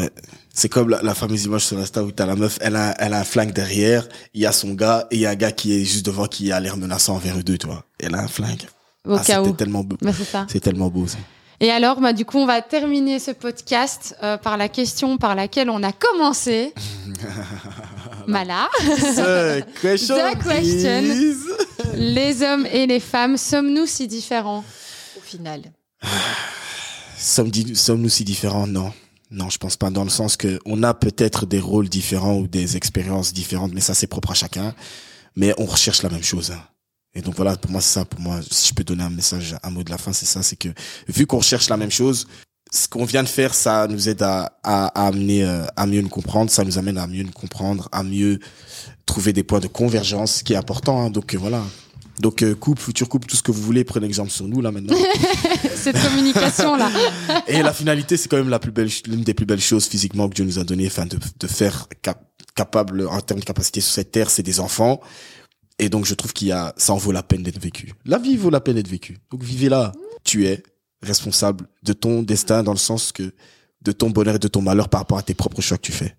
Speaker 3: C'est comme la, la fameuse image sur Insta où t'as la meuf, elle a, elle a un flingue derrière, il y a son gars, et il y a un gars qui est juste devant qui a l'air menaçant envers eux deux, tu vois. Elle a un flingue.
Speaker 1: Au
Speaker 3: Ah,
Speaker 1: cas
Speaker 3: c'était
Speaker 1: où.
Speaker 3: tellement beau.
Speaker 1: Bah, c'est ça.
Speaker 3: C'est tellement
Speaker 1: <laughs>
Speaker 3: beau, ça.
Speaker 1: Et alors, bah, du coup, on va terminer ce podcast euh, par la question par laquelle on a
Speaker 3: <laughs>
Speaker 1: commencé. Mala,
Speaker 3: The question.
Speaker 1: The question.
Speaker 3: is-
Speaker 1: les hommes et les femmes, sommes-nous si différents
Speaker 2: Au final.
Speaker 3: Sommes, di- sommes-nous si différents? Non. Non, je pense pas. Dans le sens que on a peut-être des rôles différents ou des expériences différentes, mais ça, c'est propre à chacun. Mais on recherche la même chose. hein. Et donc voilà, pour moi, c'est ça. Pour moi, si je peux donner un message, un mot de la fin, c'est ça. C'est que vu qu'on recherche la même chose, ce qu'on vient de faire, ça nous aide à, à, à amener euh, à mieux nous comprendre, ça nous amène à mieux nous comprendre, à mieux trouver des points de convergence, ce qui est important. hein. donc euh, voilà. Donc euh, couple, futur couple, tout ce que vous voulez, prenez exemple sur nous là maintenant.
Speaker 1: Cette
Speaker 2: <laughs>
Speaker 1: communication-là.
Speaker 3: Et la finalité, c'est quand même la plus belle, l'une des plus belles choses physiquement que Dieu nous a donné, enfin de, de faire cap- capable en termes de capacité sur cette terre, c'est des enfants. Et donc, je trouve qu'il y a, ça en vaut la peine d'être vécu. La vie vaut la peine d'être vécue. Donc, vivez-la. Tu es responsable de ton destin dans le sens que de ton bonheur et de ton malheur par rapport à tes propres choix que tu fais.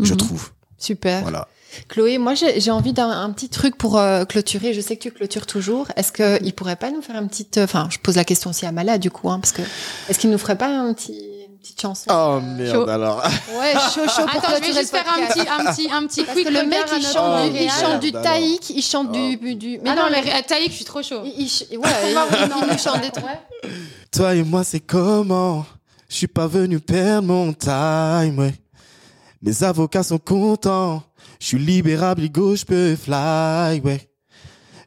Speaker 3: Je
Speaker 1: Mhm.
Speaker 3: trouve.
Speaker 2: Super.
Speaker 3: Voilà.
Speaker 2: Chloé, moi j'ai j'ai envie d'un un petit truc pour euh, clôturer. Je sais que tu clôtures toujours. Est-ce qu'il pourrait pas nous faire un petit. euh, Enfin, je pose la question aussi à Mala du coup, hein, parce que. Est-ce qu'il nous ferait pas un petit. Une petite chanson
Speaker 3: Oh
Speaker 2: euh,
Speaker 3: merde
Speaker 1: Chaud.
Speaker 3: alors.
Speaker 2: Ouais, chaud, chaud pour
Speaker 1: Attends, je
Speaker 2: clôturer
Speaker 1: vais juste
Speaker 2: le
Speaker 1: faire un
Speaker 2: podcast.
Speaker 1: petit, un petit, un petit
Speaker 2: Parce que
Speaker 1: quick
Speaker 2: le mec,
Speaker 1: regard à
Speaker 2: il
Speaker 1: notre
Speaker 2: chante, du,
Speaker 1: Montréal.
Speaker 2: il chante du
Speaker 3: Montréal,
Speaker 2: taïk, il chante
Speaker 3: Oh.
Speaker 2: du, du-
Speaker 1: Ah
Speaker 2: Mais
Speaker 1: non,
Speaker 2: non,
Speaker 1: les Taïk, je suis trop chaud.
Speaker 2: il, il ch- ouais, il- il nous chante des trucs.
Speaker 3: Toi et moi, c'est comment Je suis pas venu perdre mon time, ouais. Mes avocats sont contents. Je suis libérable, ego, je peux fly, ouais.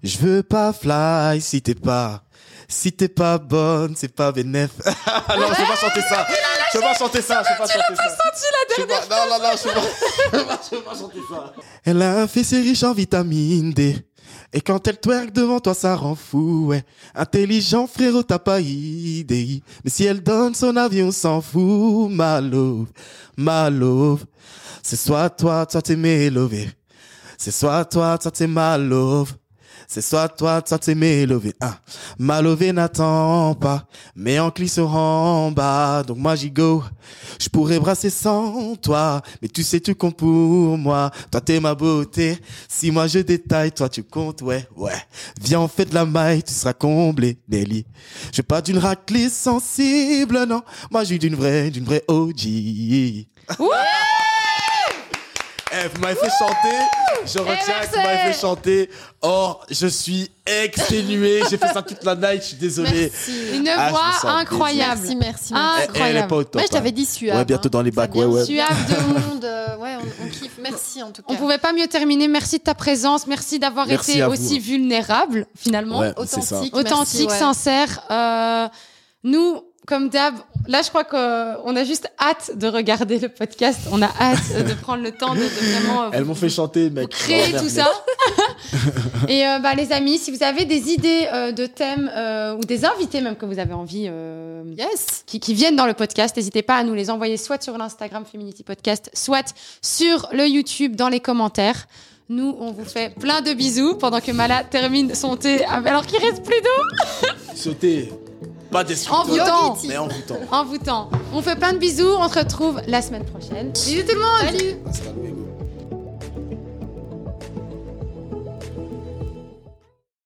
Speaker 3: Je veux pas fly si t'es pas. Si t'es pas bonne, c'est pas bénéf. Ah <laughs> non, je vais pas chanter ça. Je vais pas chanter ça. Je vais pas chanter ça. Tu l'as pas senti la dernière Non, non, non, je vais pas, je vais pas <laughs> chanter ça. Elle a un fessier riche en vitamine D. Et quand elle twerk devant toi, ça rend fou, ouais. Intelligent, frérot, t'as pas idée. Mais si elle donne son avis, on s'en fout. Ma love, ma love. C'est soit toi, toi t'es mélové. C'est soit toi, toi t'es ma love. C'est soit toi, toi t'es mélové. Ah. Ma love n'attend pas, mais en glissant en bas. Donc moi j'y go. Je pourrais brasser sans toi, mais tu sais, tu comptes pour moi. Toi t'es ma beauté. Si moi je détaille, toi tu comptes, ouais, ouais. Viens, on fait de la maille, tu seras comblé, Nelly. Je pas d'une raclée sensible, non. Moi j'ai d'une vraie, d'une vraie OG. Eh, vous m'avez fait chanter, je retiens que vous m'avez fait chanter. Or, je suis exténué, j'ai fait ça toute la night, je suis désolé.
Speaker 1: Une
Speaker 3: Ah, je me sens
Speaker 1: voix
Speaker 3: plaisir.
Speaker 1: incroyable.
Speaker 2: Merci, merci, merci.
Speaker 1: Ah,
Speaker 3: Eh, Elle, est
Speaker 1: incroyable.
Speaker 3: pas au top.
Speaker 2: ouais, je t'avais
Speaker 3: hein.
Speaker 2: dit suave.
Speaker 3: Ouais, bientôt
Speaker 2: hein.
Speaker 3: dans les
Speaker 2: Ça
Speaker 3: bacs, ouais,
Speaker 2: vient
Speaker 3: ouais.
Speaker 2: Suave
Speaker 3: <laughs>
Speaker 2: de monde. euh, ouais, on, on kiffe. Merci en tout cas.
Speaker 1: On pouvait pas mieux terminer. Merci de ta présence. Merci d'avoir
Speaker 3: Merci
Speaker 1: été
Speaker 3: à vous.
Speaker 1: aussi vulnérable, finalement.
Speaker 3: Ouais, c'est ça.
Speaker 2: Authentique.
Speaker 1: Authentique,
Speaker 2: merci, ouais.
Speaker 1: sincère. Euh, nous, comme d'hab, là, je crois qu'on a juste hâte de regarder le podcast. On a hâte
Speaker 3: <laughs>
Speaker 1: euh, de prendre le temps de, de vraiment. euh,
Speaker 3: Elles m'ont fait chanter, mec.
Speaker 1: pour <laughs> créer
Speaker 3: Oh,
Speaker 1: tout
Speaker 3: merde.
Speaker 1: ça. <laughs> Et euh, bah, les amis, si vous avez des idées euh, de thèmes euh, ou des invités même que vous avez envie euh,
Speaker 2: Yes.
Speaker 1: qui, qui viennent dans le podcast, n'hésitez pas à nous les envoyer soit sur l'Instagram Feminity Podcast, soit sur le YouTube dans les commentaires. Nous, on vous fait plein de bisous pendant que Mala termine son thé alors qu'il reste plus d'eau
Speaker 3: Sauter. Pas des
Speaker 1: En votant.
Speaker 3: Mais en votant.
Speaker 1: en vous temps. On fait plein de bisous, on se retrouve la semaine prochaine. Bisous tout le monde
Speaker 2: Salut.
Speaker 3: Pascal, oui, oui.